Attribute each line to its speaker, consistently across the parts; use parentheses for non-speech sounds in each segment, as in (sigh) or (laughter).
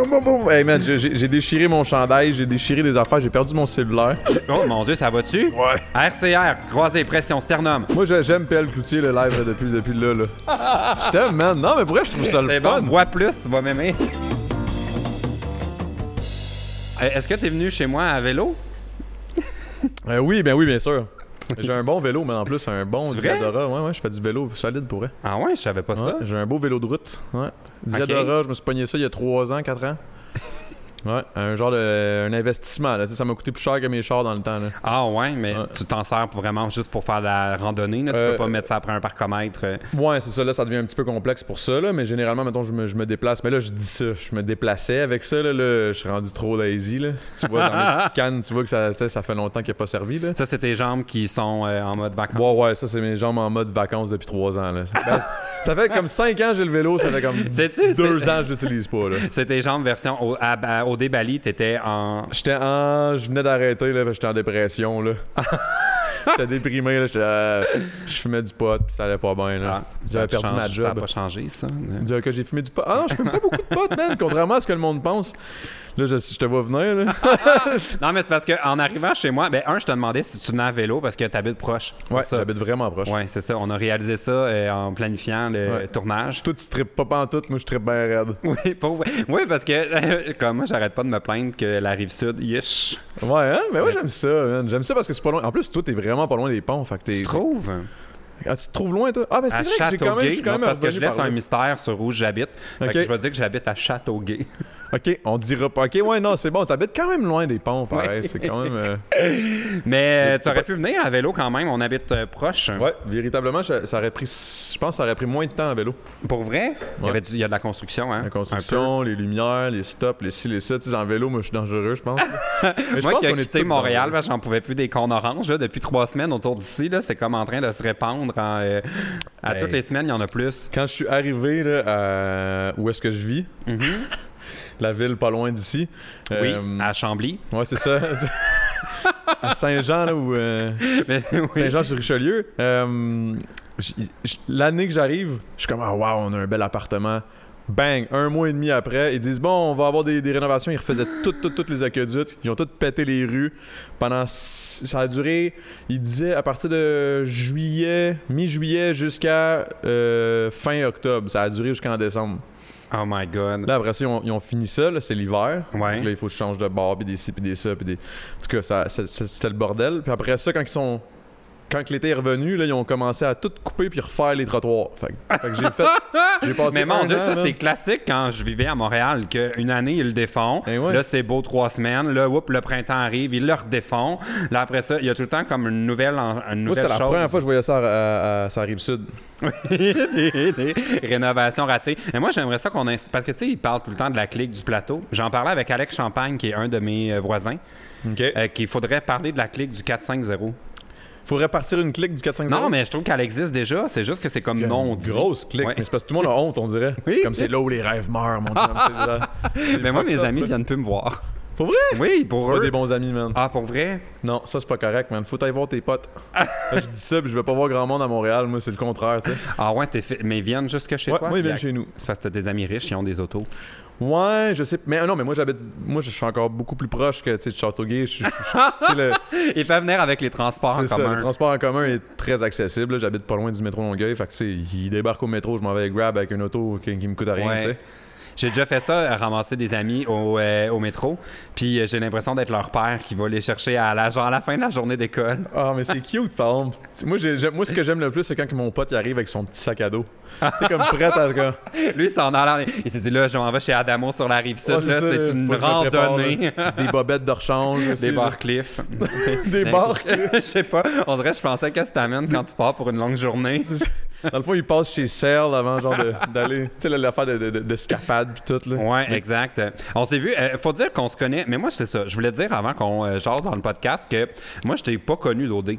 Speaker 1: boum, boum, boum. Hey, man, j'ai- j'ai j'ai déchiré mon chandail, j'ai déchiré des affaires, j'ai perdu mon cellulaire.
Speaker 2: Oh mon dieu, ça va-tu?
Speaker 1: Ouais.
Speaker 2: RCR, croisé, pression, sternum.
Speaker 1: Moi, j'ai- j'aime PL Cloutier, le live, là, depuis, depuis là, là. Je t'aime, man. Non, mais pour vrai, je trouve ça le
Speaker 2: C'est bon,
Speaker 1: fun.
Speaker 2: bois plus, tu vas m'aimer. Euh, Est-ce que t'es venu chez moi à vélo?
Speaker 1: Euh, oui, ben oui, bien sûr. J'ai un bon vélo, mais en plus, un bon
Speaker 2: C'est vrai?
Speaker 1: Diadora. Ouais, ouais, je fais du vélo solide pour vrai.
Speaker 2: Ah ouais, je savais pas
Speaker 1: Ouais,
Speaker 2: ça.
Speaker 1: j'ai un beau vélo de route. Ouais. Diadora, je me suis pogné ça il y a 3 ans,
Speaker 2: (laughs)
Speaker 1: 4 ans. Ouais, un genre de. un investissement, là. Tu sais, ça m'a coûté plus cher que mes chars dans le temps, là.
Speaker 2: Ah ouais, mais
Speaker 1: Ouais.
Speaker 2: tu t'en sers pour vraiment juste pour faire de la randonnée, là. Tu
Speaker 1: Euh,
Speaker 2: peux pas mettre ça après un parcomètre. euh.
Speaker 1: Ouais, c'est ça, là, ça devient un petit peu complexe pour ça, là, mais généralement, mettons, je me, je me déplace. Mais là, je dis ça, je me déplaçais avec ça, là, là, je suis rendu trop lazy, là. Tu vois, dans
Speaker 2: (laughs)
Speaker 1: mes petites cannes, tu vois que ça, tu sais, ça fait longtemps qu'il n'est pas servi, là.
Speaker 2: Ça, c'est tes jambes qui sont euh, en mode vacances.
Speaker 1: Ouais, ouais, ça, c'est mes jambes en mode vacances depuis trois ans, là.
Speaker 2: (laughs)
Speaker 1: Ben, ça fait comme cinq ans que j'ai le vélo, ça fait comme
Speaker 2: Sais-tu,
Speaker 1: deux
Speaker 2: c'est-
Speaker 1: ans que je l'utilise pas, là.
Speaker 2: C'est tes jambes version au, à- à- au débali, t'étais en.
Speaker 1: J'étais en... Je venais d'arrêter, là, parce que j'étais en dépression,
Speaker 2: (laughs)
Speaker 1: là. j'étais déprimé, là, j'étais... euh, Je fumais du pot, puis ça allait pas bien, là.
Speaker 2: Ah,
Speaker 1: J'avais
Speaker 2: ça
Speaker 1: perdu
Speaker 2: change-
Speaker 1: ma
Speaker 2: Ça a
Speaker 1: job.
Speaker 2: pas changé, ça.
Speaker 1: Dire que j'ai fumé du pot. Ah non, je fume pas beaucoup de pot, man, contrairement à ce que le monde pense. Là, je, je te vois venir, là.
Speaker 2: Non, mais c'est parce qu'en arrivant chez moi, ben, un, je te demandais si tu venais à vélo parce que t'habites proche. C'est pour
Speaker 1: Ouais,
Speaker 2: ça.
Speaker 1: j'habite vraiment proche.
Speaker 2: Ouais, c'est ça. On a réalisé ça euh, en planifiant le
Speaker 1: Ouais.
Speaker 2: tournage. (laughs)
Speaker 1: Toi, tu tripes pas pantoute, moi, je trippe bien raide.
Speaker 2: Oui, pour vrai. Oui, parce que euh, comme moi, j'arrête pas de me plaindre que la rive sud, yish,
Speaker 1: Ouais, hein? Mais moi, j'aime ça, man. J'aime ça parce que c'est pas loin. En plus, toi, t'es vraiment pas loin des ponts, fait que t'es...
Speaker 2: tu trouves?
Speaker 1: Ah, tu te trouves loin, toi? Ah, ben c'est
Speaker 2: À
Speaker 1: vrai que j'ai quand même... je suis
Speaker 2: Châteauguay.
Speaker 1: quand
Speaker 2: Non,
Speaker 1: même
Speaker 2: c'est parce que je
Speaker 1: revenu
Speaker 2: laisse
Speaker 1: par
Speaker 2: un
Speaker 1: là.
Speaker 2: mystère sur où j'habite. Fait
Speaker 1: Ok.
Speaker 2: que je vais dire que j'habite à Châteauguay. (laughs)
Speaker 1: OK, on dira pas... OK, ouais, non, c'est bon. T'habites quand même loin des ponts, pareil. C'est quand même...
Speaker 2: (laughs)
Speaker 1: euh,
Speaker 2: Mais euh, tu aurais pu venir à vélo quand même. On habite euh, proche.
Speaker 1: Ouais, véritablement, ça, ça aurait pris... Je pense que ça aurait pris moins de temps à vélo.
Speaker 2: Pour vrai? Il, y
Speaker 1: Ouais.
Speaker 2: avait du- il y a de la construction, hein?
Speaker 1: La
Speaker 2: Un peu.
Speaker 1: construction, les lumières, les stops, les ci, les ça. Tu sais, en vélo, moi, je suis dangereux, je
Speaker 2: (laughs)
Speaker 1: pense. Mais je
Speaker 2: Moi
Speaker 1: pense
Speaker 2: qui ai
Speaker 1: qu'on est
Speaker 2: quitté
Speaker 1: tous
Speaker 2: Montréal,
Speaker 1: dangereux.
Speaker 2: parce que j'en pouvais plus des cons oranges là, depuis trois semaines autour d'ici. là, C'est comme en train de se répandre. en, euh, à
Speaker 1: Ben.
Speaker 2: toutes les semaines, il y en a plus.
Speaker 1: Quand je suis arrivé là, à- où est-ce que je vis, (laughs) la ville pas loin d'ici. euh,
Speaker 2: oui, à Chambly.
Speaker 1: Ouais, c'est ça. à Saint-Jean, là, où... euh,
Speaker 2: (laughs) Mais oui.
Speaker 1: (laughs) Saint-Jean-sur-Richelieu. euh, j- j- L'année que j'arrive, je suis comme, ah, wow, on a un bel appartement. Bang, un mois et demi après, ils disent, bon, on va avoir des, des rénovations. Ils refaisaient toutes, toutes, toutes les aqueducs. Ils ont toutes pété les rues. Pendant. s- Ça a duré, ils disaient, à partir de juillet, mi-juillet jusqu'à euh, fin octobre. Ça a duré jusqu'en décembre.
Speaker 2: Oh my God.
Speaker 1: Là, après ça, ils ont, ils ont fini ça, là, c'est l'hiver.
Speaker 2: Ouais.
Speaker 1: Donc là, il faut que je change de bar, puis des ci, puis des ça, puis des... En tout cas, ça, ça- ça- c'était le bordel. Puis après ça, quand ils sont... Quand que l'été est revenu, là, ils ont commencé à tout couper puis refaire les trottoirs. Fait, que- fait que j'ai
Speaker 2: (laughs)
Speaker 1: fait... J'ai passé
Speaker 2: Mais mon
Speaker 1: un
Speaker 2: Dieu,
Speaker 1: an,
Speaker 2: ça
Speaker 1: là.
Speaker 2: c'est classique quand je vivais à Montréal, qu'une année ils le défont,
Speaker 1: Eh ouais.
Speaker 2: là c'est beau trois semaines, là whoop, le printemps arrive, ils le redéfont, là après ça, il y a tout le temps comme une nouvelle, en- une
Speaker 1: Moi,
Speaker 2: nouvelle
Speaker 1: c'était la
Speaker 2: chose.
Speaker 1: première fois que je voyais ça à, à- à- ça arrive sud.
Speaker 2: (laughs) des, des rénovations ratées. Mais moi, j'aimerais ça qu'on... ins- Parce que, tu sais, ils parlent tout le temps de la clique du plateau. J'en parlais avec Alex Champagne, qui est un de mes euh, voisins,
Speaker 1: OK.
Speaker 2: euh, qu'il faudrait parler de la clique du 450.
Speaker 1: Faudrait partir une clique du 450.
Speaker 2: Non, mais je trouve qu'elle existe déjà. C'est juste que c'est comme
Speaker 1: Il y a une
Speaker 2: non dit.
Speaker 1: grosse clique.
Speaker 2: Ouais.
Speaker 1: Mais c'est parce que tout le monde a honte, on dirait.
Speaker 2: Oui.
Speaker 1: Comme c'est là où les rêves meurent, mon chum. c'est genre-
Speaker 2: (laughs) Mais moi,
Speaker 1: fucked (laughs)
Speaker 2: mes
Speaker 1: up,
Speaker 2: amis
Speaker 1: là.
Speaker 2: viennent plus me voir.
Speaker 1: Pour vrai?
Speaker 2: Oui, pour
Speaker 1: Pas
Speaker 2: eux.
Speaker 1: des bons amis, man.
Speaker 2: Ah, pour vrai?
Speaker 1: Non, ça c'est pas correct, man. Faut aller voir tes potes. Là, je dis ça, puis je vais pas voir grand monde à Montréal. Moi, c'est le contraire, tu sais.
Speaker 2: Ah ouais, t'es fait- mais ils viennent jusque chez
Speaker 1: Ouais,
Speaker 2: toi?
Speaker 1: moi, ils viennent
Speaker 2: Bien.
Speaker 1: chez nous.
Speaker 2: C'est parce que t'as des amis riches, ils ont des autos.
Speaker 1: Ouais, je sais. Mais non, mais moi, j'habite. Moi, je suis encore beaucoup plus proche que, tu sais, de Châteauguay. Je suis- je suis- tu sais,
Speaker 2: (laughs)
Speaker 1: le-
Speaker 2: Ils peuvent venir avec les transports en
Speaker 1: C'est ça.
Speaker 2: commun.
Speaker 1: Le transport en commun est très accessible. là. J'habite pas loin du métro Longueuil. Fait que, tu sais, ils débarquent au métro, je m'en vais avec grab avec une auto qui, qui me coûte rien,
Speaker 2: Ouais.
Speaker 1: tu sais.
Speaker 2: J'ai déjà fait ça, euh, ramasser des amis au, euh, au métro, puis euh, j'ai l'impression d'être leur père qui va les chercher à la, genre, à la fin de la journée d'école. (laughs)
Speaker 1: Ah, mais c'est cute, par exemple. Moi, j'ai- j'aime- moi, ce que j'aime le plus, c'est quand que mon pote il arrive avec son petit sac à dos. tu
Speaker 2: Ah.
Speaker 1: sais, comme prêt à.
Speaker 2: (laughs)
Speaker 1: comme-
Speaker 2: Lui, il s'en allait, il s'est dit là, je m'en vais chez Adamo sur la rive sud,
Speaker 1: Ouais, c'est
Speaker 2: là,
Speaker 1: ça,
Speaker 2: c'est
Speaker 1: faut que
Speaker 2: une
Speaker 1: je me prépare,
Speaker 2: (laughs) randonnée.
Speaker 1: là. Des bobettes de rechange. aussi,
Speaker 2: (laughs) Des
Speaker 1: là.
Speaker 2: barcliffs.
Speaker 1: Des barres.
Speaker 2: (laughs) Je sais pas, on dirait, je pensais qu'est-ce que t'amènes quand tu pars pour une longue journée.
Speaker 1: Dans le fond, il passe chez Serle avant genre
Speaker 2: (laughs)
Speaker 1: de- d'aller. Tu sais, là, l'affaire de- de- de- d'escapade pis tout, là.
Speaker 2: Ouais, exact. Euh, On s'est vu. euh, faut dire qu'on se connaît. Mais moi, c'est ça. Je voulais dire avant qu'on euh, jase dans le podcast que moi, je t'ai pas connu d'OD.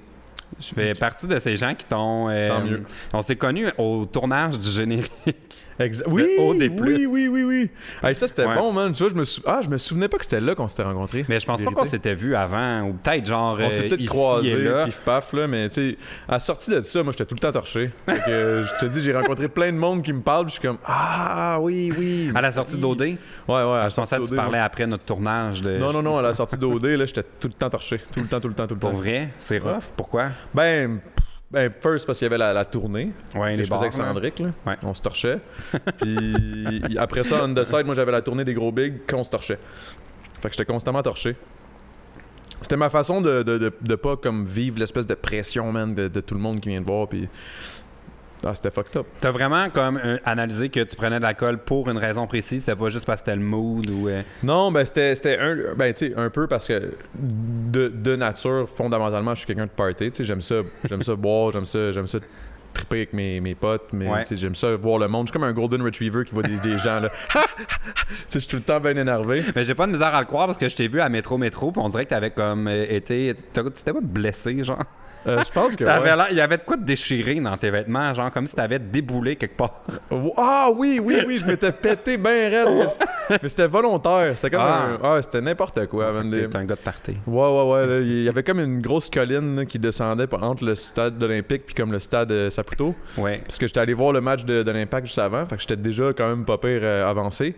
Speaker 2: Je fais partie de ces gens qui t'ont. euh,
Speaker 1: Tant mieux.
Speaker 2: On s'est connus au tournage du générique. (laughs)
Speaker 1: Exa- oui,
Speaker 2: haut des
Speaker 1: oui,
Speaker 2: plus.
Speaker 1: oui, oui, oui. Hey, ça, c'était
Speaker 2: Ouais.
Speaker 1: bon, man. Tu vois, je me, sou- ah, je me souvenais pas que c'était là qu'on s'était rencontrés.
Speaker 2: Mais je pense pas
Speaker 1: Vérité.
Speaker 2: qu'on s'était vu avant, ou peut-être genre
Speaker 1: On s'est
Speaker 2: euh,
Speaker 1: peut-être
Speaker 2: ici
Speaker 1: croisés,
Speaker 2: et là.
Speaker 1: pif paf, là, mais tu sais, à la sortie de ça, moi, j'étais tout le temps torché. Fait que, euh, je te dis, j'ai rencontré plein de monde qui me parle, puis je suis comme, ah oui, oui.
Speaker 2: À la sortie d'OD, ouais,
Speaker 1: Ouais, ouais, à la
Speaker 2: je pensais
Speaker 1: sortie d'OD,
Speaker 2: que tu parlais euh, après notre tournage de.
Speaker 1: moi. Non, non, non, à la sortie d'OD, là, j'étais tout le temps torché. Tout le temps, tout le temps, tout le
Speaker 2: Pour
Speaker 1: temps.
Speaker 2: vrai, c'est rough. Pourquoi?
Speaker 1: Ben, ben, first, parce qu'il y avait la, la tournée.
Speaker 2: Ouais,
Speaker 1: que
Speaker 2: les
Speaker 1: je faisais avec
Speaker 2: bars, hein. là.
Speaker 1: Sandrick, là.
Speaker 2: Ouais.
Speaker 1: On se torchait.
Speaker 2: (laughs)
Speaker 1: Puis après ça, on the side, moi j'avais la tournée des gros bigs qu'on se torchait. Fait que j'étais constamment torché. C'était ma façon de, de, de- de pas comme vivre l'espèce de pression, man, de, de tout le monde qui vient te voir. Puis. Ah, c'était fucked up.
Speaker 2: T'as vraiment comme euh, analysé que tu prenais de l'alcool pour une raison précise, c'était pas juste parce que c'était le mood ou. euh,
Speaker 1: Non, ben c'était c'était un, ben, tu sais, un peu parce que de, de nature, fondamentalement, je suis quelqu'un de party. tu sais, J'aime ça, j'aime ça (laughs) boire, j'aime ça, j'aime ça triper avec mes, mes potes, mais
Speaker 2: Ouais.
Speaker 1: tu sais, j'aime ça voir le monde. Je suis comme un golden retriever qui voit des, des gens là. (laughs) Tu sais, je suis tout le temps bien énervé.
Speaker 2: Mais j'ai pas de misère à le croire parce que je t'ai vu à métro métro, puis on dirait que t'avais comme euh, été, t'as- tu t'es pas
Speaker 1: (laughs)
Speaker 2: blessé, genre.
Speaker 1: Euh, je pense que.
Speaker 2: (laughs) T'avais
Speaker 1: ouais.
Speaker 2: l'air- il y avait de quoi de déchiré dans tes vêtements, genre comme si t'avais déboulé quelque part.
Speaker 1: Oh, Ah oui, oui, oui, je m'étais pété bien raide. mais c- Mais c'était volontaire. C'était comme
Speaker 2: Ah.
Speaker 1: un- ah, c'était n'importe quoi. man, (laughs) des-
Speaker 2: T'es un gars de party.
Speaker 1: Ouais, ouais, ouais. là, Il y avait comme une grosse colline là, qui descendait entre le stade olympique puis comme le stade euh, Saputo. (laughs)
Speaker 2: Ouais.
Speaker 1: Parce que j'étais allé voir le match de, de l'Impact juste avant, fait que j'étais déjà quand même pas pire euh, avancé.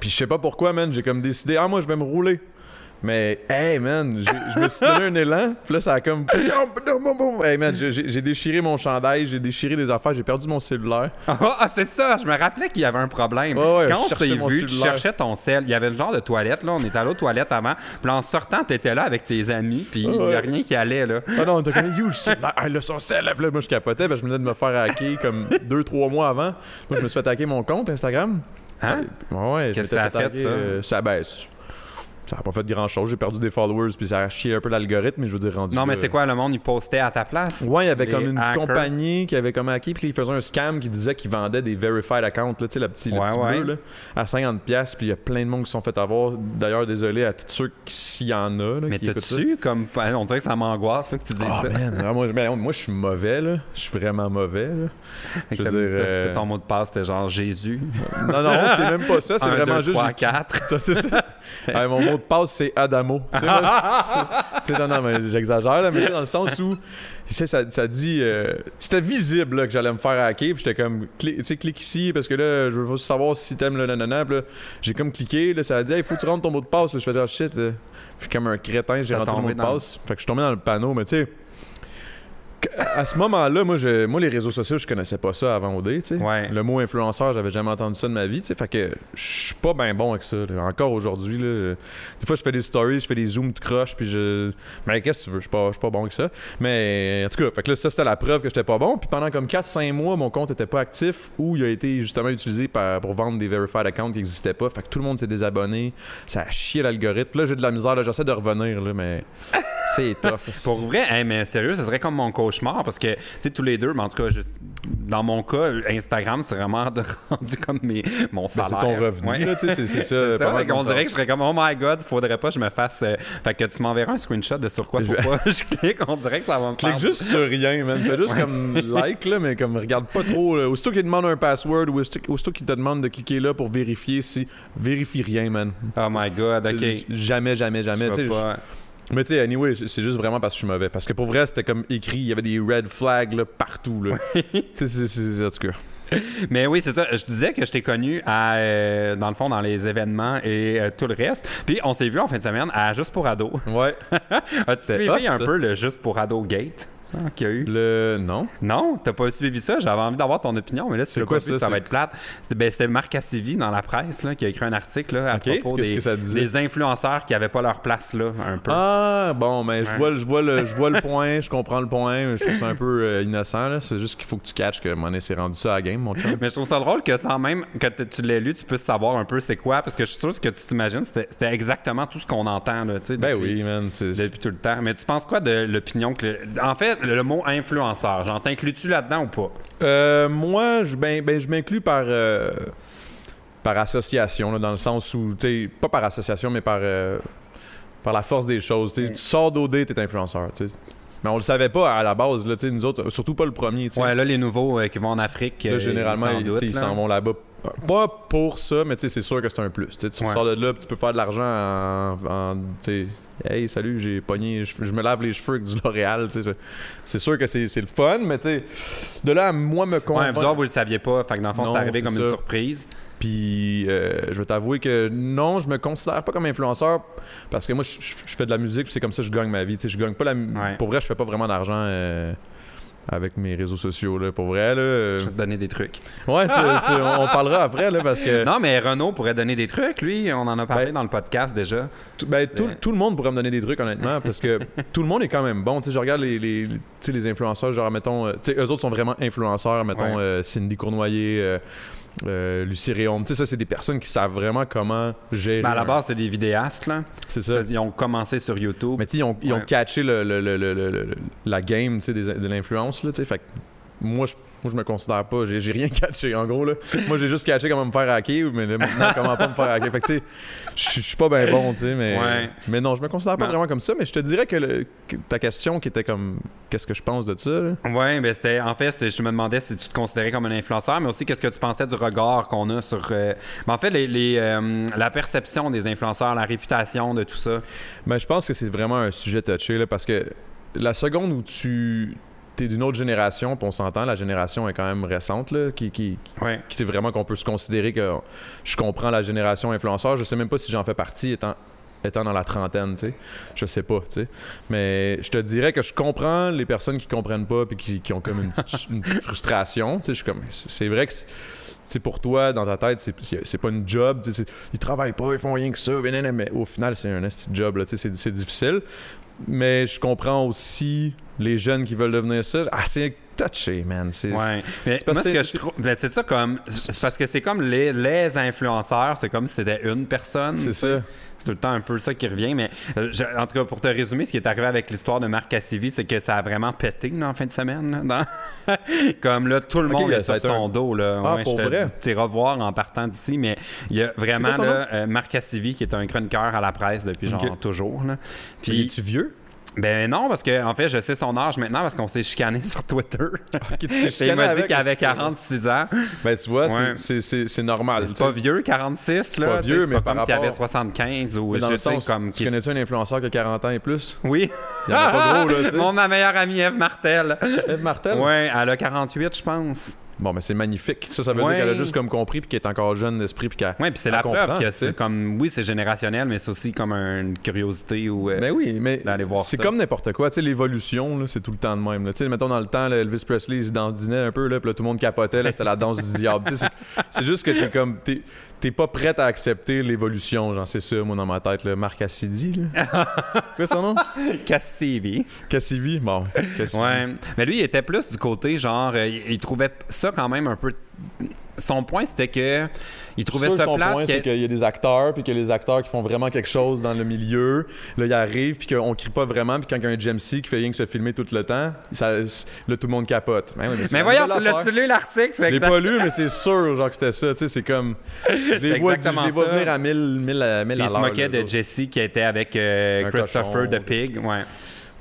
Speaker 1: Puis je sais pas pourquoi, man, j'ai comme décidé, ah, moi, je vais me rouler. Mais, hey, man, j'ai- je me suis donné un élan, puis là, ça a comme. Hey, man, j'ai- j'ai j'ai déchiré mon chandail, j'ai déchiré des affaires, j'ai perdu mon cellulaire.
Speaker 2: Ah, ah, c'est ça, je me rappelais qu'il y avait un problème.
Speaker 1: Ouais, ouais, je
Speaker 2: Quand on s'est
Speaker 1: cherchais mon
Speaker 2: vu, tu
Speaker 1: cellulaire.
Speaker 2: cherchais ton sel. Il y avait le genre de toilette, là. On était allé aux toilettes avant. Puis en sortant, t'étais là avec tes amis, puis il
Speaker 1: Ouais,
Speaker 2: y
Speaker 1: ouais.
Speaker 2: a rien qui allait, là.
Speaker 1: Ah non, t'as comme huge cellulaire, ah, le son cellulaire. Puis là, moi, je capotais, parce que je venais de me faire hacker comme deux, trois mois avant. Moi, je me suis fait hacker mon compte Instagram.
Speaker 2: Hein?
Speaker 1: Ouais, ouais, je
Speaker 2: Qu'est-ce
Speaker 1: m'étais
Speaker 2: que ça a fait,
Speaker 1: attaquer,
Speaker 2: ça?
Speaker 1: euh, ça baisse. Ça n'a pas fait grand chose. J'ai perdu des followers, puis ça a chié un peu l'algorithme, mais je veux dire rendu.
Speaker 2: Non, mais
Speaker 1: là-
Speaker 2: c'est quoi, le monde, il postait à ta place?
Speaker 1: Ouais, il y avait
Speaker 2: Les
Speaker 1: comme une
Speaker 2: hackers.
Speaker 1: compagnie qui avait comme hacké, puis ils faisaient un scam qui disait qu'ils vendaient des verified accounts, là, tu sais, le petit, le
Speaker 2: Ouais,
Speaker 1: petit
Speaker 2: ouais.
Speaker 1: bleu, là, à 50$, puis il y a plein de monde qui se sont fait avoir. D'ailleurs, désolé à tous ceux qui s'il y en a, là,
Speaker 2: Mais
Speaker 1: qui écoutent ça.
Speaker 2: t'as-tu, comme. On dirait que ça m'angoisse, là, que tu dis
Speaker 1: Oh
Speaker 2: ça.
Speaker 1: man, ah, moi, je- ben, moi, je suis mauvais, là. Je suis vraiment mauvais, là.
Speaker 2: Fait que
Speaker 1: je veux
Speaker 2: t'as-
Speaker 1: dire,
Speaker 2: c'était
Speaker 1: euh,
Speaker 2: Ton mot de passe, c'était genre Jésus.
Speaker 1: Non, non, c'est même pas ça, c'est
Speaker 2: Un,
Speaker 1: vraiment
Speaker 2: deux,
Speaker 1: juste. (laughs)
Speaker 2: trois, quatre.
Speaker 1: Ça, c'est
Speaker 2: (laughs)
Speaker 1: ça. Ouais, mon mot de passe, c'est Adamo. Tu sais, moi, tu sais, non, non, mais j'exagère, là, mais tu sais, dans le sens où, tu sais, ça, ça dit. euh, c'était visible là, que j'allais me faire hacker, puis j'étais comme, cli- tu sais, clique ici, parce que là, je veux juste savoir si t'aimes le nanana. Puis là, j'ai comme cliqué, là, ça a dit, il faut que tu rentres ton mot de passe. Là, je fais, ah shit. là. Puis comme un crétin, j'ai
Speaker 2: T'as
Speaker 1: rentré mon mot
Speaker 2: tombé
Speaker 1: de
Speaker 2: dans le-
Speaker 1: passe. Fait que je suis tombé dans le panneau, mais tu sais. qu- À ce moment-là, moi, je, moi, les réseaux sociaux, je connaissais pas ça avant OD, tu sais.
Speaker 2: Ouais.
Speaker 1: Le mot influenceur, j'avais jamais entendu ça de ma vie, tu sais. Fait que je suis pas bien bon avec ça. là. Encore aujourd'hui, là, je- des fois, je fais des stories, je fais des zooms de croche, puis je. Mais qu'est-ce que tu veux? Je suis pas, je suis pas bon avec ça. Mais en tout cas, fait que là, ça, c'était la preuve que j'étais pas bon. Puis pendant comme 4-5 mois, mon compte était pas actif ou il a été justement utilisé par- pour vendre des verified accounts qui n'existaient pas. Fait que tout le monde s'est désabonné. Ça a chié l'algorithme. Là, j'ai de la misère. Là, j'essaie de revenir, là, mais
Speaker 2: (laughs)
Speaker 1: c'est tough.
Speaker 2: Pour vrai, hey, mais sérieux, ce serait comme mon cauchemar parce que, tu sais, tous les deux, mais en tout cas, je- dans mon cas, Instagram, c'est vraiment (laughs) de- rendu comme mes, mon
Speaker 1: Ben,
Speaker 2: salaire.
Speaker 1: c'est ton revenu,
Speaker 2: Ouais.
Speaker 1: là, tu sais, c'est
Speaker 2: (laughs)
Speaker 1: c'est ça.
Speaker 2: C'est
Speaker 1: pas
Speaker 2: ça,
Speaker 1: mal
Speaker 2: fait qu'on
Speaker 1: comme
Speaker 2: dirait que je serais comme Oh my god, faudrait pas que je me fasse. euh, Fait que tu m'enverras un screenshot de sur quoi (laughs)
Speaker 1: Je
Speaker 2: faut
Speaker 1: vais-
Speaker 2: pas que je clique, on dirait que ça va me faire.
Speaker 1: Clique juste sur rien, man. Fais juste comme like, là, mais comme regarde pas trop. Là. Aussitôt qu'il demande un password ou aussitôt, aussitôt qu'il te demande de cliquer là pour vérifier si. Vérifie rien, man.
Speaker 2: Oh my god, ok.
Speaker 1: J- Jamais, jamais,
Speaker 2: Je
Speaker 1: jamais.
Speaker 2: vais
Speaker 1: tu sais,
Speaker 2: pas-
Speaker 1: je- Mais tu sais, anyway, c'est c'est juste vraiment parce que je suis mauvais. Parce que pour vrai, c'était comme écrit, il y avait des red flags là, partout. Là. (laughs) Tu sais, c'est- c'est- en tout cas.
Speaker 2: Mais oui, c'est ça. Je disais que je t'ai connu à, euh, dans le fond dans les événements et euh, tout le reste. Puis on s'est vu en fin de semaine à Juste pour Ado.
Speaker 1: Ouais.
Speaker 2: As-tu
Speaker 1: C'était
Speaker 2: suivi
Speaker 1: hot,
Speaker 2: un
Speaker 1: ça.
Speaker 2: peu le Juste pour Ado Gate hein, qu'il y a eu?
Speaker 1: Le. Non.
Speaker 2: Non, t'as pas suivi ça. J'avais envie d'avoir ton opinion, mais là, si tu l'as
Speaker 1: quoi
Speaker 2: pas vu,
Speaker 1: ça,
Speaker 2: ça va
Speaker 1: c'est-
Speaker 2: être plate. C'était ben, c'était Marc Cassivi dans la presse là, qui a écrit un article là, à
Speaker 1: Ok,
Speaker 2: propos
Speaker 1: qu'est-ce
Speaker 2: des,
Speaker 1: que ça disait?
Speaker 2: des influenceurs qui avaient pas leur place là, un peu.
Speaker 1: Ah, bon, ben, je
Speaker 2: Ouais.
Speaker 1: vois, le- je vois, le, je vois le point, je comprends le point, mais je trouve ça un peu euh, innocent. là. C'est juste qu'il faut que tu catches que, à un moment donné, c'est rendu ça à la game, mon chum.
Speaker 2: Mais je trouve ça drôle que sans même que t- tu l'aies lu, tu puisses savoir un peu c'est quoi, parce que je suis sûr que ce que tu t'imagines, c'était c'était exactement tout ce qu'on entend là, tu sais,
Speaker 1: Ben
Speaker 2: depuis-
Speaker 1: oui, man. c'est-
Speaker 2: Depuis tout le temps. Mais tu penses quoi de l'opinion que. le- En fait, le, le mot influenceur, genre, t'inclus-tu là-dedans ou pas?
Speaker 1: Euh, moi, je, ben, ben, je m'inclus par, euh, par association, là, dans le sens où, tu sais, pas par association, mais par, euh, par la force des choses. tu sais. Tu sors d'OD, t'es influenceur. tu sais. Mais on le savait pas à la base, là, tu sais, nous autres, surtout pas le premier. tu sais.
Speaker 2: Ouais, là, les nouveaux euh, qui vont en Afrique,
Speaker 1: Là,
Speaker 2: euh,
Speaker 1: généralement,
Speaker 2: ils s'en
Speaker 1: ils,
Speaker 2: doutent,
Speaker 1: t'sais, ils
Speaker 2: là.
Speaker 1: s'en vont là-bas. Pas pour ça, mais tu sais, c'est sûr que c'est un plus. T'sais, tu
Speaker 2: Ouais.
Speaker 1: sors de là, puis tu peux faire de l'argent en. en, tu sais, hey, salut, j'ai pogné, je, je me lave les cheveux avec du L'Oréal. tu sais, je- C'est sûr que c'est c'est le fun, mais tu sais, de là à moi me
Speaker 2: Ouais, vous autres,
Speaker 1: convaincre.
Speaker 2: vous le saviez pas. Fait que dans le fond,
Speaker 1: Non,
Speaker 2: c'est arrivé
Speaker 1: c'est
Speaker 2: comme
Speaker 1: ça.
Speaker 2: une surprise.
Speaker 1: Puis euh, je vais t'avouer que non, je me considère pas comme influenceur parce que moi, je, je- je fais de la musique, puis c'est comme ça que je gagne ma vie. Tu sais, je gagne pas la. mu-
Speaker 2: Ouais.
Speaker 1: Pour vrai, je fais pas vraiment d'argent. euh, avec mes réseaux sociaux, là, pour vrai, là.
Speaker 2: (laughs)
Speaker 1: euh,
Speaker 2: Je vais te donner des trucs.
Speaker 1: Ouais, tu- tu- on on parlera après, là, parce que...
Speaker 2: Non, mais Renault pourrait donner des trucs, lui. On en a parlé
Speaker 1: Ben-
Speaker 2: dans le podcast déjà.
Speaker 1: Tout, ben, tout,
Speaker 2: Le-
Speaker 1: tout le monde pourrait me donner des trucs, honnêtement, parce
Speaker 2: (laughs)
Speaker 1: que tout le monde est quand même bon. Tu sais, je regarde les, les, tu sais, les influenceurs, genre, mettons, euh, tu sais, eux autres sont vraiment influenceurs, mettons,
Speaker 2: Ouais.
Speaker 1: euh, Cindy Cournoyer, euh, euh, Lucie Réaume. Tu sais, ça, c'est des personnes qui savent vraiment comment gérer.
Speaker 2: Ben, à la
Speaker 1: un-
Speaker 2: base, c'est des vidéastes, là.
Speaker 1: c'est ça.
Speaker 2: Ils ont commencé sur YouTube.
Speaker 1: Mais tu sais, ils ont, ils ont
Speaker 2: Ouais.
Speaker 1: catché le, le- le- le- le- le- la game, tu sais, des- de l'influence, là, tu sais. Fait que moi, je. Moi, je me considère pas, j'ai j'ai rien (laughs) catché, en gros. Là. Moi, j'ai juste catché comment me faire hacker, mais là, maintenant, comment pas me faire hacker. Fait que, tu sais, je suis- je suis pas bien bon, tu sais, mais,
Speaker 2: Ouais.
Speaker 1: mais non, je me considère pas
Speaker 2: Non.
Speaker 1: vraiment comme ça. Mais je te dirais que, le- que ta question qui était comme, qu'est-ce que je pense de ça? là?
Speaker 2: Oui, ben c'était en fait, c'était- je te me demandais si tu te considérais comme un influenceur, mais aussi qu'est-ce que tu pensais du regard qu'on a sur. euh, ben, en fait, les, les, euh, la perception des influenceurs, la réputation de tout ça.
Speaker 1: Mais ben, je pense que c'est vraiment un sujet touché, là, parce que la seconde où tu es d'une autre génération, puis on s'entend, la génération est quand même récente, là, qui- qui,
Speaker 2: Ouais.
Speaker 1: qui c'est vraiment qu'on peut se considérer que je comprends la génération influenceur. Je sais même pas si j'en fais partie étant, étant dans la trentaine, tu sais. Je sais pas, tu sais. Mais je te dirais que je comprends les personnes qui comprennent pas puis qui, qui ont comme une petite, une petite frustration. Tu sais, je suis comme, c'est c'est vrai que c'est- tu sais, pour toi, dans ta tête, c'est- c'est c'est pas une job. tu sais, c'est- Ils travaillent pas, ils font rien que ça. Mais, non, non, mais au final, c'est un esti de job. là, tu sais, C'est c'est difficile. Mais je comprends aussi les jeunes qui veulent devenir ça. Ah, c'est touché, man. C'est-
Speaker 2: Ouais. Mais
Speaker 1: c'est parce
Speaker 2: moi, ce
Speaker 1: que-
Speaker 2: que je trouve. ben, c'est ça comme. C'est parce que c'est comme les, les influenceurs, c'est comme si c'était une personne.
Speaker 1: C'est ça.
Speaker 2: C'est tout le temps un peu ça qui revient, mais euh, je- en tout cas, pour te résumer, ce qui est arrivé avec l'histoire de Marc Cassivi, c'est que ça a vraiment pété là, en fin de semaine. là, dans- (laughs) Comme là, tout le
Speaker 1: Ok,
Speaker 2: monde est
Speaker 1: ça a été
Speaker 2: sur son
Speaker 1: un-
Speaker 2: dos. Là.
Speaker 1: Ah,
Speaker 2: Ouais,
Speaker 1: pour
Speaker 2: je te
Speaker 1: vrai?
Speaker 2: dis, Tu iras voir en partant d'ici, mais il y a
Speaker 1: C'est
Speaker 2: vraiment
Speaker 1: quoi son
Speaker 2: là, euh, Marc Cassivi, qui est un chroniqueur à la presse depuis genre
Speaker 1: Ok.
Speaker 2: toujours. là.
Speaker 1: Puis,
Speaker 2: Puis,
Speaker 1: es-tu vieux?
Speaker 2: ben non, parce que en fait, je sais son âge maintenant parce qu'on s'est chicané (laughs) sur Twitter.
Speaker 1: Qui te
Speaker 2: Et il
Speaker 1: chicanait
Speaker 2: m'a dit
Speaker 1: avec,
Speaker 2: qu'il avait
Speaker 1: est-ce que c'est-
Speaker 2: 46 ans.
Speaker 1: Ben, tu vois, c'est-
Speaker 2: Ouais.
Speaker 1: c'est- c'est c'est normal.
Speaker 2: C'est
Speaker 1: tu sais.
Speaker 2: pas vieux, 46, là.
Speaker 1: pas
Speaker 2: tu sais,
Speaker 1: vieux,
Speaker 2: c'est
Speaker 1: mais
Speaker 2: pas
Speaker 1: par
Speaker 2: comme s'il avait
Speaker 1: rapport-
Speaker 2: 75 ou
Speaker 1: Mais dans
Speaker 2: je
Speaker 1: le
Speaker 2: sais
Speaker 1: sens,
Speaker 2: comme
Speaker 1: tu
Speaker 2: qu'il-
Speaker 1: connais-tu un influenceur qui a 40 ans et plus?
Speaker 2: Oui.
Speaker 1: Il y en a pas gros, là, (laughs) tu sais.
Speaker 2: Mon ma meilleure amie Eve Martel.
Speaker 1: Eve Martel?
Speaker 2: Ouais, elle a 48, je pense.
Speaker 1: Bon, mais c'est magnifique. Ça, ça veut
Speaker 2: Ouais.
Speaker 1: dire qu'elle a juste comme compris puis qu'elle est encore jeune d'esprit puis qu'elle...
Speaker 2: Ouais, puis c'est
Speaker 1: Elle
Speaker 2: la
Speaker 1: comprend,
Speaker 2: preuve que
Speaker 1: tu sais.
Speaker 2: c'est comme oui, c'est générationnel, mais c'est aussi comme une curiosité ou euh,
Speaker 1: Ben oui, mais
Speaker 2: D'aller voir
Speaker 1: c'est
Speaker 2: ça.
Speaker 1: comme n'importe quoi. Tu sais, l'évolution, là, c'est tout le temps de même. là. Tu sais, mettons, dans le temps, là, Elvis Presley, il se dandinait un peu, là, puis là, tout le monde capotait, là, c'était la danse du diable. Tu sais, c'est- c'est juste que t'es comme... T'es, t'es pas prête à accepter l'évolution, genre, c'est ça, moi, dans ma tête, là. Marc Cassidy, là.
Speaker 2: (laughs)
Speaker 1: quoi son nom?
Speaker 2: Cassivi.
Speaker 1: Cassidy? Bon, Cassidy.
Speaker 2: Ouais, mais lui il était plus du côté genre euh, il, il trouvait ça quand même un peu son point c'était que il trouvait
Speaker 1: sûr que
Speaker 2: ça
Speaker 1: son
Speaker 2: plate
Speaker 1: point,
Speaker 2: que-
Speaker 1: c'est qu'il y a des acteurs, puis que les acteurs qui font vraiment quelque chose dans le milieu, là, ils arrivent, puis qu'on crie pas vraiment, puis quand il y a un Jamsey qui fait rien que se filmer tout le temps, ça, c- là, tout le monde capote. Ben oui, c'est
Speaker 2: Mais
Speaker 1: la
Speaker 2: voyons,
Speaker 1: nouvelle
Speaker 2: tu l'as
Speaker 1: affaire.
Speaker 2: tu lu l'article, c'est
Speaker 1: Je l'ai
Speaker 2: exact-
Speaker 1: pas lu, mais c'est sûr, genre, que c'était ça, tu sais, c'est comme... Je les
Speaker 2: C'est
Speaker 1: vois, je
Speaker 2: exactement
Speaker 1: les vois
Speaker 2: ça.
Speaker 1: venir à 1000 1000 à 1000
Speaker 2: Puis
Speaker 1: à
Speaker 2: il se
Speaker 1: l'heure,
Speaker 2: moquait
Speaker 1: là,
Speaker 2: de Jesse qui était avec euh,
Speaker 1: Un
Speaker 2: Christopher
Speaker 1: cochon.
Speaker 2: de Pig, ouais,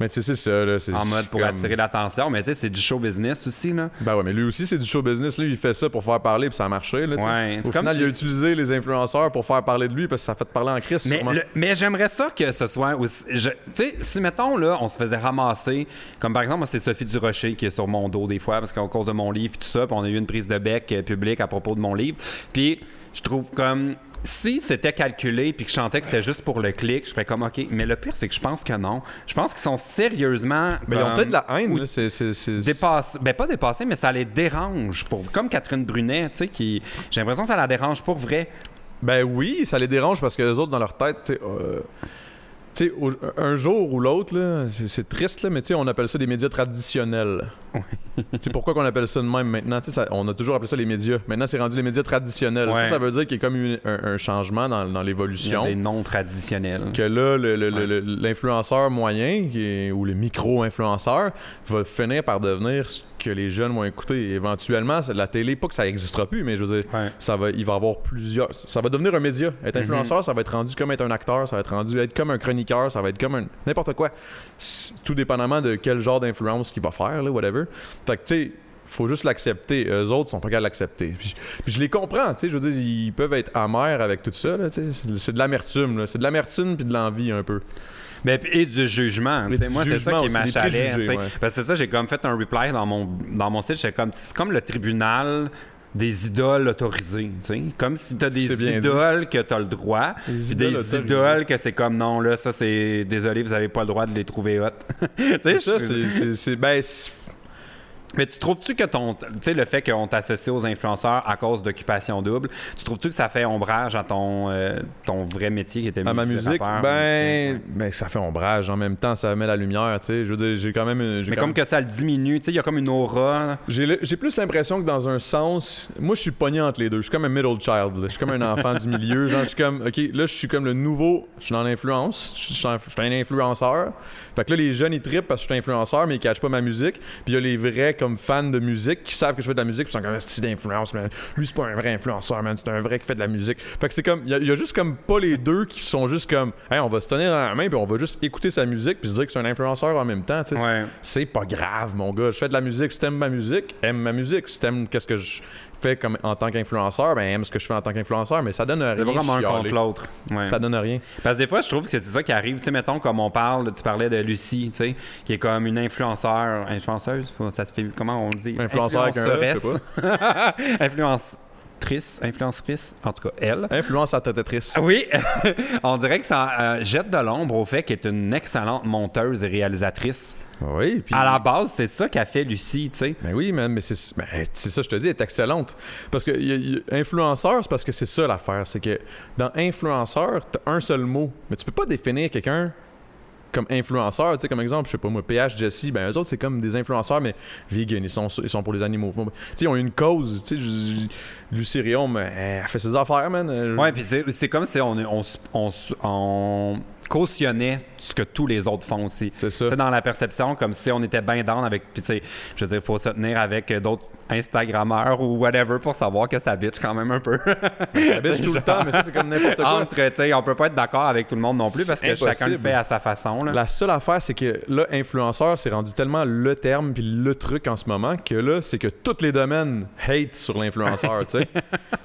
Speaker 1: Mais tu sais, c'est ça, là, c'est
Speaker 2: en mode pour
Speaker 1: comme-
Speaker 2: attirer l'attention, mais tu sais c'est du show business aussi là.
Speaker 1: Ben ouais, mais lui aussi, c'est du show business, lui, il fait ça pour faire parler, puis ça a marché, là, tu sais.
Speaker 2: Ouais,
Speaker 1: Au
Speaker 2: c'est comme
Speaker 1: final,
Speaker 2: si-
Speaker 1: il a utilisé les influenceurs pour faire parler de lui, parce que ça a fait parler en crise,
Speaker 2: Mais,
Speaker 1: sûrement.
Speaker 2: le- mais j'aimerais ça que ce soit aussi. je- Tu sais, si mettons, là, on se faisait ramasser, comme par exemple, moi, c'est Sophie Durocher qui est sur mon dos des fois, parce qu'en cause de mon livre, puis tout ça, puis on a eu une prise de bec euh, publique à propos de mon livre. Puis je trouve comme. Si c'était calculé puis que je chantais que c'était juste pour le clic, je ferais comme OK. Mais le pire, c'est que je pense que non. Je pense qu'ils sont sérieusement.
Speaker 1: Mais ils ont
Speaker 2: comme,
Speaker 1: peut-être de la haine, là, c'est- c'est- c'est...
Speaker 2: dépasse- ben pas dépassé, mais ça les dérange. Pour, comme Catherine Brunet, tu sais, qui. J'ai l'impression que ça la dérange pour vrai.
Speaker 1: Ben oui, ça les dérange parce que les autres dans leur tête, tu sais, euh, tu sais, au- un jour ou l'autre, là, c'est, c'est triste, là, mais tu sais, on appelle ça des médias traditionnels. tu sais, pourquoi qu'on appelle ça de même maintenant? Tu sais, ça- on a toujours appelé ça les médias. Maintenant, c'est rendu les médias traditionnels.
Speaker 2: Ouais.
Speaker 1: Ça, ça veut dire qu'il y a comme eu un, un changement dans, dans
Speaker 2: Ils ont
Speaker 1: l'évolution.
Speaker 2: des noms traditionnels.
Speaker 1: Que là, le- le-
Speaker 2: Ouais.
Speaker 1: le- le- l'influenceur moyen qui est- ou le micro-influenceur va finir par devenir ce que les jeunes vont écouter. Éventuellement, c'est- la télé, pas que ça n'existera plus, mais je veux dire,
Speaker 2: Ouais.
Speaker 1: ça va, il va y avoir plusieurs. Ça va devenir un média. Être
Speaker 2: Mhm.
Speaker 1: influenceur, ça va être rendu comme être un acteur, ça va être rendu être comme un chroniqueur, ça va être comme un. n'importe quoi. C'est- Tout dépendamment de quel genre d'influence qu'il va faire, là, whatever. Fait que, tu sais, faut juste l'accepter. Eux autres sont pas capables de l'accepter. Puis, je- puis je les comprends, tu sais. Je veux dire, ils peuvent être amers avec tout ça, là, tu sais. C'est- C'est de l'amertume, là. C'est de l'amertume puis de l'envie, un peu.
Speaker 2: Mais, puis, et du jugement. tu
Speaker 1: Et
Speaker 2: sais,
Speaker 1: du
Speaker 2: Moi, c'est ça
Speaker 1: jugement
Speaker 2: qui
Speaker 1: aussi, des
Speaker 2: m'achalait.
Speaker 1: préjugés,
Speaker 2: tu sais.
Speaker 1: ouais.
Speaker 2: Parce que c'est ça, j'ai comme fait un reply dans mon, dans mon site. j'étais comme, c'est comme le tribunal des idoles autorisées. tu sais. Comme si t'as
Speaker 1: C'est
Speaker 2: des
Speaker 1: bien
Speaker 2: idoles que t'as le droit,
Speaker 1: Des
Speaker 2: puis
Speaker 1: idoles
Speaker 2: des
Speaker 1: autorisées.
Speaker 2: idoles que c'est comme, non, là, ça, c'est... Désolé, vous avez pas le droit de les trouver hot. (laughs) Tu sais,
Speaker 1: C'est ça,
Speaker 2: je-
Speaker 1: c'est- c'est. c'est- Ben, c'est-
Speaker 2: Mais tu trouves-tu que ton... Tu sais, le fait qu'on t'associe aux influenceurs à cause d'occupation double, tu trouves-tu que ça fait ombrage à ton, euh, ton vrai métier qui était
Speaker 1: à ma musique,
Speaker 2: musicien-rappeur, musicien, ouais?
Speaker 1: ben, ben, ça fait ombrage. En même temps, ça met la lumière, tu sais. Je veux dire, j'ai quand même. j'ai
Speaker 2: Mais
Speaker 1: quand
Speaker 2: comme que ça le diminue, tu sais, il y a comme une aura.
Speaker 1: J'ai le- j'ai plus l'impression que dans un sens, moi je suis pogné entre les deux. Je suis comme un middle child. là. Je suis comme un enfant du milieu. Genre, je suis comme, ok, là je suis comme le nouveau. Je suis dans l'influence. Je suis un- je suis un influenceur. Fait que là les jeunes ils trippent parce que je suis influenceur, mais ils catchent pas ma musique. Puis il y a les vrais comme fans de musique qui savent que je fais de la musique. Puis ils sont comme un style d'influence, man. Lui c'est pas un vrai influenceur, man. C'est un vrai qui fait de la musique. Fait que c'est comme, il y, a- il y a juste comme pas les deux qui sont juste comme, hey, on va se tenir dans la main puis on va juste écouter sa musique puis se dire que c'est un influenceur en même temps. tu sais. C'est-
Speaker 2: Ouais.
Speaker 1: c'est pas grave, mon gars. Je fais de la musique. Si t'aimes ma musique, aime ma musique. Si t'aimes qu'est-ce que je fais comme en tant qu'influenceur, ben aime ce que je fais en tant qu'influenceur. Mais ça donne rien.
Speaker 2: C'est
Speaker 1: de
Speaker 2: vraiment un hein.
Speaker 1: chialer.
Speaker 2: contre l'autre. Ouais.
Speaker 1: Ça donne rien.
Speaker 2: Parce que des fois, je trouve que c'est ça qui arrive. Tu sais, mettons, comme on parle, tu parlais de Lucie, tu sais, qui est comme une influenceur. Influenceuse, faut- ça se fait. Comment on le dit
Speaker 1: Influenceur avec un E,
Speaker 2: Influenceuresse. (laughs) Influencetrice, influencetrice, en tout cas, elle.
Speaker 1: Influence à ta Tetris.
Speaker 2: Ah Oui, (laughs) on dirait que ça euh, jette de l'ombre au fait qu'elle est une excellente monteuse et réalisatrice.
Speaker 1: Oui, puis.
Speaker 2: À la base, c'est ça qu'a fait Lucie, tu sais.
Speaker 1: Ben oui, man, mais c'est ben, c'est ça, je te dis, elle est excellente. Parce que y a- y a- influenceur, c'est parce que c'est ça l'affaire. C'est que dans influenceur, t'as un seul mot. Mais tu peux pas définir quelqu'un comme influenceur. Tu sais, comme exemple, je sais pas moi, PH, Jesse, ben eux autres, c'est comme des influenceurs, mais vegan, ils sont, ils sont pour les animaux. Bon, ben, Tu sais, ils ont une cause. Tu sais, je- je- Lucie Riom, elle fait ses affaires, man. Euh,
Speaker 2: Ouais, puis c'est c'est comme si on, on, s- on s- on cautionnait ce que tous les autres font aussi.
Speaker 1: C'est ça.
Speaker 2: T'sais, dans la perception, comme si on était bien down avec. Puis, tu sais, je veux dire, faut se tenir avec euh, d'autres Instagrammeurs ou whatever pour savoir que ça bitch quand même un peu.
Speaker 1: Ça baisse tout le temps, mais ça, c'est comme n'importe quoi.
Speaker 2: (laughs) Entre, tu sais, on peut pas être d'accord avec tout le monde non plus
Speaker 1: C'est
Speaker 2: parce que chacun le
Speaker 1: impossible.
Speaker 2: fait à sa façon. Là.
Speaker 1: La seule affaire, c'est que là, influenceur, c'est rendu tellement le terme puis le truc en ce moment que là, c'est que tous les domaines hate sur l'influenceur,
Speaker 2: (laughs)
Speaker 1: tu sais.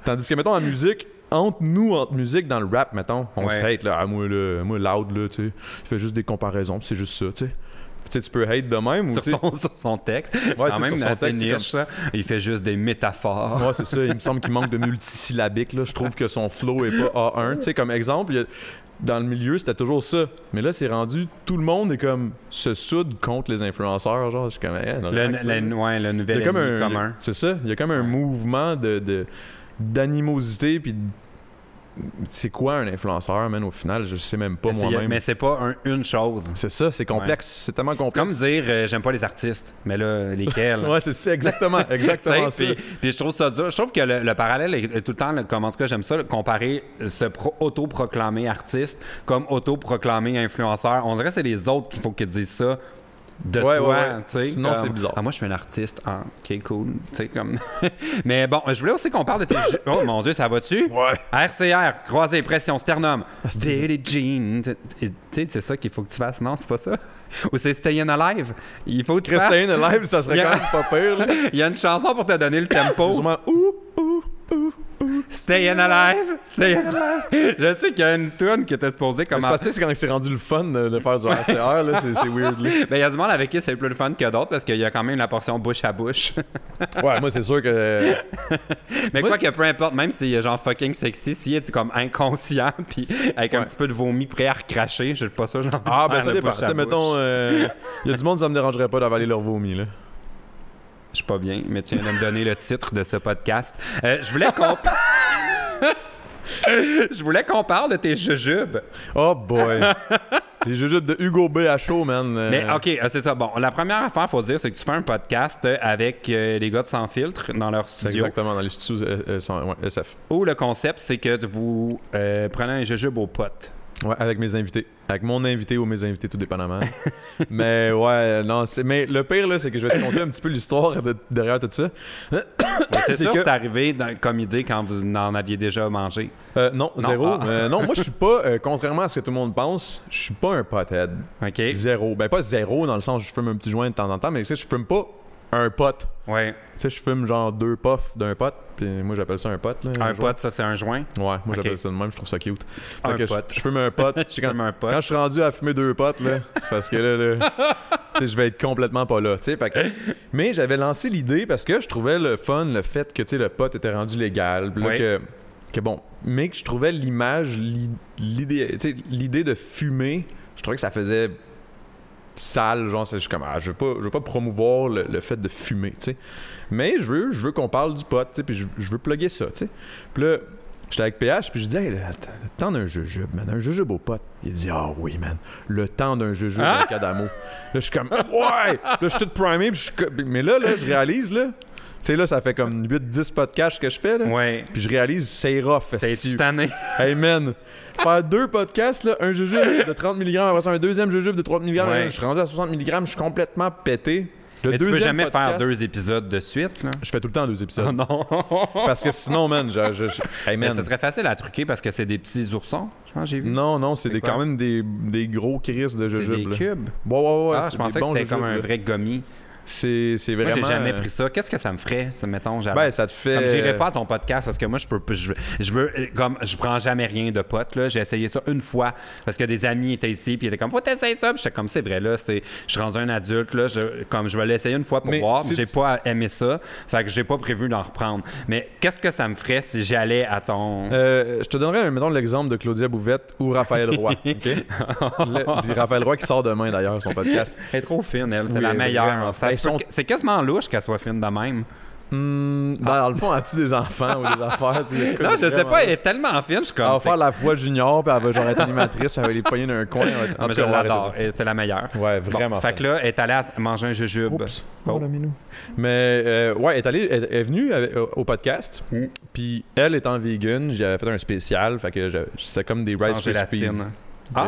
Speaker 1: Tandis que, mettons, en musique, entre nous, entre musique, dans le rap, mettons, on se
Speaker 2: Ouais.
Speaker 1: hate, là. Ah, moi, là, moi, loud, là, tu sais. Je fais juste des comparaisons, puis c'est juste ça, tu sais. Tu sais, tu peux hate de même ou
Speaker 2: Sur
Speaker 1: tu sais-
Speaker 2: son, sur son texte.
Speaker 1: Ouais,
Speaker 2: quand
Speaker 1: tu sais,
Speaker 2: même,
Speaker 1: sur son
Speaker 2: assez
Speaker 1: texte, c'est
Speaker 2: niche, ça. Il fait juste des métaphores.
Speaker 1: Ouais, c'est ça. Il me semble qu'il manque de multisyllabique. Là. Je trouve que son flow est pas A1. Tu sais, comme exemple, il y a- dans le milieu, c'était toujours ça. Mais là, c'est rendu, tout le monde est comme se soude contre les influenceurs. Genre, je suis comme, eh,
Speaker 2: Le,
Speaker 1: relax, là.
Speaker 2: le- ouais, le
Speaker 1: Il
Speaker 2: nouvel
Speaker 1: y a comme
Speaker 2: ennemi
Speaker 1: un,
Speaker 2: commun.
Speaker 1: C'est ça. Il y a comme un
Speaker 2: Ouais.
Speaker 1: mouvement de, de- d'animosité. Puis, de- c'est quoi un influenceur, man, au final? Je sais même pas
Speaker 2: Mais c'est-
Speaker 1: moi-même.
Speaker 2: Mais c'est pas un- une chose.
Speaker 1: C'est ça, c'est complexe. C'est tellement
Speaker 2: C'est comme
Speaker 1: complexe.
Speaker 2: dire euh, j'aime pas les artistes, mais là, lesquels
Speaker 1: (laughs) Ouais, c'est ça,
Speaker 2: (laughs)
Speaker 1: exactement. Exactement ça.
Speaker 2: T'sais, Puis, puis je trouve ça dur. Je trouve que le, le parallèle est est tout le temps, le- comme en tout cas j'aime ça, le- comparer se pro- autoproclamer artiste comme autoproclamer influenceur. On dirait que c'est les autres qu'il faut qu'ils disent ça de
Speaker 1: Ouais,
Speaker 2: toi.
Speaker 1: ouais, ouais.
Speaker 2: t'sais,
Speaker 1: Sinon,
Speaker 2: comme,
Speaker 1: c'est bizarre.
Speaker 2: Ah, moi je suis un artiste. Ah, ok, cool. T'sais, comme... (laughs) Mais bon, je voulais aussi qu'on parle de tes jeux. Oh mon dieu, ça va-tu?
Speaker 1: Ouais. Ah,
Speaker 2: RCR, croisé, pression, sternum. Daily Jean. Tu sais, c'est ça qu'il faut que tu fasses. Non, c'est pas ça. (laughs) Ou c'est Stayin' Alive. Il faut que tu fasses.
Speaker 1: Christine live, ça serait
Speaker 2: Il y a- Oh.
Speaker 1: quand même pas pire. là.
Speaker 2: Il y a une chanson pour te
Speaker 1: (coughs)
Speaker 2: donner le
Speaker 1: C'est
Speaker 2: tempo.
Speaker 1: sûrement, ouh, ouh,
Speaker 2: Stayin' Alive. Stayin' Alive. Je sais qu'il y a une tune qui était supposée
Speaker 1: Mais c'est
Speaker 2: commencer.
Speaker 1: parce que c'est quand c'est rendu le fun de, de (laughs) faire du RCR, là, c'est, c'est weird. là.
Speaker 2: Ben, il y a du monde avec qui c'est plus le fun que d'autres parce qu'il y a quand même la portion bouche à bouche. (laughs)
Speaker 1: Ouais, moi c'est sûr que.
Speaker 2: Mais
Speaker 1: Moi-
Speaker 2: quoi que peu importe, même s'il est genre fucking sexy, s'il est comme inconscient (laughs) puis avec un
Speaker 1: Ouais.
Speaker 2: petit peu de vomi prêt à recracher, je suis pas sûr. j'ai envie de
Speaker 1: Ah, ben
Speaker 2: faire
Speaker 1: ça
Speaker 2: le
Speaker 1: dépend.
Speaker 2: bouche
Speaker 1: Tu
Speaker 2: à
Speaker 1: sais,
Speaker 2: bouche.
Speaker 1: mettons, euh, il y a du monde, ça me dérangerait pas d'avaler leur vomi, là.
Speaker 2: Je suis pas bien, mais tu viens de me donner le titre de ce podcast. Euh, je voulais
Speaker 1: (laughs)
Speaker 2: qu'on (laughs) Je voulais qu'on parle de tes jujubes.
Speaker 1: Oh boy! (laughs) Les jujubes de Hugo B. à chaud, man. euh,
Speaker 2: Mais OK, euh, c'est ça. Bon, la première affaire, faut dire, c'est que tu fais un podcast euh, avec euh, les gars de Sans Filtre dans leur
Speaker 1: c'est
Speaker 2: studio.
Speaker 1: Exactement, dans les studios euh, euh, sans- ouais, SF. (laughs)
Speaker 2: Où le concept, c'est que vous euh, prenez un jujube aux potes.
Speaker 1: Ouais, avec mes invités. Avec mon invité ou mes invités, tout (laughs) dépendamment. mais ouais, non, c'est. Mais le pire, là, c'est que je vais te conter un petit peu l'histoire de- derrière tout ça.
Speaker 2: Mais c'est
Speaker 1: C'est
Speaker 2: sûr
Speaker 1: que-
Speaker 2: que c'est arrivé dans- comme idée quand vous en aviez déjà mangé.
Speaker 1: Euh, non,
Speaker 2: Non,
Speaker 1: zéro.
Speaker 2: ah.
Speaker 1: Euh, non, moi, je suis pas, euh, contrairement à ce que tout le monde pense, je suis pas un pothead.
Speaker 2: OK?
Speaker 1: Zéro. Ben, pas zéro dans le sens où je fume un petit joint de temps en temps, mais tu sais, je fume pas un pote.
Speaker 2: Ouais.
Speaker 1: Tu sais, je fume genre deux puffs d'un pote, puis moi, j'appelle ça un pote. Là,
Speaker 2: Un
Speaker 1: joint.
Speaker 2: pote, ça, c'est un joint.
Speaker 1: Ouais, moi,
Speaker 2: Ok.
Speaker 1: j'appelle ça de même, je trouve ça cute. Fait
Speaker 2: Un
Speaker 1: que je-
Speaker 2: pote.
Speaker 1: Je fume un
Speaker 2: (laughs)
Speaker 1: pote.
Speaker 2: C'est
Speaker 1: C'est quand-
Speaker 2: comme un pote.
Speaker 1: Quand je suis rendu à fumer deux potes, là, c'est parce que là,
Speaker 2: (laughs)
Speaker 1: là, tu sais, je vais être complètement pas là. tu sais, fait que- mais j'avais lancé l'idée parce que je trouvais le fun, le fait que tu sais, le pot était rendu légal. puis là,
Speaker 2: Oui.
Speaker 1: que, que bon, mais que je trouvais l'image, l'i- l'idée tu sais, l'idée de fumer, je trouvais que ça faisait sale. Genre, c'est juste comme, ah, je veux pas, je veux pas promouvoir le, le fait de fumer. tu sais. Mais je veux, je veux qu'on parle du pot, tu sais, puis je, je veux plugger ça. tu sais. Puis là, J'étais avec PH, puis je dis, hey, le, le temps d'un jujube, man, un jujube au pote. Il dit, ah oui, man, le temps d'un jujube
Speaker 2: Ah!
Speaker 1: à Cadamo. Là, je suis comme, ouais! Là, je suis tout primé, puis je suis comme- mais là, là, je réalise, là, tu sais, là, ça fait comme 8-10 podcasts que je fais, là.
Speaker 2: Ouais.
Speaker 1: Puis je réalise, c'est rough,
Speaker 2: T'es
Speaker 1: esti.
Speaker 2: tanné.
Speaker 1: Hey, man, faire deux podcasts, là, un jujube de 30 mg, après ça, un deuxième jujube de 30 mg,
Speaker 2: Ouais.
Speaker 1: je suis rendu à 60 mg, je suis complètement pété. Le
Speaker 2: Mais tu peux
Speaker 1: deuxième
Speaker 2: jamais faire
Speaker 1: podcast-
Speaker 2: deux épisodes de suite, là.
Speaker 1: Je fais tout le temps deux épisodes.
Speaker 2: Oh non.
Speaker 1: Parce que sinon, man, je. je- je- Hey,
Speaker 2: (laughs) Mais
Speaker 1: man.
Speaker 2: ça serait facile à truquer parce que c'est des petits oursons, je pense, que j'ai vu.
Speaker 1: Non, non, c'est des-
Speaker 2: quoi?
Speaker 1: quand même des, des gros crises de
Speaker 2: c'est des
Speaker 1: jujubes. là.
Speaker 2: cubes.
Speaker 1: Ouais, ouais, ouais.
Speaker 2: ah,
Speaker 1: c'est
Speaker 2: je
Speaker 1: des
Speaker 2: pensais
Speaker 1: bons
Speaker 2: que c'était comme
Speaker 1: jujubes,
Speaker 2: un
Speaker 1: là.
Speaker 2: vrai gummy.
Speaker 1: C'est c'est
Speaker 2: Moi,
Speaker 1: vraiment.
Speaker 2: j'ai jamais
Speaker 1: euh,
Speaker 2: pris ça. Qu'est-ce que ça me ferait, ça, mettons, j'allais-
Speaker 1: Ben, ça te fait.
Speaker 2: Comme j'irai pas à ton podcast parce que moi je peux pas- je, je veux euh, comme je prends jamais rien de pote là, j'ai essayé ça une fois parce que des amis étaient ici puis ils étaient comme faut t'essayer ça, puis j'étais comme c'est vrai là, c'est je suis rendu un adulte là, je, comme je vais l'essayer une fois pour
Speaker 1: Mais
Speaker 2: voir,
Speaker 1: si
Speaker 2: mais j'ai
Speaker 1: tu-
Speaker 2: pas aimé ça, fait que j'ai pas prévu d'en reprendre. Mais qu'est-ce que ça me ferait si j'allais à ton
Speaker 1: Euh, je te donnerai, mettons, l'exemple de Claudia Bouvette ou Raphaël
Speaker 2: (laughs)
Speaker 1: Roy. ok? Le- puis Raphaël Roy qui sort demain, d'ailleurs, son podcast.
Speaker 2: Elle est trop fine, elle. C'est
Speaker 1: Oui,
Speaker 2: la
Speaker 1: elle est
Speaker 2: meilleure.
Speaker 1: vraiment
Speaker 2: Ça se
Speaker 1: fine.
Speaker 2: peut
Speaker 1: Ils sont-
Speaker 2: que- C'est quasiment louche qu'elle soit fine de même.
Speaker 1: Hmm, dans, dans le fond, as-tu des enfants ou des affaires? tu (laughs) sais,
Speaker 2: Non, je sais
Speaker 1: vraiment-
Speaker 2: pas, elle est tellement fine, je suis
Speaker 1: Elle
Speaker 2: comme.
Speaker 1: va
Speaker 2: c'est-
Speaker 1: faire la voix junior, puis elle va genre être animatrice, elle va les poigner d'un coin. elle va- En
Speaker 2: Mais
Speaker 1: tout
Speaker 2: je
Speaker 1: cas, on va arrêter
Speaker 2: l'adore. Elle- C'est la meilleure.
Speaker 1: ça. Ouais,
Speaker 2: Bon,
Speaker 1: vraiment.
Speaker 2: fait que là, elle est allée à manger un jujube.
Speaker 1: Oups.
Speaker 2: Oh.
Speaker 1: Oh, le minou. Mais euh, ouais, elle est, allée, elle est venue avec- au- au podcast.
Speaker 2: Mm.
Speaker 1: Puis elle étant vegan, j'avais fait un spécial. Fait que j'avais- c'était comme des
Speaker 2: Sans
Speaker 1: Rice Krispies.
Speaker 2: gélatine.
Speaker 1: ok?
Speaker 2: Ah.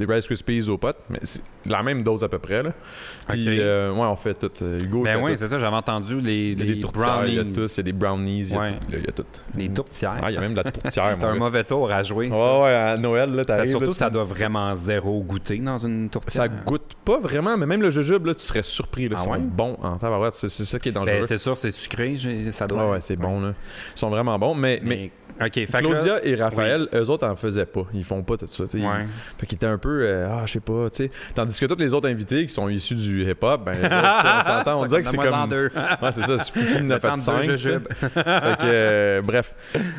Speaker 1: Des Rice Krispies aux potes. Mais c'est la même dose à peu près. Là. Puis
Speaker 2: Ok.
Speaker 1: euh, ouais, on fait tout. Euh, Hugo,
Speaker 2: Ben
Speaker 1: fait
Speaker 2: oui,
Speaker 1: tout.
Speaker 2: c'est ça, j'avais entendu les,
Speaker 1: Il y a
Speaker 2: les
Speaker 1: des tourtières, il y a
Speaker 2: brownies.
Speaker 1: tous, il y a des brownies, il y a
Speaker 2: Ouais.
Speaker 1: tout. là, il y a tout.
Speaker 2: Les tourtières.
Speaker 1: Ah, il y a même
Speaker 2: (laughs)
Speaker 1: de la tourtière,
Speaker 2: T'as un
Speaker 1: mon gars.
Speaker 2: mauvais tour à jouer. ça.
Speaker 1: Ouais, ouais, à Noël, là,
Speaker 2: Parce
Speaker 1: t'arrives.
Speaker 2: que
Speaker 1: là,
Speaker 2: surtout,
Speaker 1: tu-
Speaker 2: ça doit vraiment zéro goûter dans une tourtière.
Speaker 1: Ça goûte pas vraiment, mais même le jujube, là, tu serais surpris. Là,
Speaker 2: hein. Ah
Speaker 1: c'est
Speaker 2: ouais?
Speaker 1: bon en tabarouette. C'est c'est ça qui est dangereux. Ah
Speaker 2: Ben, c'est sûr, c'est sucré. j'ai- Ça doit.
Speaker 1: Ouais, ouais, c'est bon, là. Ils sont vraiment bons, mais, mais,
Speaker 2: Mais, ok, fait que là-
Speaker 1: Claudia et Raphaël, eux autres, en faisaient pas. Ils font pas tout ça, tu sais.
Speaker 2: Ouais.
Speaker 1: Fait qu'ils étaient un peu, euh, ah, je sais pas, tu sais. Tandis que tous les autres invités qui sont issus du hip-hop, ben, les
Speaker 2: (laughs)
Speaker 1: autres, tu sais, on s'entend, on
Speaker 2: Ça
Speaker 1: dirait que
Speaker 2: coûte
Speaker 1: c'est
Speaker 2: de moins en
Speaker 1: comme...
Speaker 2: deux.
Speaker 1: Ouais, c'est ça, c'est Fuki
Speaker 2: Le
Speaker 1: 9
Speaker 2: temps de deux
Speaker 1: 5, tu sais.
Speaker 2: jujubes.
Speaker 1: Fait que, euh, bref.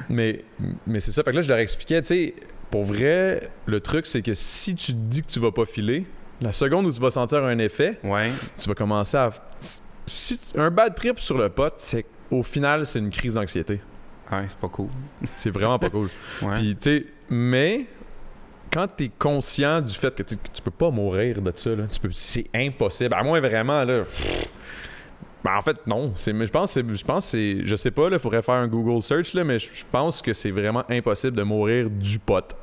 Speaker 1: Mais, mais c'est ça. Fait que là, je leur expliquais, tu sais, pour vrai, le truc, c'est que si tu te dis que tu vas pas filer, la seconde où tu vas sentir un effet,
Speaker 2: Ouais.
Speaker 1: tu vas commencer à. Si un bad trip sur le pote, c'est au final, c'est une crise d'anxiété.
Speaker 2: Ouais, c'est pas cool.
Speaker 1: C'est vraiment pas cool.
Speaker 2: Ouais.
Speaker 1: Puis, tu sais, mais quand t'es conscient du fait que tu tu peux pas mourir de ça, là, tu peux, c'est impossible. À moins vraiment, là. pff, ben, en fait, non. C'est, mais je pense, que c'est, je pense, que c'est, je sais pas, là, faudrait faire un Google search là, mais je, je pense que c'est vraiment impossible de mourir du
Speaker 2: (laughs)
Speaker 1: pote.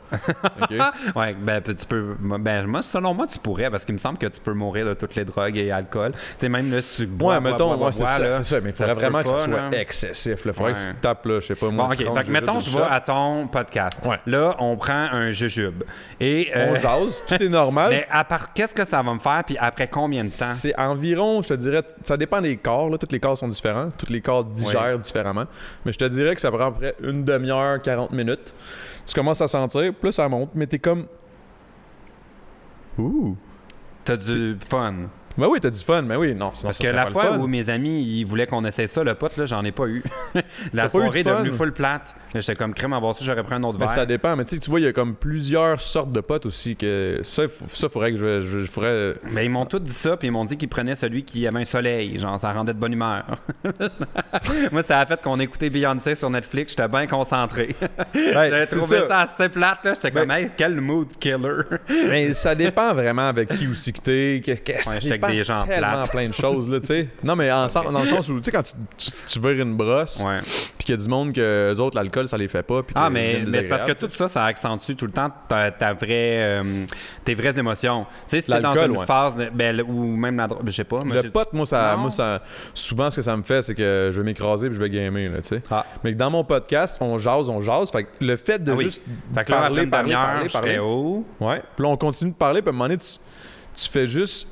Speaker 1: Ok?
Speaker 2: Ouais, ben tu peux. Ben moi, selon moi, tu pourrais, parce qu'il me semble que tu peux mourir de toutes les drogues et alcool. Tu sais, même là, si tu bois,
Speaker 1: Ouais,
Speaker 2: bois,
Speaker 1: mettons,
Speaker 2: bois, bois,
Speaker 1: ouais, c'est
Speaker 2: bois,
Speaker 1: ça,
Speaker 2: là,
Speaker 1: c'est ça, mais il
Speaker 2: ça
Speaker 1: faudrait
Speaker 2: se
Speaker 1: vraiment
Speaker 2: peut
Speaker 1: que ça
Speaker 2: pas,
Speaker 1: soit
Speaker 2: là.
Speaker 1: excessif. Il faudrait que
Speaker 2: Ouais.
Speaker 1: tu tapes, là, je sais pas, moi.
Speaker 2: Bon, ok.
Speaker 1: 30
Speaker 2: Fait que
Speaker 1: jujubes
Speaker 2: mettons,
Speaker 1: d'une
Speaker 2: je
Speaker 1: shot.
Speaker 2: vais à ton podcast.
Speaker 1: Ouais.
Speaker 2: Là, on prend un jujube. Et. euh,
Speaker 1: On jase, tout est normal.
Speaker 2: (laughs) mais à part, qu'est-ce que ça va me faire, puis après combien de temps?
Speaker 1: C'est environ, je te dirais, ça dépend des corps. Là. Tous les corps sont différents. Tous les corps digèrent différemment. Mais je te dirais que ça prend à peu près une demi-heure, 40 minutes. Tu commences à sentir, plus ça monte, mais t'es comme. Ouh!
Speaker 2: T'as du fun.
Speaker 1: Ben oui, t'as du fun, mais oui, non, sinon
Speaker 2: Parce
Speaker 1: ça
Speaker 2: que
Speaker 1: serait
Speaker 2: la
Speaker 1: pas le
Speaker 2: fois
Speaker 1: fun.
Speaker 2: où mes amis ils voulaient qu'on essaie ça, le pote, là, j'en ai pas eu. (laughs)
Speaker 1: T'as
Speaker 2: la
Speaker 1: pas eu de
Speaker 2: soirée est
Speaker 1: fun?
Speaker 2: devenue full plate. Là, J'étais comme crème avoir ça, j'aurais pris un autre
Speaker 1: Ben,
Speaker 2: verre.
Speaker 1: ça dépend, mais tu sais, tu vois, il y a comme plusieurs sortes de potes aussi. que Ça, f- ça faudrait que je, je, je ferais.
Speaker 2: Mais ils m'ont tous dit ça, puis ils m'ont dit qu'ils prenaient celui qui avait un soleil. Genre, ça rendait de bonne humeur. (laughs) Moi, ça a fait qu'on écoutait Beyoncé sur Netflix. J'étais
Speaker 1: (laughs)
Speaker 2: bien concentré.
Speaker 1: Ben,
Speaker 2: J'avais
Speaker 1: c'est Ben,
Speaker 2: trouvé ça. assez plate. là. J'étais comme, hey, quel mood killer.
Speaker 1: Mais ça dépend vraiment avec qui aussi que t'es. que- que-
Speaker 2: Ouais,
Speaker 1: ça
Speaker 2: j'étais avec
Speaker 1: dépend tellement,
Speaker 2: des gens
Speaker 1: tellement
Speaker 2: plates.
Speaker 1: plein de choses, là, tu sais. Non, mais en sens- dans le sens où, tu sais, quand tu, tu, tu vires une brosse,
Speaker 2: Ouais.
Speaker 1: puis qu'il y a du monde que eux autres, l'alcool, ça les fait pas. puis
Speaker 2: Ah,
Speaker 1: que-
Speaker 2: mais,
Speaker 1: c'est
Speaker 2: mais c'est parce que
Speaker 1: désagréable.
Speaker 2: tout ça, ça accentue tout le temps ta, ta vraie, euh, tes vraies émotions. Tu sais, si t'es dans
Speaker 1: L'alcool,
Speaker 2: une
Speaker 1: ouais.
Speaker 2: phase, de- ben, le- ou même la drogue, je sais pas. moi,
Speaker 1: Le
Speaker 2: j'ai-
Speaker 1: pote, moi, ça,
Speaker 2: Non.
Speaker 1: moi ça, souvent, ce que ça me fait, c'est que je vais m'écraser puis je vais gamer, là, tu sais.
Speaker 2: Ah.
Speaker 1: Mais que dans mon podcast, on jase, on jase. Fait que le fait de
Speaker 2: Ah oui.
Speaker 1: juste
Speaker 2: Fait que là,
Speaker 1: parler, parler,
Speaker 2: parler,
Speaker 1: parler, parler.
Speaker 2: haut,
Speaker 1: Ouais. Puis là, on continue de parler, puis à un moment donné, tu, tu fais juste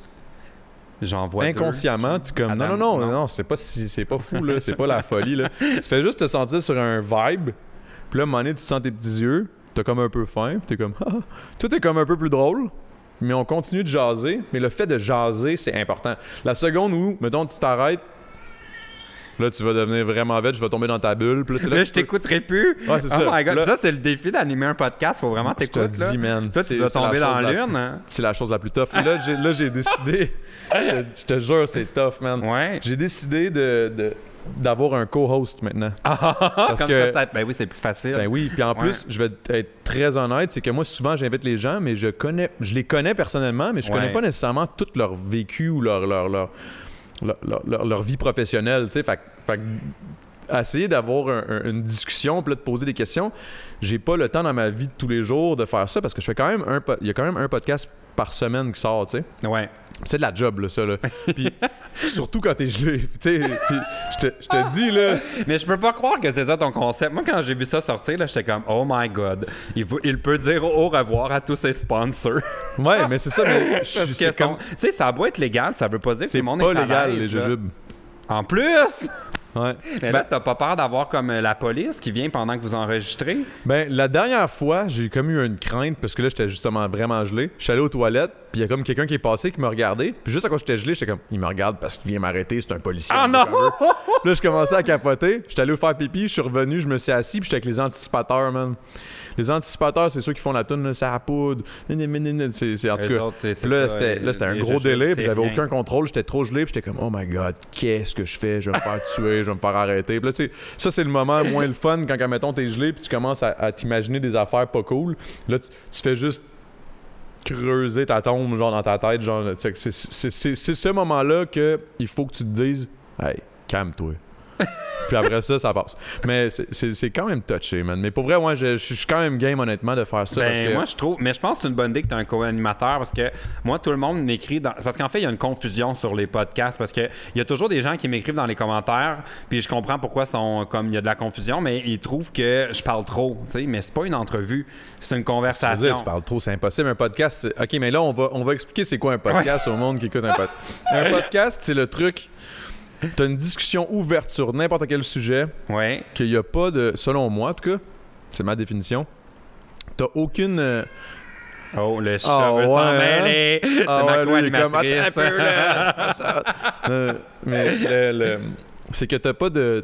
Speaker 2: j'envoie
Speaker 1: inconsciemment, tu comme non, non,
Speaker 2: Adam,
Speaker 1: non, non,
Speaker 2: non.
Speaker 1: c'est pas si, c'est pas fou là, c'est pas la folie là. Tu fais juste te sentir sur un vibe. Puis là, à un moment donné, tu sens tes petits yeux, t'as comme un peu faim, puis t'es comme (laughs) Ah! tout est comme un peu plus drôle. Mais on continue de jaser. Mais le fait de jaser, c'est important. La seconde où, mettons, tu t'arrêtes, là, tu vas devenir vraiment vête, je vais tomber dans ta bulle. Puis là, c'est
Speaker 2: Là,
Speaker 1: là, que
Speaker 2: je
Speaker 1: tu peux-
Speaker 2: t'écouterai plus.
Speaker 1: Ouais, c'est ça.
Speaker 2: oh my god.
Speaker 1: Là-
Speaker 2: Ça, c'est le défi d'animer un podcast. Faut vraiment
Speaker 1: Je te
Speaker 2: t'écouter. là.
Speaker 1: dis, man.
Speaker 2: Toi,
Speaker 1: c'est-
Speaker 2: tu dois
Speaker 1: c'est la
Speaker 2: tomber
Speaker 1: chose
Speaker 2: dans
Speaker 1: la-
Speaker 2: l'urne. hein.
Speaker 1: C'est la chose la plus tough. Et là, j'ai, là, j'ai décidé. Je te, je te jure, c'est tough, man.
Speaker 2: Ouais.
Speaker 1: J'ai décidé de, de- d'avoir un co-host maintenant.
Speaker 2: Ah, Comme
Speaker 1: que-
Speaker 2: ça, ça- ben oui, c'est plus facile.
Speaker 1: Ben oui, puis en
Speaker 2: Ouais.
Speaker 1: plus, je vais être très honnête, c'est que moi souvent j'invite les gens, mais je connais, je les connais personnellement, mais je
Speaker 2: Ouais.
Speaker 1: connais pas nécessairement tout leur vécu ou leur leur leur, leur, leur- leur- leur vie professionnelle, tu sais. Fait, que- fait que essayer d'avoir un- un- une discussion, puis là, de poser des questions, j'ai pas le temps dans ma vie de tous les jours de faire ça parce que je fais quand même un, po- il y a quand même un podcast par semaine qui sort, tu sais.
Speaker 2: Ouais.
Speaker 1: C'est de la job, là, ça,
Speaker 2: (laughs)
Speaker 1: là. Puis, surtout quand t'es gelé. Puis, Tu sais, puis je te- je te dis, là.
Speaker 2: Mais je peux pas croire que c'est ça ton concept. Moi, quand j'ai vu ça sortir, là, j'étais comme, oh my god, il, veut- il peut dire au revoir à tous ses sponsors.
Speaker 1: Ouais, mais c'est ça, mais je-
Speaker 2: Parce que
Speaker 1: c'est comme.
Speaker 2: son- Tu sais, ça doit être légal, ça veut pas dire que tout
Speaker 1: C'est
Speaker 2: le monde
Speaker 1: pas
Speaker 2: est à
Speaker 1: légal, les
Speaker 2: l'aise, là.
Speaker 1: jujubes.
Speaker 2: En plus! Ben,
Speaker 1: Ouais.
Speaker 2: Mais là, t'as pas peur d'avoir comme euh, la police qui vient pendant que vous enregistrez?
Speaker 1: Ben, la dernière fois, j'ai comme eu une crainte parce que là, j'étais justement vraiment gelé. Je suis allé aux toilettes, puis il y a comme quelqu'un qui est passé qui m'a regardé. Puis juste à cause que j'étais gelé, j'étais comme, il me regarde parce qu'il vient m'arrêter, c'est un policier.
Speaker 2: Ah non!
Speaker 1: Puis là, je commençais à capoter. J'étais allé faire pipi, je suis revenu, je me suis assis, puis j'étais avec les anticipateurs, man. Les anticipateurs, c'est ceux qui font la toune, là, c'est la poudre. Nin, nin, nin, nin. C'est c'est- en tout
Speaker 2: Eux
Speaker 1: cas.
Speaker 2: autres, c'est- c'est
Speaker 1: Puis là,
Speaker 2: ça,
Speaker 1: c'était
Speaker 2: les-
Speaker 1: là, c'était un
Speaker 2: les
Speaker 1: gros
Speaker 2: jeux,
Speaker 1: délai, puis
Speaker 2: c'est
Speaker 1: j'avais
Speaker 2: rien.
Speaker 1: aucun contrôle, j'étais trop gelé, puis j'étais comme oh my god, qu'est-ce que je fais Je vais me faire tuer, je vais me faire arrêter. Puis là, tu sais, ça c'est le moment moins le fun quand, quand, mettons t'es gelé, puis tu commences à, à t'imaginer des affaires pas cool. Là, tu, tu fais juste creuser ta tombe genre dans ta tête, genre tu sais, c'est c'est- c'est- c'est ce moment-là que il faut que tu te dises hey,
Speaker 2: (laughs)
Speaker 1: calme-toi. puis après ça, ça passe. Mais c'est- c'est c'est quand même touché, man. Mais pour vrai, moi, je je suis quand même game, honnêtement, de faire ça.
Speaker 2: Ben,
Speaker 1: parce que...
Speaker 2: moi, je trouve. Mais je pense que c'est une bonne idée que tu un co-animateur parce que moi, tout le monde m'écrit. Dans... Parce qu'en fait, il y a une confusion sur les podcasts parce que il y a toujours des gens qui m'écrivent dans les commentaires. Puis je comprends pourquoi sont, comme il y a de la confusion, mais ils trouvent que je parle trop. tu sais, Mais c'est pas une entrevue, c'est
Speaker 1: Je
Speaker 2: une
Speaker 1: veux dire,
Speaker 2: conversation.
Speaker 1: tu parles trop, c'est impossible. Un podcast, c'est- OK, mais là, on va, on va expliquer c'est quoi un podcast au monde qui écoute un podcast.
Speaker 2: (laughs)
Speaker 1: un podcast, c'est le truc. T'as une discussion ouverte sur n'importe quel sujet,
Speaker 2: Ouais.
Speaker 1: qu'il n'y a pas de. Selon moi, en tout cas, c'est ma définition. T'as aucune. euh,
Speaker 2: Oh, le chat
Speaker 1: Ah
Speaker 2: veut
Speaker 1: ouais,
Speaker 2: s'en
Speaker 1: hein?
Speaker 2: mêler. (laughs) c'est
Speaker 1: Ah
Speaker 2: ma
Speaker 1: ouais, lui, il est comme,
Speaker 2: co-animatrice.
Speaker 1: Attends un peu,
Speaker 2: (laughs)
Speaker 1: là, c'est pas ça. Euh, mais le- le- c'est que t'as pas de.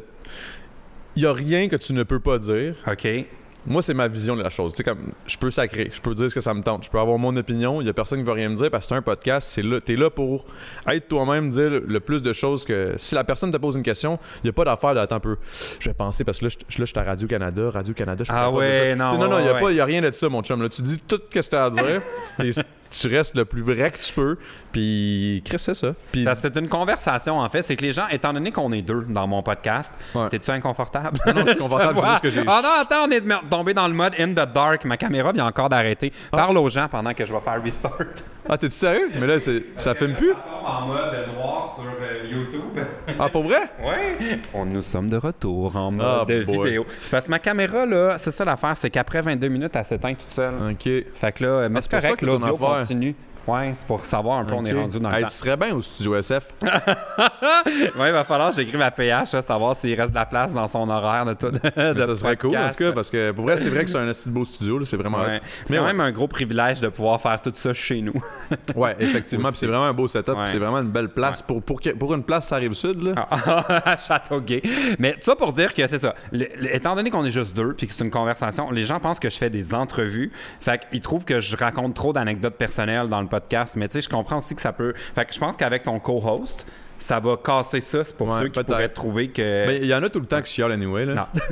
Speaker 1: Il n'y a rien que tu ne peux pas dire.
Speaker 2: OK.
Speaker 1: Moi, c'est ma vision de la chose. Tu sais, comme, je peux sacrer, je peux dire ce que ça me tente, je peux avoir mon opinion. Il y a personne qui va rien me dire parce que c'est un podcast. C'est là, t'es là pour être toi-même, dire le, le plus de choses que. Si la personne te pose une question, il n'y a pas d'affaire de attends un peu. Je vais penser parce que là, je, là, je suis à Radio Canada, Radio Canada. Je
Speaker 2: Ah
Speaker 1: pourrais pas
Speaker 2: ouais,
Speaker 1: dire ça.
Speaker 2: non,
Speaker 1: Tu sais, non, non,
Speaker 2: ouais,
Speaker 1: il n'y a
Speaker 2: ouais.
Speaker 1: pas, il y a rien de ça, mon chum. Là, tu dis tout ce que t'as à
Speaker 2: (laughs)
Speaker 1: dire. et tu restes le plus vrai que tu peux. Puis, Chris, c'est ça. Puis,
Speaker 2: Ça, C'est une conversation, en fait. C'est que les gens, étant donné qu'on est deux dans mon podcast,
Speaker 1: Ouais.
Speaker 2: t'es-tu inconfortable?
Speaker 1: non,
Speaker 2: (laughs)
Speaker 1: je suis confortable,
Speaker 2: te
Speaker 1: c'est juste
Speaker 2: vois.
Speaker 1: que j'ai-
Speaker 2: Ah non, attends, on est de- tombé dans le mode in the dark. Ma caméra vient encore d'arrêter. Parle aux gens pendant que je vais faire restart.
Speaker 1: ah, t'es-tu sérieux? Mais là, c'est- ça fume plus?
Speaker 2: en mode noir sur euh,
Speaker 1: (laughs)
Speaker 2: YouTube.
Speaker 1: Ah, pour vrai?
Speaker 2: ouais. On, nous sommes de retour en mode
Speaker 1: Ah,
Speaker 2: de
Speaker 1: boy.
Speaker 2: vidéo. C'est Parce que ma caméra, là, c'est ça l'affaire, c'est qu'après 22 minutes, elle s'éteint toute seule.
Speaker 1: Ok.
Speaker 2: Fait que là, mais
Speaker 1: Ah, c'est
Speaker 2: c'est
Speaker 1: pour ça
Speaker 2: correct,
Speaker 1: que t'as ton
Speaker 2: l'audio
Speaker 1: affaire.
Speaker 2: continue. Ouais, c'est pour savoir un peu, on est
Speaker 1: Ok.
Speaker 2: rendu dans le
Speaker 1: Hey,
Speaker 2: temps.
Speaker 1: Tu serais bien au studio SF.
Speaker 2: Ouais, il va falloir que j'écrive à PH, là, savoir s'il reste de la place dans son horaire de tout. De
Speaker 1: Mais ça serait cool, en
Speaker 2: podcast.
Speaker 1: tout cas, parce que pour vrai, c'est vrai que c'est un assez beau studio, là, c'est vraiment.
Speaker 2: Ouais. C'est
Speaker 1: Mais
Speaker 2: quand
Speaker 1: ouais,
Speaker 2: même un gros privilège de pouvoir faire tout ça chez nous.
Speaker 1: (laughs) ouais, effectivement, puis c'est vraiment un beau setup,
Speaker 2: Ouais. Ah,
Speaker 1: puis c'est vraiment une belle place. Pour, pour, que- pour une place, ça arrive sud, là. Ah.
Speaker 2: (laughs) à Châteauguay. Mais tout ça pour dire que c'est ça. Le- le- étant donné qu'on est juste deux puis que c'est une conversation, les gens pensent que je fais des entrevues. Fait qu'ils trouvent que je raconte trop d'anecdotes personnelles dans le podcast. Mais tu sais, je comprends aussi que ça peut. Fait que je pense qu'avec ton co-host, ça va casser ça. C'est pour
Speaker 1: Ouais,
Speaker 2: ceux qui
Speaker 1: peut-être.
Speaker 2: pourraient trouver que.
Speaker 1: Mais il y en a tout le temps qui chialent anyway. Là.
Speaker 2: Non.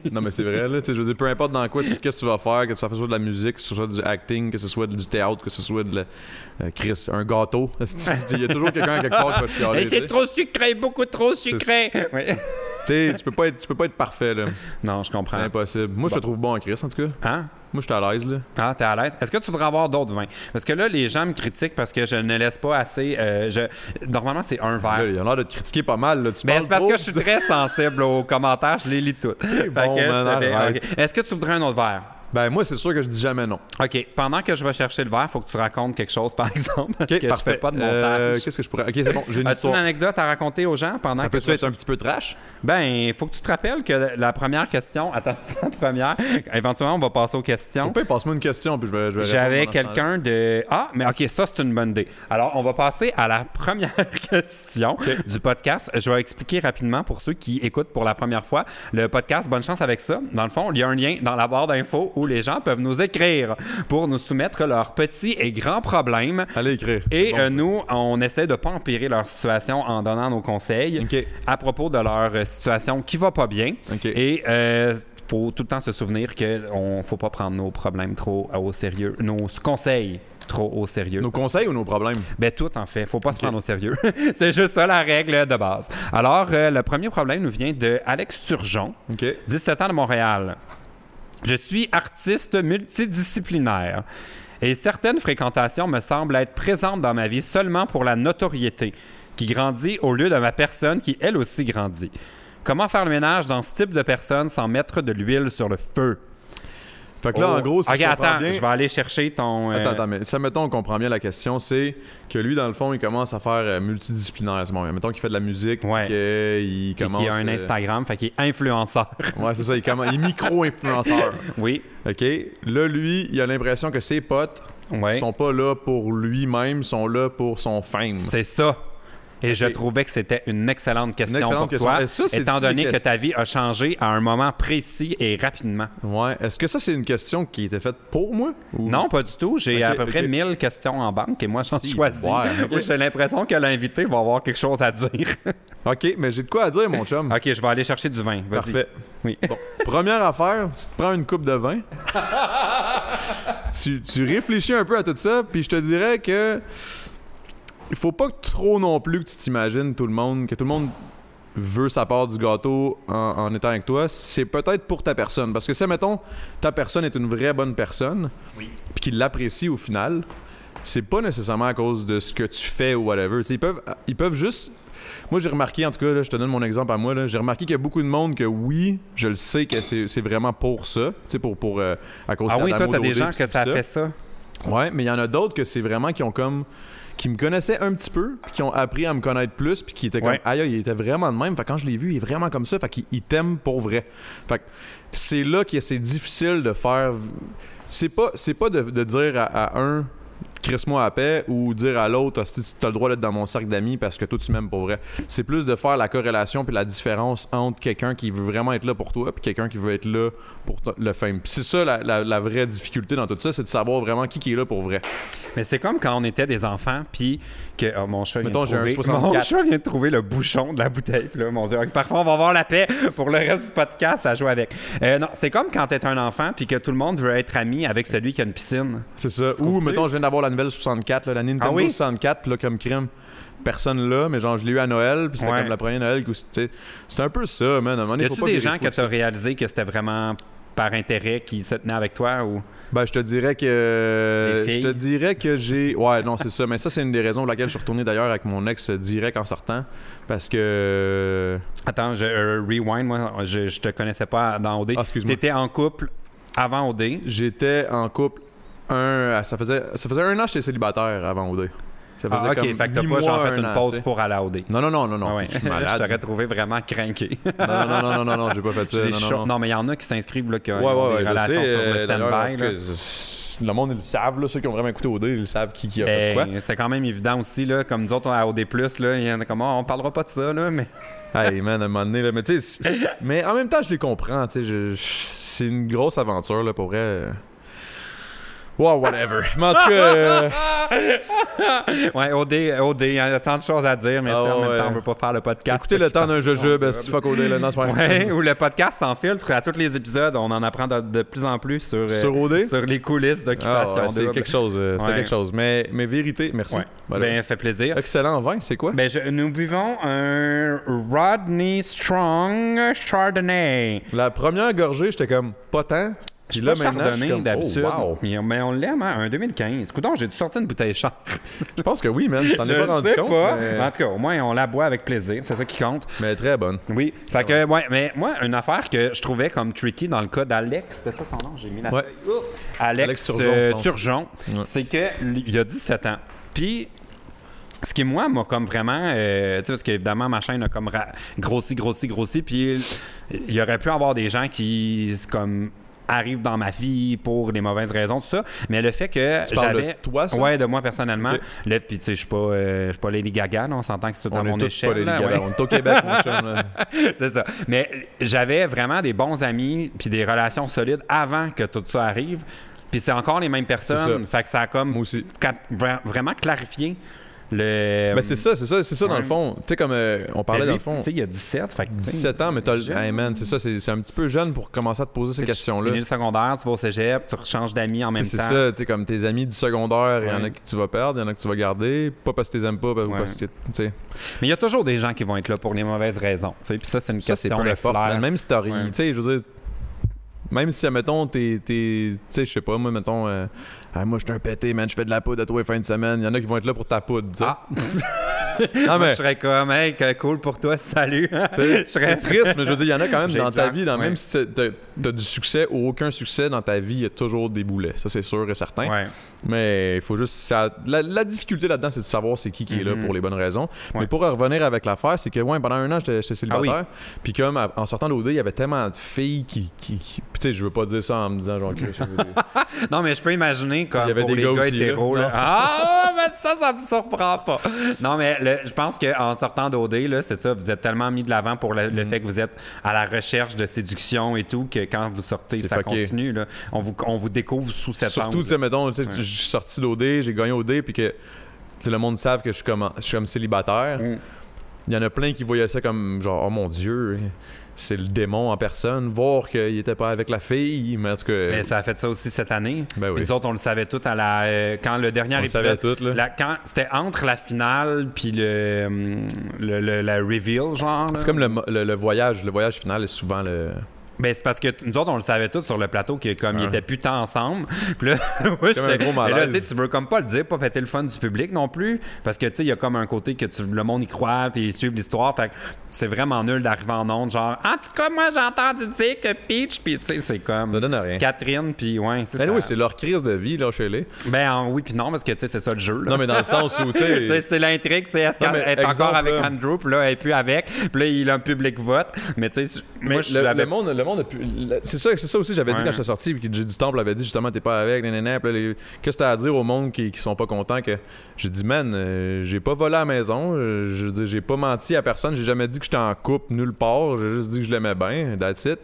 Speaker 1: (laughs) Non, mais c'est vrai, là. Tu sais, Je veux dire, peu importe dans quoi, tu- qu'est-ce que tu vas faire, que ça soit de la musique, que ce soit du acting, que ce soit du théâtre, que ce soit de la... euh, Chris, un gâteau. (laughs) Il y a toujours quelqu'un à quelque part qui va chialer.
Speaker 2: Mais
Speaker 1: tu sais.
Speaker 2: c'est trop sucré, beaucoup trop
Speaker 1: sucré.
Speaker 2: (laughs) sucré.
Speaker 1: Tu sais, tu peux pas être, tu peux pas être parfait, là.
Speaker 2: Non, je
Speaker 1: C'est
Speaker 2: comprends.
Speaker 1: impossible. Moi, je te trouve bon en Chris, en tout cas.
Speaker 2: Hein?
Speaker 1: Moi, je suis à l'aise, là.
Speaker 2: Ah, t'es à l'aise. Est-ce que tu voudrais avoir d'autres vins? Parce que là, les gens me critiquent parce que je ne laisse pas assez. euh, je... Normalement, c'est
Speaker 1: Là,
Speaker 2: un verre.
Speaker 1: il a l'air de te critiquer pas mal, là. Tu
Speaker 2: Mais
Speaker 1: parles
Speaker 2: c'est parce
Speaker 1: trop,
Speaker 2: que je suis très sensible aux commentaires, je les lis toutes. Fait
Speaker 1: bon,
Speaker 2: que je
Speaker 1: man,
Speaker 2: te fais-
Speaker 1: arrête.
Speaker 2: ok. Est-ce que tu voudrais un autre verre?
Speaker 1: Ben, moi, c'est sûr que je dis jamais non.
Speaker 2: OK. Pendant que je vais chercher le verre, faut que tu racontes quelque chose, par (laughs) exemple, parce
Speaker 1: Ok,
Speaker 2: que
Speaker 1: parfait.
Speaker 2: je fais pas de
Speaker 1: Euh,
Speaker 2: montage.
Speaker 1: Qu'est-ce que je pourrais. Ok, c'est bon, j'ai une
Speaker 2: As-tu une
Speaker 1: histoire.
Speaker 2: anecdote à raconter aux gens pendant
Speaker 1: Ça
Speaker 2: que
Speaker 1: peut-tu
Speaker 2: vas
Speaker 1: être un petit peu trash?
Speaker 2: Ben, faut que tu te rappelles que la première question, (laughs) attention, la première, éventuellement, on va passer aux questions.
Speaker 1: Au pire, passe-moi une question, puis je vais. je vais répondre
Speaker 2: J'avais
Speaker 1: pendant ce temps-là.
Speaker 2: quelqu'un de. Ah, mais OK, ça, c'est une bonne idée. Alors, on va passer à la première (laughs) question du podcast. Je vais expliquer rapidement pour ceux qui écoutent pour la première fois le podcast. Bonne chance avec ça. Dans le fond, il y a un lien dans la barre d'infos où les gens peuvent nous écrire pour nous soumettre leurs petits et grands problèmes.
Speaker 1: Allez écrire. Ah, C'est
Speaker 2: Et
Speaker 1: bon,
Speaker 2: euh,
Speaker 1: ça.
Speaker 2: nous, on essaie de pas empirer leur situation en donnant nos conseils
Speaker 1: Ok.
Speaker 2: à propos de leur euh, situation qui va pas bien.
Speaker 1: Ok.
Speaker 2: Et euh, faut tout le temps se souvenir qu'on faut pas prendre nos problèmes trop au sérieux, nos conseils trop au sérieux.
Speaker 1: Nos conseils ou nos problèmes?
Speaker 2: Ben tout en fait, faut pas se prendre au sérieux. (laughs) C'est juste ça la règle de base. Alors euh, le premier problème nous vient de Alex Turgeon.
Speaker 1: Ok.
Speaker 2: 17 ans de Montréal. Je suis artiste multidisciplinaire et certaines fréquentations me semblent être présentes dans ma vie seulement pour la notoriété qui grandit au lieu de ma personne qui elle aussi grandit. Comment faire le ménage dans ce type de personne sans mettre de l'huile sur le feu?
Speaker 1: Fait que là, en gros, si
Speaker 2: Oh. Ok,
Speaker 1: je comprends
Speaker 2: attends,
Speaker 1: bien-
Speaker 2: je vais aller chercher ton. euh,
Speaker 1: Attends, attends, mais ça, mettons, on comprend bien la question, c'est que lui, dans le fond, il commence à faire euh, multidisciplinaire à ce moment Mettons qu'il fait de la musique,
Speaker 2: Ouais.
Speaker 1: qu'il
Speaker 2: puis
Speaker 1: commence...
Speaker 2: qui a un
Speaker 1: euh,
Speaker 2: Instagram, fait qu'il est influenceur.
Speaker 1: Ouais, c'est ça, il, commence- il est
Speaker 2: (laughs)
Speaker 1: micro-influenceur,
Speaker 2: oui.
Speaker 1: OK? Là, lui, il a l'impression que ses potes
Speaker 2: Ouais.
Speaker 1: sont pas là pour lui-même, sont là pour son fame.
Speaker 2: C'est ça. Et je
Speaker 1: Ok.
Speaker 2: trouvais que c'était une excellente question
Speaker 1: excellente
Speaker 2: pour
Speaker 1: question.
Speaker 2: toi,
Speaker 1: Et ça, c'est-tu
Speaker 2: étant
Speaker 1: des
Speaker 2: donné que
Speaker 1: questions-
Speaker 2: ta vie a changé à un moment précis et rapidement.
Speaker 1: Ouais. Est-ce que ça, c'est une question qui était faite pour moi? Ou-
Speaker 2: Non, pas du tout. J'ai
Speaker 1: Ok,
Speaker 2: à peu
Speaker 1: ok.
Speaker 2: près 1000 questions en banque et moi, j'en
Speaker 1: Si,
Speaker 2: choisis.
Speaker 1: ouais,
Speaker 2: (laughs)
Speaker 1: ok.
Speaker 2: Et J'ai l'impression que l'invité va avoir quelque chose
Speaker 1: (laughs)
Speaker 2: à dire.
Speaker 1: OK, mais j'ai de quoi à dire, mon chum.
Speaker 2: OK, je vais aller chercher du vin. Vas-y.
Speaker 1: Parfait.
Speaker 2: Oui.
Speaker 1: Bon, première affaire, tu te prends une coupe de
Speaker 2: (laughs)
Speaker 1: vin. tu, tu réfléchis un peu à tout ça, puis je te dirais que il faut pas que trop non plus que tu t'imagines tout le monde, que tout le monde veut sa part du gâteau en, en étant avec toi, c'est peut-être pour ta personne. Parce que si, mettons, ta personne est une vraie bonne personne, puis qu'il l'apprécie au final, c'est pas nécessairement à cause de ce que tu fais ou whatever. Tu sais, ils, peuvent, ils peuvent juste. Moi, j'ai remarqué, en tout cas, là, je te donne mon exemple à moi, là, j'ai remarqué qu'il y a beaucoup de monde que oui, je le sais que c'est c'est vraiment pour ça, tu sais, pour, pour euh, à cause
Speaker 2: Ah
Speaker 1: de
Speaker 2: oui, toi,
Speaker 1: Adamo
Speaker 2: t'as des
Speaker 1: Daudé,
Speaker 2: gens
Speaker 1: puis
Speaker 2: que
Speaker 1: ci,
Speaker 2: ça
Speaker 1: puis
Speaker 2: fait ça.
Speaker 1: Ouais, mais il y en a d'autres que c'est vraiment qui ont comme qui me connaissaient un petit peu, puis qui ont appris à me connaître plus, puis qui étaient comme
Speaker 2: Ouais.
Speaker 1: aïe, aïe, il était vraiment de même. Fait que quand je l'ai vu, il est vraiment comme ça, fait qu'il il t'aime pour vrai. Fait que c'est là que c'est difficile de faire c'est pas c'est pas de, de dire à, à un crisse-moi à paix ou dire à l'autre si tu as le droit d'être dans mon cercle d'amis parce que toi tu m'aimes pour vrai. C'est plus de faire la corrélation puis la différence entre quelqu'un qui veut vraiment être là pour toi puis quelqu'un qui veut être là pour to- le fame. Puis c'est ça la, la- la vraie difficulté dans tout ça, c'est de savoir vraiment qui, qui est là pour vrai.
Speaker 2: Mais c'est comme quand on était des enfants, puis que oh, mon chat
Speaker 1: Mettons, j'ai
Speaker 2: vient
Speaker 1: un
Speaker 2: de trouver...
Speaker 1: 64.
Speaker 2: Mon chat vient de trouver le bouchon de la bouteille. Puis là, mon Dieu, ok, parfois, on va avoir la paix pour le reste du podcast à jouer avec. Euh, non, c'est comme quand t'es un enfant, puis que tout le monde veut être ami avec celui qui a une piscine.
Speaker 1: C'est ça. Ou
Speaker 2: trouves-tu?
Speaker 1: mettons je viens d'avoir la nouvelle 64 là, la Nintendo
Speaker 2: Ah oui?
Speaker 1: 64 puis là comme crime personne là mais genre je l'ai eu à Noël puis c'était
Speaker 2: Ouais.
Speaker 1: comme la première Noël que- tu sais, c'est un peu ça man à un moment donné,
Speaker 2: Y
Speaker 1: faut
Speaker 2: a-tu
Speaker 1: pas
Speaker 2: des
Speaker 1: que
Speaker 2: gens
Speaker 1: les
Speaker 2: que
Speaker 1: fous-
Speaker 2: t'as réalisé que c'était vraiment par intérêt qui se tenaient avec toi ou
Speaker 1: Ben, je te dirais que.
Speaker 2: Des
Speaker 1: Je
Speaker 2: filles.
Speaker 1: te dirais que j'ai. Ouais, non, c'est ça. Mais ça, c'est une des raisons pour laquelle je suis retourné d'ailleurs avec mon ex direct en sortant. Parce que.
Speaker 2: Attends, je euh, rewind, moi, je, je te connaissais pas dans OD.
Speaker 1: Ah, excuse-moi.
Speaker 2: T'étais en couple avant OD.
Speaker 1: J'étais en couple un. Ça faisait, ça faisait un an que j'étais célibataire avant OD. Ça faisait
Speaker 2: Ah, ok,
Speaker 1: comme
Speaker 2: fait que t'as
Speaker 1: huit
Speaker 2: pas genre
Speaker 1: mois,
Speaker 2: fait
Speaker 1: un
Speaker 2: une
Speaker 1: an,
Speaker 2: pause
Speaker 1: tu sais.
Speaker 2: pour aller à OD.
Speaker 1: Non, non, non, non, non.
Speaker 2: Ah ouais. (laughs)
Speaker 1: Je suis
Speaker 2: je t'aurais
Speaker 1: malade.
Speaker 2: trouvé vraiment craqué.
Speaker 1: non, non, non, non, non, non, j'ai pas fait ça.
Speaker 2: Je l'ai
Speaker 1: non, non,
Speaker 2: short-
Speaker 1: non.
Speaker 2: non, mais il y en a qui s'inscrivent là, qui
Speaker 1: ouais,
Speaker 2: ont
Speaker 1: ouais, ouais,
Speaker 2: des
Speaker 1: je
Speaker 2: relations
Speaker 1: sais,
Speaker 2: sur le
Speaker 1: euh, d'ailleurs, en
Speaker 2: stand-by.
Speaker 1: tout cas,
Speaker 2: là.
Speaker 1: c'est- le monde, ils le savent, là, ceux qui ont vraiment écouté OD, ils le savent qui, qui a fait
Speaker 2: Ben,
Speaker 1: quoi.
Speaker 2: C'était quand même évident aussi, là, comme nous autres à OD, là, il y en a comme, Ah, on parlera pas de ça, là, mais. (laughs)
Speaker 1: Hey man, à un moment donné, là, mais tu sais, c'est- c'est- mais en même temps, je les comprends, tu sais, je- je- c'est une grosse aventure, là, pour vrai. Wow, whatever. (laughs) Mais en tout cas, euh,
Speaker 2: Ouais, OD, OD, il y a tant de choses à dire, mais
Speaker 1: Ah
Speaker 2: tu sais, en même
Speaker 1: ouais.
Speaker 2: temps, on veut pas faire le podcast.
Speaker 1: écoutez le temps d'un jujube,
Speaker 2: jeu (laughs)
Speaker 1: si fuck au dé, là, non, c'est pas vrai.
Speaker 2: Ouais, où le podcast s'enfiltre à tous les épisodes, on en apprend de, de plus en plus sur, euh,
Speaker 1: Sur OD?
Speaker 2: sur les coulisses
Speaker 1: Ah,
Speaker 2: d'occupation.
Speaker 1: ouais, c'est
Speaker 2: Double.
Speaker 1: quelque chose, euh, c'était
Speaker 2: Ouais.
Speaker 1: quelque chose. Bah, Mais, mais vérité, merci.
Speaker 2: Ouais.
Speaker 1: Voilà.
Speaker 2: Ben, fait plaisir.
Speaker 1: Excellent vin, c'est quoi?
Speaker 2: Ben, je- nous buvons un Rodney Strong Chardonnay.
Speaker 1: La première gorgée, j'étais comme pas tant.
Speaker 2: Je
Speaker 1: Puis
Speaker 2: suis
Speaker 1: là,
Speaker 2: pas
Speaker 1: maintenant, je suis
Speaker 2: chardonnay
Speaker 1: comme,
Speaker 2: d'habitude,
Speaker 1: oh, wow.
Speaker 2: mais, mais on l'aime, hein, un 2015. Coudon, j'ai dû sortir une bouteille chère.
Speaker 1: Je pense que oui, man. T'en
Speaker 2: Je
Speaker 1: es pas rendu
Speaker 2: sais
Speaker 1: compte.
Speaker 2: pas.
Speaker 1: Mais...
Speaker 2: Mais En tout cas, au moins, on la boit avec plaisir. C'est ça qui compte.
Speaker 1: mais très bonne.
Speaker 2: Oui.
Speaker 1: Ah
Speaker 2: Ça que, ouais, mais moi, une affaire que je trouvais comme tricky dans le cas d'Alex, c'était ça son nom, j'ai mis la
Speaker 1: Ouais.
Speaker 2: feuille. Oh!
Speaker 1: Alex
Speaker 2: Alex,
Speaker 1: Turgeon,
Speaker 2: euh,
Speaker 1: je pense.
Speaker 2: Turgeon, c'est qu'il a 17 ans. Puis, ce qui, moi, m'a comme vraiment. euh, tu sais, parce qu'évidemment, ma chaîne a comme ra- grossi, grossi, grossi. Puis, il il y aurait pu avoir des gens qui, c'est comme arrivent dans ma vie pour des mauvaises raisons, tout ça. Mais le fait que
Speaker 1: Tu parles de
Speaker 2: j'avais...
Speaker 1: toi, ça?
Speaker 2: Ouais, de moi, personnellement.
Speaker 1: Ok.
Speaker 2: Là, puis, tu sais, je suis pas, euh, je suis pas Lady Gaga, là, on s'entend que c'est tout à
Speaker 1: On
Speaker 2: mon
Speaker 1: est tous
Speaker 2: échelle.
Speaker 1: pas les
Speaker 2: là,
Speaker 1: Ligas,
Speaker 2: ouais.
Speaker 1: là. On est au Québec,
Speaker 2: (laughs)
Speaker 1: mon chum. là.
Speaker 2: C'est ça. Mais j'avais vraiment des bons amis puis des relations solides avant que tout ça arrive. Puis c'est encore les mêmes personnes.
Speaker 1: C'est
Speaker 2: Fait que ça a comme
Speaker 1: Moi aussi.
Speaker 2: ca- vra- vraiment clarifié le.
Speaker 1: Ben, c'est ça, c'est ça, c'est ça, dans
Speaker 2: ouais.
Speaker 1: le fond. Tu sais, comme euh, on parlait
Speaker 2: Mais
Speaker 1: dans
Speaker 2: lui,
Speaker 1: le fond.
Speaker 2: Tu sais, il y a 17, fait que, tu sais,
Speaker 1: 17 ans, mais t'as le.
Speaker 2: jeune.
Speaker 1: Hey man, c'est ça, c'est c'est un petit peu jeune pour commencer à te poser ces
Speaker 2: Tu- Tu
Speaker 1: questions-là.
Speaker 2: finis le secondaire, tu vas au cégep, tu rechanges d'amis en
Speaker 1: Tu
Speaker 2: même
Speaker 1: sais,
Speaker 2: temps.
Speaker 1: C'est ça, tu sais, comme tes amis du secondaire, il y en
Speaker 2: Ouais.
Speaker 1: a que tu vas perdre, il y en a que tu vas garder, pas parce que tu les aimes pas, mais
Speaker 2: Ouais.
Speaker 1: parce que, tu sais.
Speaker 2: Mais il y a toujours des gens qui vont être là pour les mauvaises raisons. tu sais. Puis ça, c'est une
Speaker 1: Ça, c'est
Speaker 2: question
Speaker 1: peu
Speaker 2: de
Speaker 1: importe,
Speaker 2: flair.
Speaker 1: man. Même si t'as ri-
Speaker 2: Ouais.
Speaker 1: tu sais, je veux dire, même si, mettons, t'es, t'es- tu sais, je sais pas, moi, mettons, euh, Ah, moi, je suis un pété, man, je fais de la poudre à tous les fins de semaine, il y en a qui vont être là pour ta poudre, tu sais.
Speaker 2: Ah,
Speaker 1: non,
Speaker 2: moi,
Speaker 1: mais,
Speaker 2: je serais comme, hey, que cool pour toi, salut. (laughs)
Speaker 1: tu sais,
Speaker 2: je serais-
Speaker 1: c'est triste, mais je veux dire, il y en a quand même
Speaker 2: J'ai
Speaker 1: dans ta
Speaker 2: peur,
Speaker 1: vie, dans,
Speaker 2: ouais.
Speaker 1: même si t'as, t'as- t'as du succès ou aucun succès dans ta vie, il y a toujours des boulets, ça, c'est sûr et certain.
Speaker 2: Ouais.
Speaker 1: Mais il faut juste. ça- la, la difficulté là-dedans, c'est de savoir c'est qui qui est là
Speaker 2: Mhm.
Speaker 1: pour les bonnes raisons.
Speaker 2: Ouais. Ah
Speaker 1: Mais pour en revenir avec l'affaire, c'est que ouais, pendant un an, j'étais j'étais célibataire. Puis comme à- en sortant de l'OD, il y avait tellement de filles qui. qui, qui- puis tu sais, je veux pas dire ça en me disant
Speaker 2: (laughs)
Speaker 1: genre. Chris, je veux dire.
Speaker 2: Non, mais je peux imaginer comme
Speaker 1: Il y avait
Speaker 2: pour
Speaker 1: des
Speaker 2: les
Speaker 1: gars
Speaker 2: gars
Speaker 1: aussi,
Speaker 2: hétéros.
Speaker 1: là.
Speaker 2: là.
Speaker 1: Non.
Speaker 2: Ah, mais ça, ça me surprend pas. Non, mais le- je pense qu'en sortant d'OD, là, c'est ça, vous êtes tellement mis de l'avant pour le,
Speaker 1: Mm.
Speaker 2: le fait que vous êtes à la recherche de séduction et tout, que quand vous sortez,
Speaker 1: C'est
Speaker 2: ça
Speaker 1: fucké.
Speaker 2: continue. Là. On, vous, on vous découvre sous cette
Speaker 1: Surtout, tu sais,
Speaker 2: angle.
Speaker 1: mettons, tu sais, je suis sorti de l'OD, j'ai gagné OD, puis que. tu sais, le monde savent que je suis comme, en- je suis comme célibataire.
Speaker 2: Mm.
Speaker 1: Il y en a plein qui voyaient ça comme genre, oh mon Dieu, c'est le démon en personne. Voir qu'il était pas avec la fille. Mais en tout cas.
Speaker 2: Mais ça a fait ça aussi cette année.
Speaker 1: Ben oui.
Speaker 2: Puis Nous autres, on le savait tout à la euh, quand le dernier
Speaker 1: On le
Speaker 2: épisode.
Speaker 1: savait tout, là.
Speaker 2: la- quand c'était entre la finale puis le, hum, le, le- la reveal genre. là.
Speaker 1: C'est comme le, mo- le- le voyage. Le voyage final est souvent le.
Speaker 2: Ben, c'est parce que t- nous autres, on le savait tous sur le plateau que comme ils
Speaker 1: Ouais.
Speaker 2: étaient plus tant ensemble. (laughs) Puis là, moi,
Speaker 1: Comme un
Speaker 2: j'étais-
Speaker 1: gros
Speaker 2: mais là,
Speaker 1: malaise.
Speaker 2: tu sais, tu veux comme pas le dire, pas péter le fun du public non plus. Parce que, tu sais, il y a comme un côté que tu, le monde y croit, puis ils suivent l'histoire. Fait que c'est vraiment nul d'arriver en ondes, genre, en tout cas, moi, j'ai entendu dire que Peach, puis tu sais,
Speaker 1: Ça
Speaker 2: c'est comme
Speaker 1: donne rien.
Speaker 2: Catherine, puis ouais, c'est
Speaker 1: Ben
Speaker 2: ça.
Speaker 1: oui, c'est leur crise de vie, lâchez-les.
Speaker 2: Ben, en oui, puis non, parce que, tu sais, c'est ça le jeu. là. (laughs)
Speaker 1: Non, mais dans le sens où, tu
Speaker 2: Tu sais,
Speaker 1: sais.
Speaker 2: c'est l'intrigue, c'est est-ce
Speaker 1: Non,
Speaker 2: qu'elle
Speaker 1: mais
Speaker 2: est encore
Speaker 1: exemple,
Speaker 2: avec
Speaker 1: là.
Speaker 2: Andrew, puis là, elle est plus avec, puis là, il a un public vote. Mais tu sais, moi, je
Speaker 1: le,
Speaker 2: l'avais
Speaker 1: le monde, le monde a pu. le- C'est ça, c'est ça aussi, j'avais dit
Speaker 2: Ouais.
Speaker 1: quand je suis sorti, puis que J. du Temple avait dit justement, t'es pas avec, nanana. Puis là, les- Qu'est-ce que t'as à dire au monde qui, qui sont pas contents que. J'ai dit, man, euh, j'ai pas volé à la maison, euh, je veux dire, j'ai pas menti à personne, j'ai jamais dit que j'étais en couple nulle part, j'ai juste dit que je l'aimais bien, that's it.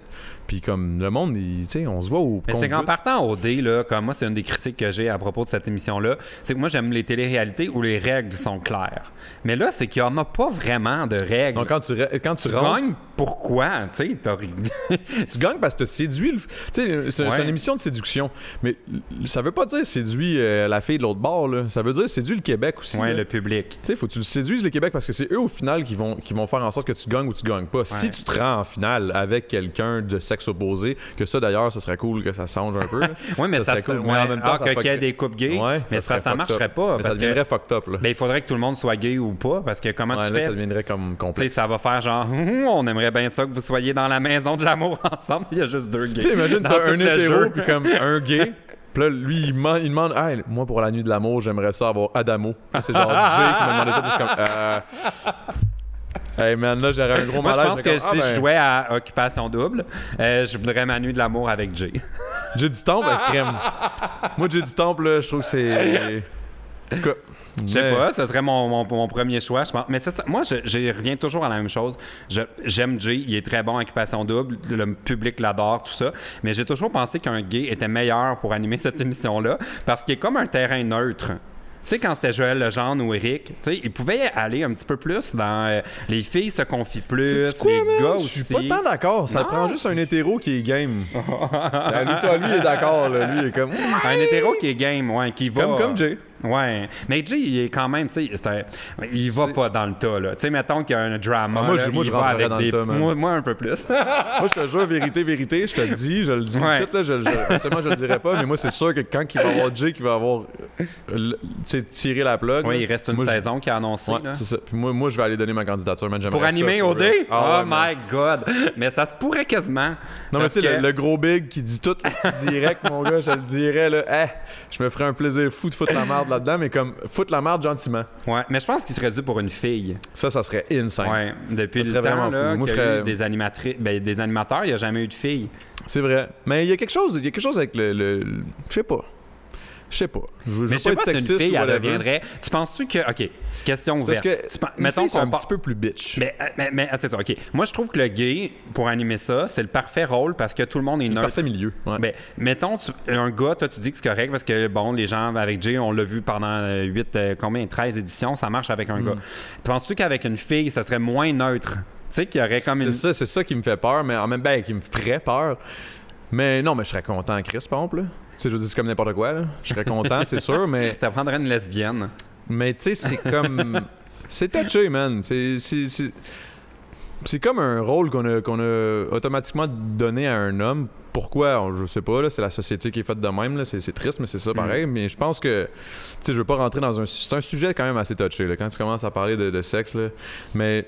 Speaker 1: Puis comme le monde, il- tu sais, on se voit au.
Speaker 2: Mais c'est qu'en partant au dé, là, comme moi, c'est une des critiques que j'ai à propos de cette émission-là, c'est que moi, j'aime les téléréalités où les règles sont claires. Mais là, c'est qu'il n'y en a pas vraiment de règles.
Speaker 1: Donc quand tu, re- quand tu
Speaker 2: tu
Speaker 1: rentres.
Speaker 2: gagnes pourquoi, tu sais, t'as
Speaker 1: (laughs)
Speaker 2: ri- (laughs)
Speaker 1: Tu gagnes parce que tu séduis. le- Tu sais, c'est
Speaker 2: Ouais.
Speaker 1: c'est une émission de séduction. Mais l- ça veut pas dire séduit euh, la fille de l'autre bord. Là. Ça veut dire séduit le Québec aussi.
Speaker 2: Ouais,
Speaker 1: là.
Speaker 2: le public.
Speaker 1: Tu sais, faut que tu le séduises le Québec parce que c'est eux au final qui vont, qui vont faire en sorte que tu gagnes ou tu gagnes pas. Si tu te rends en finale avec quelqu'un de sexe opposé, que ça d'ailleurs, ce serait cool que ça change un peu.
Speaker 2: (laughs)
Speaker 1: là.
Speaker 2: Oui, mais ça,
Speaker 1: serait cool.
Speaker 2: se-
Speaker 1: Mais en
Speaker 2: ouais,
Speaker 1: même temps,
Speaker 2: alors
Speaker 1: ça
Speaker 2: que
Speaker 1: fuck-
Speaker 2: qu'il y ait des coupes gays,
Speaker 1: Ouais,
Speaker 2: mais ça,
Speaker 1: serait
Speaker 2: ça,
Speaker 1: fucked
Speaker 2: marcherait
Speaker 1: up.
Speaker 2: pas.
Speaker 1: Mais ça
Speaker 2: parce
Speaker 1: deviendrait
Speaker 2: que,
Speaker 1: fucked up. Là.
Speaker 2: ben, il faudrait que tout le monde soit gay ou pas, parce que comment
Speaker 1: Ouais,
Speaker 2: tu
Speaker 1: là,
Speaker 2: fais?
Speaker 1: ça deviendrait comme
Speaker 2: Tu sais,
Speaker 1: complexe.
Speaker 2: ça va faire genre, (laughs) Hum, on aimerait bien ça que vous soyez dans la maison de l'amour (laughs) ensemble s'il y a juste deux gays.
Speaker 1: Tu sais, imagine,
Speaker 2: Dans
Speaker 1: t'as
Speaker 2: tout
Speaker 1: un
Speaker 2: le
Speaker 1: hétéro
Speaker 2: jeu.
Speaker 1: puis comme un gay. Puis là, lui, il, man- il demande Hey, moi, pour la nuit de l'amour, j'aimerais ça avoir Adamo. Là, C'est genre Jay qui m'a demandé ça. Puis je suis comme Euh, Hey, man, là, j'aurais un gros
Speaker 2: Moi, je
Speaker 1: malaise.
Speaker 2: pense
Speaker 1: mais
Speaker 2: que si
Speaker 1: comme, Ah,
Speaker 2: je
Speaker 1: ben,
Speaker 2: jouais à Occupation Double, euh, je voudrais ma nuit de l'amour avec Jay.
Speaker 1: J'ai du temple, ben, crème. moi, j'ai du temple, là, je trouve que c'est. En tout cas,
Speaker 2: Je sais
Speaker 1: mais-
Speaker 2: pas, ce serait mon, mon- mon premier choix, je pense. Mais c'est ça. Moi, je, je reviens toujours à la même chose. Je- J'aime Jay, il est très bon en occupation double, le public l'adore, tout ça. Mais j'ai toujours pensé qu'un gay était meilleur pour animer cette émission-là parce qu'il est comme un terrain neutre. Tu sais, quand c'était Joël Legendre ou Eric, tu sais, ils pouvaient aller un petit peu plus dans euh, les filles se confient plus,
Speaker 1: Sais-tu quoi,
Speaker 2: les
Speaker 1: man?
Speaker 2: gars
Speaker 1: Je
Speaker 2: aussi.
Speaker 1: suis pas tant d'accord. Ça
Speaker 2: Non.
Speaker 1: prend juste un hétéro qui est
Speaker 2: (laughs)
Speaker 1: game. Ah, lui, toi, lui, il est d'accord. là. Lui, il est comme. oh,
Speaker 2: Un hétéro qui est game, ouais, qui va.
Speaker 1: Comme, comme Jay.
Speaker 2: Ouais. Mais Jay, il est quand même, tu sais, c'est un- il va pas dans le tas, là. Tu sais, mettons qu'il y a un drama.
Speaker 1: Ah, moi,
Speaker 2: là,
Speaker 1: je- moi,
Speaker 2: il
Speaker 1: je
Speaker 2: va
Speaker 1: rentrerais
Speaker 2: avec
Speaker 1: dans le
Speaker 2: des...
Speaker 1: tas, man.
Speaker 2: moi, moi, un
Speaker 1: (laughs)
Speaker 2: peu plus.
Speaker 1: Moi, je te jure, vérité, vérité, je te le dis, je le dis
Speaker 2: Ouais.
Speaker 1: ici, là, je, je, absolument, je le dirai pas, mais moi, c'est sûr que quand il va y avoir Jay qui va avoir euh, le- tu sais, tiré la plug.
Speaker 2: oui,
Speaker 1: là,
Speaker 2: il reste une
Speaker 1: moi, je-
Speaker 2: saison qui a annoncé,
Speaker 1: Ouais,
Speaker 2: là.
Speaker 1: c'est ça. Puis moi, moi, je vais aller donner ma candidature, man, j'aimerais
Speaker 2: Pour
Speaker 1: ça,
Speaker 2: animer
Speaker 1: for
Speaker 2: OD?
Speaker 1: real. Ah,
Speaker 2: oh
Speaker 1: ouais, man.
Speaker 2: my god! Mais ça se pourrait quasiment.
Speaker 1: Non, mais
Speaker 2: Parce
Speaker 1: tu sais,
Speaker 2: que-
Speaker 1: le, le gros big qui dit tout, c'est direct, mon gars, je le dirais, là, eh, je me ferais un plaisir fou de foutre la merde là-dedans, mais comme foutre la merde gentiment.
Speaker 2: Ouais, mais je pense qu'il serait dû pour une fille.
Speaker 1: Ça, ça serait insane.
Speaker 2: Ouais, depuis
Speaker 1: Ça
Speaker 2: le
Speaker 1: serait
Speaker 2: temps
Speaker 1: vraiment
Speaker 2: là,
Speaker 1: fou. Moi,
Speaker 2: qu'il y
Speaker 1: je
Speaker 2: a
Speaker 1: serais-
Speaker 2: eu des, animatrices, ben, des animateurs, il n'y a jamais eu de fille.
Speaker 1: C'est vrai. Mais il y a quelque chose, il y a quelque chose avec le. le- le- je sais pas. Je sais pas. Je veux
Speaker 2: Mais
Speaker 1: veux
Speaker 2: je sais
Speaker 1: être
Speaker 2: pas si une
Speaker 1: sexiste
Speaker 2: fille,
Speaker 1: ou
Speaker 2: elle
Speaker 1: whatever.
Speaker 2: deviendrait. Tu penses-tu que. Ok, question
Speaker 1: Parce
Speaker 2: ouverte.
Speaker 1: que.
Speaker 2: Tu pen-
Speaker 1: une fille, c'est un
Speaker 2: part-
Speaker 1: petit peu plus bitch.
Speaker 2: Mais, mais, mais ah, c'est ça, OK. Moi, je trouve que le gay, pour animer ça, c'est le parfait rôle parce que tout le monde est neutre.
Speaker 1: Parfait milieu. Ouais.
Speaker 2: Ben, mettons, tu- un gars, toi, tu dis que c'est correct parce que, bon, les gens, avec Jay, on l'a vu pendant 8, combien, 13 éditions, ça marche avec un gars.
Speaker 1: Hmm.
Speaker 2: Penses-tu qu'avec une fille, ça serait moins neutre? Tu sais, qu'il y aurait comme
Speaker 1: c'est
Speaker 2: une...
Speaker 1: ça, c'est ça qui me fait peur, mais en même ben, qui me ferait peur. Mais non, mais je serais content, Chris, par exemple. là. Tu sais, je dis c'est comme n'importe quoi. Là. Je serais content,
Speaker 2: (laughs)
Speaker 1: c'est sûr, mais,
Speaker 2: Ça prendrait une lesbienne.
Speaker 1: mais tu sais, c'est
Speaker 2: (laughs)
Speaker 1: comme. C'est touché, man. C'est. c'est- c'est- C'est comme un rôle qu'on a, qu'on a automatiquement donné à un homme. Pourquoi On- Je sais pas. là, C'est la société qui est faite de même. là. C'est c'est triste, mais c'est ça
Speaker 2: Mm.
Speaker 1: pareil. Mais je pense que. Tu sais, je veux pas rentrer dans un. C'est un sujet quand même assez touché là, quand tu commences à parler de, de sexe. Là. Mais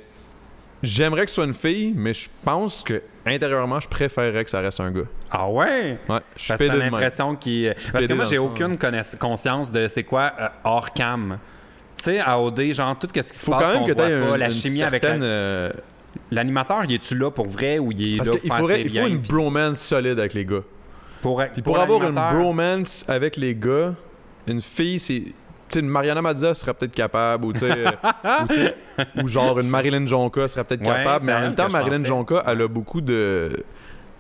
Speaker 1: j'aimerais que ce soit une fille, mais je pense que intérieurement, je préférerais que ça reste un gars.
Speaker 2: Ah ouais?
Speaker 1: Ouais, je suis
Speaker 2: Parce que
Speaker 1: pédé
Speaker 2: t'as
Speaker 1: de même.
Speaker 2: l'impression qu'il... euh, Parce
Speaker 1: pédé
Speaker 2: que moi,
Speaker 1: dans
Speaker 2: j'ai
Speaker 1: le sens,
Speaker 2: aucune connaiss- conscience de c'est quoi euh, hors cam. Tu sais, à OD, genre, tout ce qui se
Speaker 1: Faut
Speaker 2: passe,
Speaker 1: quand
Speaker 2: qu'on
Speaker 1: même que
Speaker 2: voit
Speaker 1: tu aies
Speaker 2: pas, la chimie avec la-
Speaker 1: certaine, euh,
Speaker 2: L'animateur, il est-tu là pour vrai ou il est
Speaker 1: Parce
Speaker 2: là pour
Speaker 1: qu'il
Speaker 2: faire
Speaker 1: faudrait-
Speaker 2: ses
Speaker 1: il faut
Speaker 2: liens?
Speaker 1: une bromance solide avec les gars.
Speaker 2: Pour,
Speaker 1: Puis pour, avoir une
Speaker 2: l'animateur,
Speaker 1: bromance avec les gars, une fille, c'est. Tu sais, une Mariana Mazza serait peut-être capable, ou tu sais.
Speaker 2: (laughs)
Speaker 1: euh, ou, tu sais, ou genre une Marilyn Jonca serait peut-être
Speaker 2: Ouais,
Speaker 1: capable,
Speaker 2: c'est
Speaker 1: mais en
Speaker 2: elle
Speaker 1: même temps,
Speaker 2: que je
Speaker 1: Marilyn
Speaker 2: pensais.
Speaker 1: Jonca, elle a beaucoup de.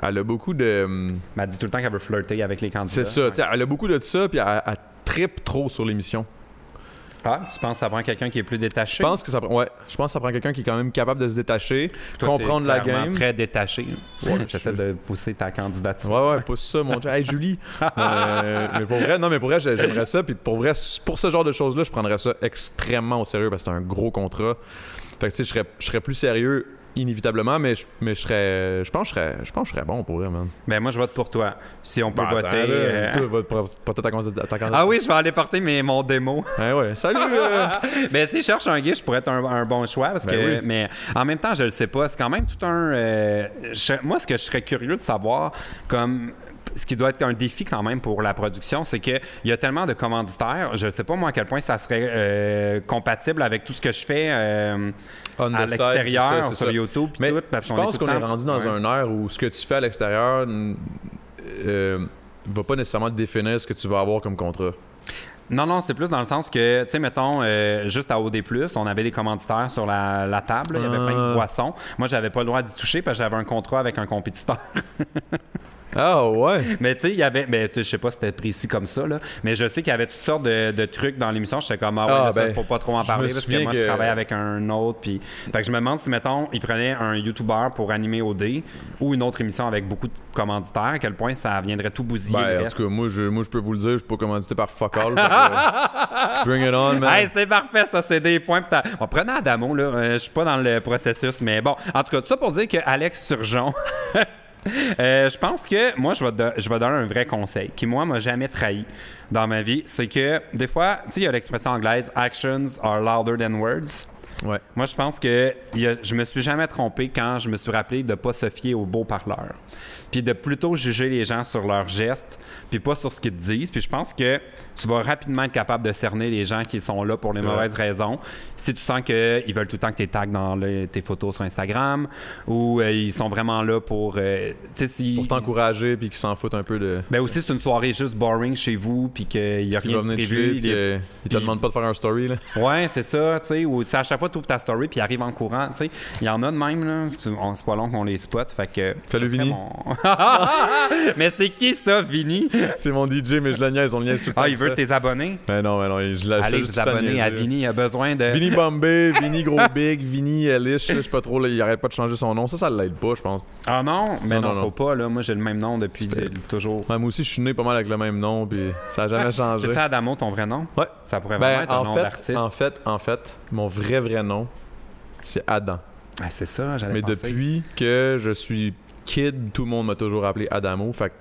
Speaker 1: Elle a beaucoup de. hum,
Speaker 2: mais ben, Elle dit tout le temps qu'elle veut flirter avec les candidats.
Speaker 1: C'est ça, tu sais, elle a beaucoup de ça, puis elle, elle tripe trop sur l'émission.
Speaker 2: Ah, tu penses que ça prend quelqu'un qui est plus détaché?
Speaker 1: Je pense que ça prend. Ouais, je pense que ça prend quelqu'un qui est quand même capable de se détacher,
Speaker 2: Toi, t'es
Speaker 1: comprendre la
Speaker 2: clairement
Speaker 1: game.
Speaker 2: très détaché.
Speaker 1: Ouais,
Speaker 2: J'essaie de pousser ta candidature.
Speaker 1: Ouais, ouais, pousse ça, mon chat. Hey,
Speaker 2: (laughs)
Speaker 1: Julie! Euh, mais pour vrai, non, mais pour vrai, j'ai- j'aimerais ça. Puis pour vrai, pour ce genre de choses-là, je prendrais ça extrêmement au sérieux parce que c'est un gros contrat. Fait que tu sais, je serais, je serais plus sérieux inévitablement, mais je, mais je serais. Je pense que je serais, je pense que je serais bon pour vrai, man.
Speaker 2: Ben, moi, je vote pour toi. Si on peut
Speaker 1: Bah,
Speaker 2: voter.
Speaker 1: attends, là,
Speaker 2: euh,
Speaker 1: toi, va te pro- porter ta candidat- ta candidat-
Speaker 2: Ah oui, je vais aller porter mes, mon démo.
Speaker 1: Ouais, ouais. Salut!
Speaker 2: (laughs)
Speaker 1: euh.
Speaker 2: ben, si je cherche un guide, je pourrais être un, un bon choix. Parce
Speaker 1: Ben
Speaker 2: que,
Speaker 1: oui.
Speaker 2: Mais en même temps, je le sais pas. C'est quand même tout un. euh, je- moi, ce que je serais curieux de savoir, comme. Ce qui doit être un défi quand même pour la production, c'est qu'il y a tellement de commanditaires. Je ne sais pas moi à quel point ça serait euh, compatible avec tout ce que je fais euh,
Speaker 1: On the
Speaker 2: à
Speaker 1: side, c'est ça,
Speaker 2: l'extérieur,
Speaker 1: c'est
Speaker 2: sur
Speaker 1: ça.
Speaker 2: YouTube, puis
Speaker 1: Mais
Speaker 2: tout. Parce
Speaker 1: je pense
Speaker 2: tout
Speaker 1: qu'on
Speaker 2: le
Speaker 1: est
Speaker 2: temps-
Speaker 1: rendu dans
Speaker 2: Ouais.
Speaker 1: un air où ce que tu fais à l'extérieur n- euh, va pas nécessairement te définir ce que tu vas avoir comme contrat.
Speaker 2: Non, non, c'est plus dans le sens que, tu sais, mettons, euh, juste à OD, on avait des commanditaires sur la, la table, il y avait plein
Speaker 1: Ah.
Speaker 2: de poissons. Moi, j'avais pas le droit d'y toucher parce que j'avais un contrat avec un compétiteur. (laughs)
Speaker 1: Ah ouais!
Speaker 2: Mais tu sais, il y avait, ben, tu sais, je sais pas si c'était précis comme ça, là, mais je sais qu'il y avait toutes sortes de, de trucs dans l'émission. J'étais comme, ah ouais,
Speaker 1: Ah,
Speaker 2: là, ça,
Speaker 1: ben,
Speaker 2: faut pas trop en
Speaker 1: je
Speaker 2: parler
Speaker 1: me
Speaker 2: parce que
Speaker 1: souviens
Speaker 2: moi,
Speaker 1: que-
Speaker 2: je travaille avec un autre. Puis... Fait que je me demande si, mettons, il prenait un YouTuber pour animer OD ou une autre émission avec beaucoup de commanditaires, à quel point ça viendrait tout bousiller le
Speaker 1: Ben, en
Speaker 2: reste.
Speaker 1: tout cas, moi je, moi, je peux vous le dire, je suis pas commandité par fuck all. fait que, euh, bring it on, man.
Speaker 2: Hey, c'est parfait, ça, c'est des points. Putain. Bon, prenez Adamo, là. euh, je suis pas dans le processus, mais bon. En tout cas, tout ça pour dire que Alex Turgeon. (laughs) euh, je pense que moi, je vais, do- je vais donner un vrai conseil qui, moi, m'a jamais trahi dans ma vie. C'est que des fois, tu sais, il y a l'expression anglaise Actions are louder than words.
Speaker 1: Ouais.
Speaker 2: Moi, je pense que il y a- je me suis jamais trompé quand je me suis rappelé de pas se fier aux beaux parleurs, puis de plutôt juger les gens sur leurs gestes, puis pas sur ce qu'ils te disent. Puis je pense que tu vas rapidement être capable de cerner les gens qui sont là pour les
Speaker 1: C'est vrai.
Speaker 2: mauvaises raisons. Si tu sens qu'ils veulent tout le temps que tu tags dans le- tes photos sur Instagram, ou euh, ils sont vraiment là pour, euh, tu sais, si-
Speaker 1: Pour t'encourager, puis qu'ils s'en foutent un peu de.
Speaker 2: Ben aussi, c'est une soirée juste boring chez vous, puis qu'il n'y
Speaker 1: Ils
Speaker 2: a rien
Speaker 1: vont
Speaker 2: de
Speaker 1: venir
Speaker 2: prévu.
Speaker 1: chiller,
Speaker 2: il
Speaker 1: puis
Speaker 2: est-
Speaker 1: euh, ils te
Speaker 2: puis-
Speaker 1: demandent pas de faire un story,
Speaker 2: (laughs)
Speaker 1: là.
Speaker 2: Ouais, c'est ça, tu sais, ou tu sais, à chaque fois, tu ouvres ta story puis arrive en courant, tu sais. Il y en a de même, là. Tu- on- C'est pas long qu'on les spot, fait que.
Speaker 1: Salut,
Speaker 2: ça serait
Speaker 1: Vinny.
Speaker 2: mon- (laughs) mais c'est qui ça, Vini?
Speaker 1: C'est mon DJ, mais je le niaise, on le niaise tout le temps.
Speaker 2: Ah, il
Speaker 1: avec
Speaker 2: veut
Speaker 1: ça.
Speaker 2: tes abonnés?
Speaker 1: Mais non, mais non, je la je fais
Speaker 2: Allez
Speaker 1: juste
Speaker 2: vous
Speaker 1: tout le temps
Speaker 2: abonner à
Speaker 1: niaiser.
Speaker 2: Vini, il a besoin de.
Speaker 1: Vini Bombay, Vini
Speaker 2: (laughs)
Speaker 1: Gros Big, Vini Elish, là, je sais pas trop, là, il arrête pas de changer son nom. Ça, ça l'aide pas, je pense.
Speaker 2: Ah non? Mais
Speaker 1: Non,
Speaker 2: non,
Speaker 1: non,
Speaker 2: faut
Speaker 1: non.
Speaker 2: pas, là. Moi, j'ai le même nom depuis
Speaker 1: C'est
Speaker 2: j'ai- toujours.
Speaker 1: Ouais, moi aussi, je suis né pas mal avec le même nom, puis ça a jamais changé.
Speaker 2: (laughs) C'est ça, Adamo, ton vrai nom?
Speaker 1: Ouais.
Speaker 2: Ça pourrait vraiment
Speaker 1: Ben,
Speaker 2: être un
Speaker 1: en
Speaker 2: nom
Speaker 1: fait,
Speaker 2: d'artiste.
Speaker 1: en fait, en fait, mon vrai, vrai nom, c'est Adam.
Speaker 2: Ah, c'est ça, j'allais
Speaker 1: Mais
Speaker 2: penser.
Speaker 1: depuis que je suis kid, tout le monde m'a toujours appelé Adamo. Fait que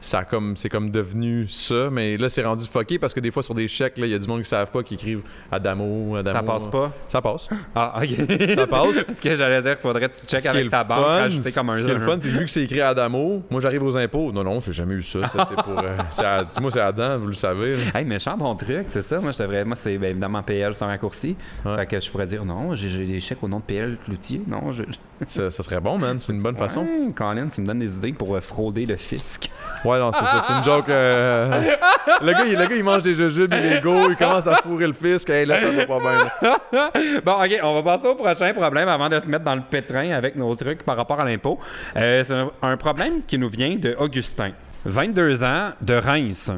Speaker 1: ça a comme, c'est comme devenu ça. Mais là, c'est rendu fucké parce que des fois, sur des chèques, là, il y a du monde qui savent pas qui écrivent Adamo, Adamo.
Speaker 2: Ça passe pas?
Speaker 1: Ça
Speaker 2: (laughs)
Speaker 1: passe.
Speaker 2: Ah, ok. (laughs)
Speaker 1: Ça passe.
Speaker 2: Ce que j'allais dire, faudrait que tu checkes
Speaker 1: Ce qui est
Speaker 2: avec
Speaker 1: le
Speaker 2: ta banque,
Speaker 1: fun,
Speaker 2: rajouter comme un
Speaker 1: Ce qui est le fun, c'est que vu que c'est écrit Adamo, moi j'arrive aux impôts. Non, non, j'ai jamais eu ça. ça c'est pour,
Speaker 2: (laughs)
Speaker 1: euh, c'est à- moi, c'est Adam, vous le savez. là.
Speaker 2: Hey, méchant bon truc, c'est ça. Moi, je devrais. Moi, c'est ben, évidemment PL, c'est un raccourci.
Speaker 1: Ouais.
Speaker 2: Fait que je pourrais dire non, j'ai- j'ai des chèques au nom de PL Cloutier. Non, je.
Speaker 1: Ça, ça serait bon, man. C'est une bonne façon.
Speaker 2: Ouais, Colin, tu me donnes des idées pour euh, frauder le fisc.
Speaker 1: Ouais, non, c'est ça. C'est une joke. euh, (laughs) Le, gars, il, le gars, il mange des jujubes illégaux. Il commence à fourrer le fisc. Hey, là, ça va pas bien. là.
Speaker 2: (laughs) bon, OK, on va passer au prochain problème avant de se mettre dans le pétrin avec nos trucs par rapport à l'impôt. Euh, c'est un, un problème qui nous vient de Augustin. 22 ans, de Reims.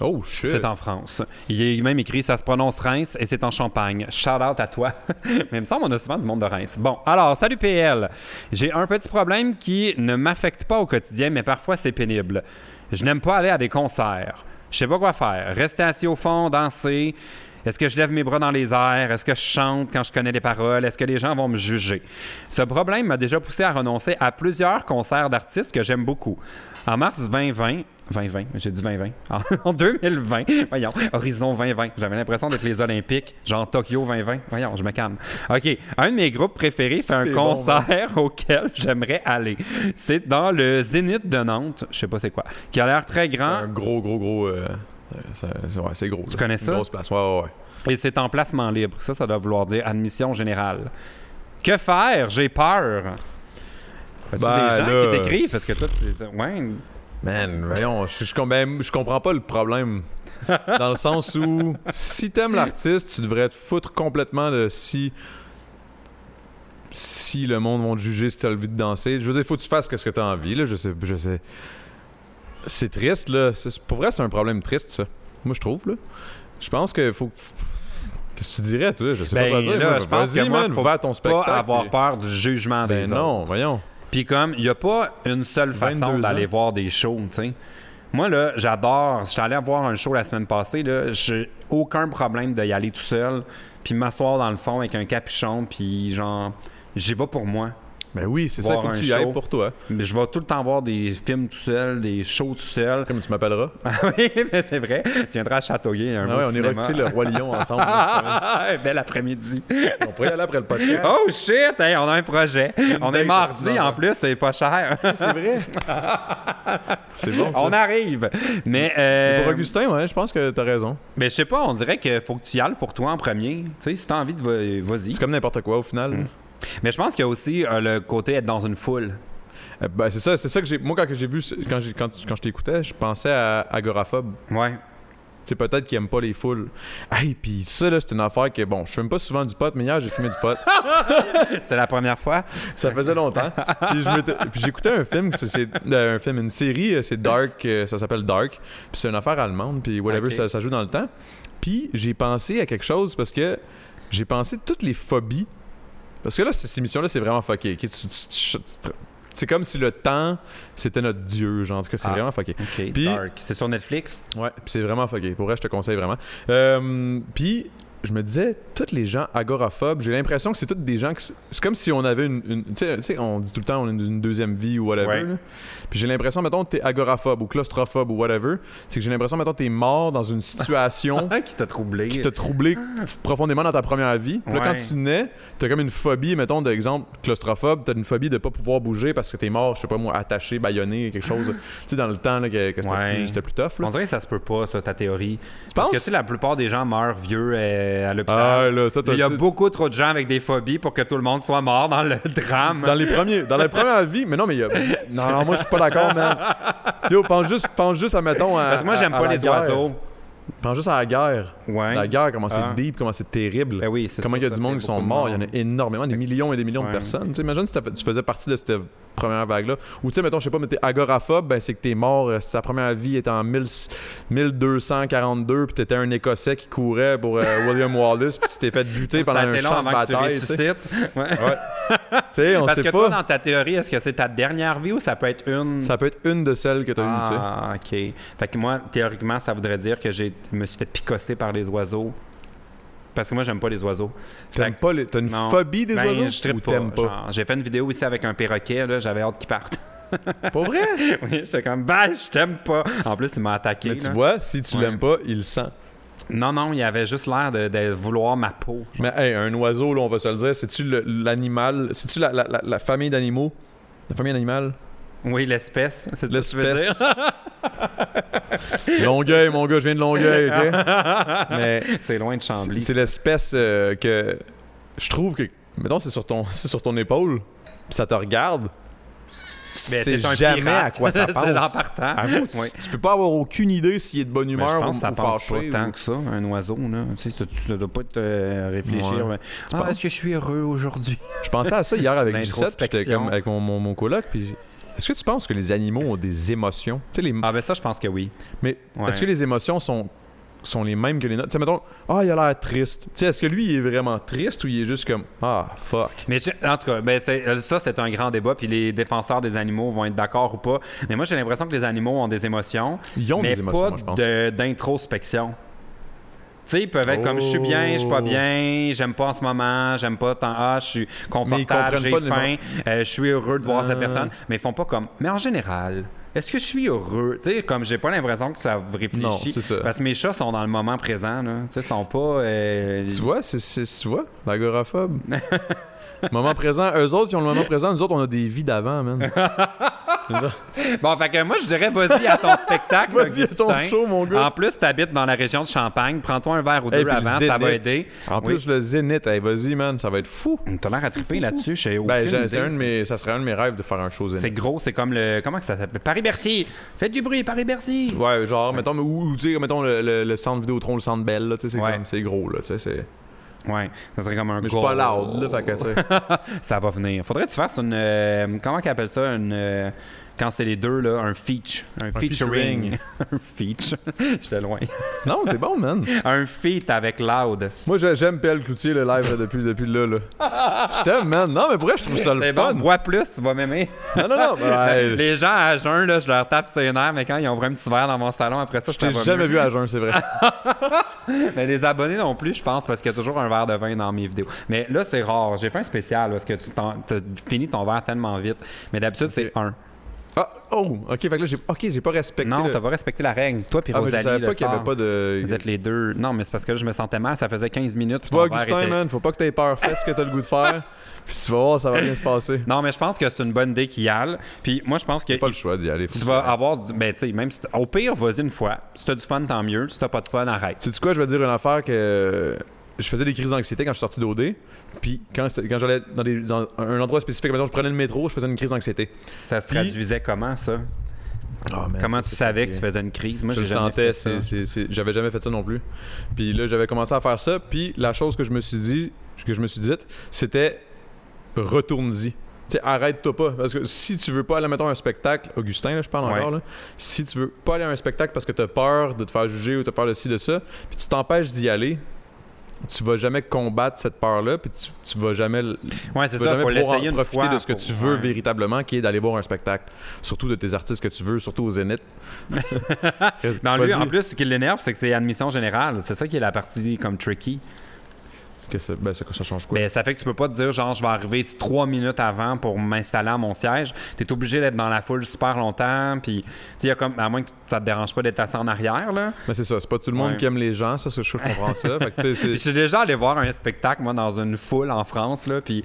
Speaker 1: Oh, shit.
Speaker 2: C'est en France. Il est même écrit, ça se prononce Reims et c'est en Champagne. Shout out à toi. (laughs) Mais il me semble qu'on a souvent du monde de Reims. Bon, alors, salut PL. J'ai un petit problème qui ne m'affecte pas au quotidien, mais parfois c'est pénible. Je n'aime pas aller à des concerts. Je sais pas quoi faire. Rester assis au fond, danser. Est-ce que je lève mes bras dans les airs? Est-ce que je chante quand je connais les paroles? Est-ce que les gens vont me juger? Ce problème m'a déjà poussé à renoncer à plusieurs concerts d'artistes que j'aime beaucoup. En mars 2020, 2020, j'ai dit 2020, en- (laughs) en 2020, voyons, Horizon 2020, j'avais l'impression d'être les Olympiques, genre Tokyo 2020, voyons, je me calme. OK, un de mes groupes préférés, c'est un
Speaker 1: C'est bon, hein?
Speaker 2: concert (laughs) auquel j'aimerais aller. C'est dans le Zénith de Nantes, je sais pas c'est quoi, qui a l'air très
Speaker 1: C'est
Speaker 2: grand,
Speaker 1: un gros, gros, gros. euh, euh, ça- c'est- ouais, c'est gros. Tu
Speaker 2: connais ça?
Speaker 1: Une grosse place. Ouais, ouais, ouais.
Speaker 2: Et c'est en placement libre. Ça, ça doit vouloir dire admission générale. Que faire? J'ai peur. As-tu
Speaker 1: Ben,
Speaker 2: des gens
Speaker 1: là.
Speaker 2: qui t'écrivent? Parce que toi, tu les- Ouais.
Speaker 1: Man, voyons, je, je, com- ben, je comprends pas le problème. Dans le sens où, si t'aimes l'artiste, tu devrais te foutre complètement de si. Si le monde va te juger si t'as envie de danser. Je veux dire, faut que tu fasses ce que t'as envie, là. Je sais. Je sais. C'est triste, là. C'est- pour vrai, c'est un problème triste, ça. Moi, je trouve, là. Je pense que faut. Qu'est-ce que tu dirais, toi? Je sais
Speaker 2: Ben,
Speaker 1: pas quoi dire.
Speaker 2: là,
Speaker 1: moi.
Speaker 2: je pense
Speaker 1: Vas-y,
Speaker 2: que moi,
Speaker 1: man,
Speaker 2: faut
Speaker 1: va à ton spectacle.
Speaker 2: Pas avoir
Speaker 1: puis-
Speaker 2: peur du jugement des
Speaker 1: Ben
Speaker 2: autres.
Speaker 1: non, voyons.
Speaker 2: Puis comme, il n'y a pas une seule façon
Speaker 1: 22
Speaker 2: d'aller
Speaker 1: ans.
Speaker 2: voir des shows, tu sais. Moi, là, j'adore. J'étais allé voir un show la semaine passée, là. J'ai aucun problème d'y aller tout seul, puis m'asseoir dans le fond avec un capuchon, puis genre, j'y vais pour moi.
Speaker 1: Ben oui, c'est ça,
Speaker 2: Voir
Speaker 1: faut que
Speaker 2: un
Speaker 1: tu y ailles
Speaker 2: show.
Speaker 1: pour toi.
Speaker 2: Mais Je vais tout le temps voir des films tout seul, des shows tout seul. (laughs)
Speaker 1: Comme tu m'appelleras.
Speaker 2: Ah oui, mais c'est vrai. Tu viendras à Châteauguay un
Speaker 1: Ah
Speaker 2: beau
Speaker 1: ouais, on ira
Speaker 2: cinéma.
Speaker 1: écouter le Roi (laughs) Lion ensemble. là,
Speaker 2: Ah, (laughs) un bel après-midi.
Speaker 1: cette semaine. on pourrait y aller après le podcast.
Speaker 2: Oh shit, hey, on a un projet. On est
Speaker 1: date,
Speaker 2: mardi
Speaker 1: sinon,
Speaker 2: en
Speaker 1: hein.
Speaker 2: plus, c'est pas cher.
Speaker 1: c'est vrai. c'est bon, ça.
Speaker 2: on arrive. Mais
Speaker 1: Et
Speaker 2: euh,
Speaker 1: Pour Augustin, ouais, je pense que t'as raison.
Speaker 2: mais je sais pas, on dirait qu'il faut que tu y ailles pour toi en premier. Tu sais, si t'as envie de va- vas-y.
Speaker 1: C'est comme n'importe quoi au final.
Speaker 2: Mais je pense qu'il y a aussi euh, le côté être dans une foule.
Speaker 1: Euh, ben, c'est ça, c'est ça que j'ai. Moi, quand que j'ai vu, ce- quand, j'ai- quand, quand je t'écoutais, je pensais à agoraphobe.
Speaker 2: Ouais.
Speaker 1: C'est peut-être qu'ils aiment pas les foules. Hey, puis ça là, c'est une affaire que bon, je fume pas souvent du pot, mais hier j'ai fumé du pot.
Speaker 2: C'est la première fois.
Speaker 1: ça faisait longtemps. Puis je m'étais- puis j'écoutais un film, que c'est, c'est- euh, un film, une série, euh, c'est Dark, euh, ça s'appelle Dark. Puis c'est une affaire allemande, puis whatever,
Speaker 2: Ok.
Speaker 1: ça, ça joue dans le temps. Puis j'ai pensé à quelque chose parce que j'ai pensé toutes les phobies. Parce que là, cette émission-là, c'est vraiment fucké. ok? Tu- tu- tu- tu- C'est comme si le temps, c'était notre dieu, genre. En tout cas, c'est
Speaker 2: Ah.
Speaker 1: vraiment fucké.
Speaker 2: OK,
Speaker 1: Puis-
Speaker 2: dark. C'est sur Netflix?
Speaker 1: Ouais, puis c'est vraiment fucké. Pour vrai, je te conseille vraiment. Euh, puis je me disais, toutes les gens agoraphobes, j'ai l'impression que c'est toutes des gens qui. s- C'est comme si on avait une. une- tu sais- tu sais, on dit tout le temps, on a une, une deuxième vie ou whatever.
Speaker 2: Ouais.
Speaker 1: là. Puis j'ai l'impression, mettons, que t'es agoraphobe ou claustrophobe ou whatever, c'est que j'ai l'impression, mettons, t'es mort dans une situation
Speaker 2: Hein, (laughs) qui t'a troublé.
Speaker 1: qui t'a troublé profondément dans ta première vie. Puis là,
Speaker 2: Ouais.
Speaker 1: quand tu nais, t'as comme une phobie, mettons, d'exemple, claustrophobe, t'as une phobie de pas pouvoir bouger parce que t'es mort, je sais pas moi, attaché, bâillonné, quelque
Speaker 2: (laughs)
Speaker 1: chose. tu sais, dans le temps, là, que, que c'était
Speaker 2: Ouais.
Speaker 1: plus- c'était plus, tough, là.
Speaker 2: On dirait que ça se peut pas, ça, ta théorie.
Speaker 1: Tu
Speaker 2: Parce que
Speaker 1: penses?
Speaker 2: tu sais, la plupart des gens meurent vieux euh, à
Speaker 1: Ah,
Speaker 2: l'hôpital.
Speaker 1: là, toi, t'as-
Speaker 2: Il y a
Speaker 1: tu-
Speaker 2: beaucoup trop de gens avec des phobies pour que tout le monde soit mort dans le (laughs) drame.
Speaker 1: Dans les premiers, dans la première vie, mais non, mais il y a. Non, non, moi, je suis pas d'accord,
Speaker 2: (laughs)
Speaker 1: man. Yo, pense juste, pense juste à, mettons, à.
Speaker 2: Parce que moi,
Speaker 1: à-
Speaker 2: j'aime
Speaker 1: à
Speaker 2: pas
Speaker 1: la
Speaker 2: les
Speaker 1: guerre.
Speaker 2: oiseaux.
Speaker 1: Pense juste à la guerre.
Speaker 2: Ouais.
Speaker 1: La guerre, comment c'est
Speaker 2: Ah.
Speaker 1: deep, comment c'est terrible.
Speaker 2: Ben oui, c'est
Speaker 1: comment
Speaker 2: ça,
Speaker 1: il y a
Speaker 2: ça
Speaker 1: du
Speaker 2: fait
Speaker 1: monde qui sont
Speaker 2: beaucoup de
Speaker 1: morts. Il y en a
Speaker 2: monde.
Speaker 1: énormément, des millions et des millions
Speaker 2: Ouais.
Speaker 1: de personnes. Tu sais, imagine si t'as- tu faisais partie de cette première vague-là. Ou tu sais, mettons, je sais pas, mais t'es agoraphobe, ben c'est que t'es mort. euh, Ta première vie est en 1000 1242, puis t'étais un Écossais qui courait pour euh, William Wallace, puis tu t'es fait buter
Speaker 2: Ça
Speaker 1: pendant
Speaker 2: a
Speaker 1: un
Speaker 2: été long
Speaker 1: champ de
Speaker 2: avant que tu
Speaker 1: bataille. Tu sais.
Speaker 2: ressuscites. Ouais.
Speaker 1: Tu sais, on
Speaker 2: Parce
Speaker 1: sait
Speaker 2: que
Speaker 1: pas.
Speaker 2: toi, dans ta théorie, est-ce que c'est ta dernière vie ou ça peut être une?
Speaker 1: Ça peut être une de celles que t'as eues, tu sais.
Speaker 2: Hmm. ah, ok. Fait que moi, théoriquement, ça voudrait dire que j'ai me suis fait picosser par les oiseaux. Parce que moi, j'aime pas les oiseaux.
Speaker 1: T'aimes
Speaker 2: Fait que-
Speaker 1: pas les... T'as une
Speaker 2: Non.
Speaker 1: phobie des
Speaker 2: Ben,
Speaker 1: oiseaux?
Speaker 2: je trippe
Speaker 1: ou
Speaker 2: pas.
Speaker 1: t'aimes pas?
Speaker 2: Genre, J'ai fait une vidéo ici avec un perroquet, là, j'avais hâte qu'il parte.
Speaker 1: Pas vrai?
Speaker 2: oui, j'étais comme, ben, je t'aime pas. En plus, il m'a attaqué.
Speaker 1: Mais tu
Speaker 2: là.
Speaker 1: vois, si tu
Speaker 2: Ouais.
Speaker 1: l'aimes pas, il le sent.
Speaker 2: Non, non, il avait juste l'air de, de vouloir ma peau.
Speaker 1: Mais hey, un oiseau, là, on va se le dire, c'est-tu le- l'animal... C'est-tu la, la- la- la famille d'animaux? La famille d'animal?
Speaker 2: Oui, l'espèce, c'est ça que tu veux dire?
Speaker 1: (laughs) L'espèce? (laughs) Longueuil, mon gars, je viens de Longueuil, ok?
Speaker 2: (laughs)
Speaker 1: Mais
Speaker 2: C'est loin de
Speaker 1: c'est
Speaker 2: Chambly.
Speaker 1: c'est l'espèce euh, que... Je trouve que... Mettons, c'est sur, ton- (laughs) c'est sur ton épaule, pis ça te regarde. Tu
Speaker 2: Mais
Speaker 1: sais
Speaker 2: Ben, t'es un
Speaker 1: jamais
Speaker 2: pirate.
Speaker 1: à quoi ça
Speaker 2: (laughs) c'est en
Speaker 1: pense.
Speaker 2: partant.
Speaker 1: Avoue, tu,
Speaker 2: Oui.
Speaker 1: tu peux pas avoir aucune idée s'il est de bonne
Speaker 2: Mais
Speaker 1: humeur
Speaker 2: je
Speaker 1: ou,
Speaker 2: pense que ça
Speaker 1: ou
Speaker 2: pense pas
Speaker 1: fâché.
Speaker 2: tant
Speaker 1: ou-
Speaker 2: que ça, un oiseau. Là. Tu sais, ça- tu ne dois pas te euh, réfléchir.
Speaker 1: Ouais.
Speaker 2: mais, Ah,
Speaker 1: penses-
Speaker 2: est-ce que je suis heureux aujourd'hui?
Speaker 1: Je pensais à ça hier avec Gisette, puis j'étais
Speaker 2: L'introspection.
Speaker 1: comme avec mon, mon, mon coloc, puis est-ce que tu penses que les animaux ont des émotions? Tu sais, les...
Speaker 2: Ah ben ça, je pense que oui.
Speaker 1: Mais
Speaker 2: Ouais.
Speaker 1: est-ce que les émotions sont, sont les mêmes que les nôtres? Tu sais, mettons, ah, il a l'air triste. Tu sais, est-ce que lui, il est vraiment triste ou il est juste comme, ah, fuck.
Speaker 2: Mais je- en tout cas, ben, c'est- euh, ça, c'est un grand débat, puis les défenseurs des animaux vont être d'accord ou pas. Mais moi, j'ai l'impression que les animaux ont des émotions,
Speaker 1: Ils ont
Speaker 2: mais
Speaker 1: des émotions,
Speaker 2: pas
Speaker 1: moi, je pense.
Speaker 2: de- d'introspection. Tu sais, ils peuvent être comme je suis bien, je suis pas
Speaker 1: Oh.
Speaker 2: bien, j'aime pas en ce moment, j'aime pas tant, ah, je suis confortable,
Speaker 1: comprennent
Speaker 2: j'ai
Speaker 1: pas les
Speaker 2: faim, euh, je suis heureux de voir
Speaker 1: Ah.
Speaker 2: cette personne, mais ils font pas comme, mais en général, est-ce que je suis heureux? Tu sais, comme j'ai pas l'impression que ça réfléchit.
Speaker 1: Non, c'est ça.
Speaker 2: Parce que mes chats sont dans le moment présent, là. Tu sais, ils sont pas. euh,
Speaker 1: Tu vois, c'est, c'est- tu vois, (laughs) l'agoraphobe. moment présent, eux autres, ils ont le moment présent, nous autres, on a des vies d'avant, (laughs) man.
Speaker 2: Bon, fait que moi, je dirais, vas-y à ton spectacle.
Speaker 1: (laughs) Vas-y, à ton
Speaker 2: Augustin.
Speaker 1: show, mon gars.
Speaker 2: En plus, t'habites dans la région de Champagne. Prends-toi un verre ou
Speaker 1: Hey,
Speaker 2: deux
Speaker 1: puis le
Speaker 2: avant, ça
Speaker 1: Zénith.
Speaker 2: va aider.
Speaker 1: En
Speaker 2: Oui.
Speaker 1: plus, le zénith, hey, vas-y, man, ça va être fou.
Speaker 2: T'as l'air à triper là-dessus. Je sais
Speaker 1: Ben,
Speaker 2: aucune
Speaker 1: j'ai-
Speaker 2: idée,
Speaker 1: c'est un de
Speaker 2: c'est-
Speaker 1: mes, ça serait un de mes rêves de faire un show zénith.
Speaker 2: C'est gros, c'est comme le. Comment que ça s'appelle Paris-Bercy. Faites du bruit, Paris-Bercy.
Speaker 1: Ouais, genre, mettons, mais ou, ou, tu sais, mettons le, le, le centre Vidéotron, le centre Bell, là, tu sais, c'est
Speaker 2: Ouais.
Speaker 1: comme- c'est gros, là, tu sais, c'est...
Speaker 2: Ouais, ça serait comme un
Speaker 1: Mais je suis pas loud, là, fait que, tu sais. (laughs)
Speaker 2: Ça va venir. Faudrait que tu fasses une. euh, comment qu'ils appellent ça Une. euh, quand c'est les deux, là, un feat. Un,
Speaker 1: featuring.
Speaker 2: featuring. (laughs) un feat. J'étais loin.
Speaker 1: Non, t'es bon, man.
Speaker 2: Un feat avec Loud.
Speaker 1: Moi, j'ai- j'aime PL Cloutier, le live, là, depuis, depuis là, là. Je t'aime, man. Non, mais pour vrai, je trouve ça le
Speaker 2: C'est bon,
Speaker 1: fun.
Speaker 2: bois plus, tu vas m'aimer.
Speaker 1: Non, non, non.
Speaker 2: (laughs)
Speaker 1: ben,
Speaker 2: Les gens à jeun, là, je leur tape ses nerfs, mais quand ils ont vraiment un petit verre dans mon salon, après ça,
Speaker 1: je
Speaker 2: je
Speaker 1: t'ai jamais vu à jeun, c'est vrai.
Speaker 2: Mais les abonnés non plus, je pense, parce qu'il y a toujours un verre de vin dans mes vidéos. Mais là, c'est rare. J'ai fait un spécial parce que tu t'en- t'as fini ton verre tellement vite. Mais d'habitude, c'est un.
Speaker 1: Ah, oh, ok, fait que là, j'ai ok, j'ai pas respecté.
Speaker 2: Non,
Speaker 1: le-
Speaker 2: t'as pas respecté la règle. Toi puis
Speaker 1: Ah, mais je
Speaker 2: Rosalie,
Speaker 1: savais
Speaker 2: le
Speaker 1: pas qu'il y avait
Speaker 2: sort.
Speaker 1: pas de.
Speaker 2: Vous êtes les deux. Non, mais c'est parce que là, je me sentais mal. Ça faisait 15 minutes.
Speaker 1: Tu vois,
Speaker 2: ton verre
Speaker 1: Augustin,
Speaker 2: était-
Speaker 1: man, faut pas que t'aies peur. Fais ce que t'as le goût de
Speaker 2: (laughs)
Speaker 1: faire. Puis tu vas voir, ça va bien se passer.
Speaker 2: Non, mais je pense que c'est une bonne idée qu'il y aille. Puis moi, je pense que
Speaker 1: J'ai pas le choix d'y aller.
Speaker 2: tu vas avoir. du- Ben, tu sais, même si t- au pire, vas-y une fois. Si t'as du fun, tant mieux. Si t'as pas de fun, arrête.
Speaker 1: Tu sais quoi, je vais te dire une affaire que euh, je faisais des crises d'anxiété quand je suis sorti d'OD. Puis quand, c'était- quand j'allais dans, des- dans un endroit spécifique, mettons, je prenais le métro, je faisais une crise d'anxiété.
Speaker 2: Ça se
Speaker 1: Puis-
Speaker 2: traduisait comment, ça?
Speaker 1: Ah, man,
Speaker 2: Comment
Speaker 1: ça,
Speaker 2: tu
Speaker 1: c'est
Speaker 2: savais que tu
Speaker 1: compliqué.
Speaker 2: faisais une crise? Moi,
Speaker 1: je
Speaker 2: j'ai
Speaker 1: le
Speaker 2: jamais
Speaker 1: sentais,
Speaker 2: fait ça.
Speaker 1: c'est- c'est- c'est- j'avais jamais fait ça non plus. Puis là, j'avais commencé à faire ça. Puis la chose que je me suis dit, que je me suis dite, c'était retourne-y. Tu sais, arrête-toi pas. Parce que si tu veux pas aller, mettons, à un spectacle, Augustin, là, je parle
Speaker 2: Ouais.
Speaker 1: encore, là, si tu veux pas aller à un spectacle parce que t'as peur de te faire juger ou t'as peur de ci, de ça, puis tu t'empêches d'y aller, tu vas jamais combattre cette peur-là, puis tu, tu vas jamais, l-
Speaker 2: Ouais, c'est
Speaker 1: tu vas
Speaker 2: ça,
Speaker 1: jamais
Speaker 2: faut
Speaker 1: pouvoir
Speaker 2: l'essayer
Speaker 1: en
Speaker 2: une
Speaker 1: profiter
Speaker 2: fois
Speaker 1: de ce que
Speaker 2: pour-
Speaker 1: tu veux
Speaker 2: ouais.
Speaker 1: véritablement, qui est d'aller voir un spectacle. Surtout de tes artistes que tu veux, surtout au Zénith.
Speaker 2: (laughs) Mais en, lui,
Speaker 1: Vas-y.
Speaker 2: en plus, ce qui l'énerve, c'est que c'est admission générale. C'est ça qui est la partie comme tricky.
Speaker 1: que ça, ben, ça, ça change quoi?
Speaker 2: Ben, ça fait que tu peux pas te dire, genre, je vais arriver trois minutes avant pour m'installer à mon siège. Tu es obligé d'être dans la foule super longtemps. Puis, tu sais, y a comme, à moins que ça te dérange pas d'être assis en arrière, là.
Speaker 1: Mais c'est ça, c'est pas tout le monde
Speaker 2: Ouais.
Speaker 1: qui aime les gens, ça, c'est je comprends ça. Fait que, tu sais, c'est-
Speaker 2: Puis, je (laughs) suis Euh, déjà allé voir un spectacle, moi, dans une foule en France, là. Puis,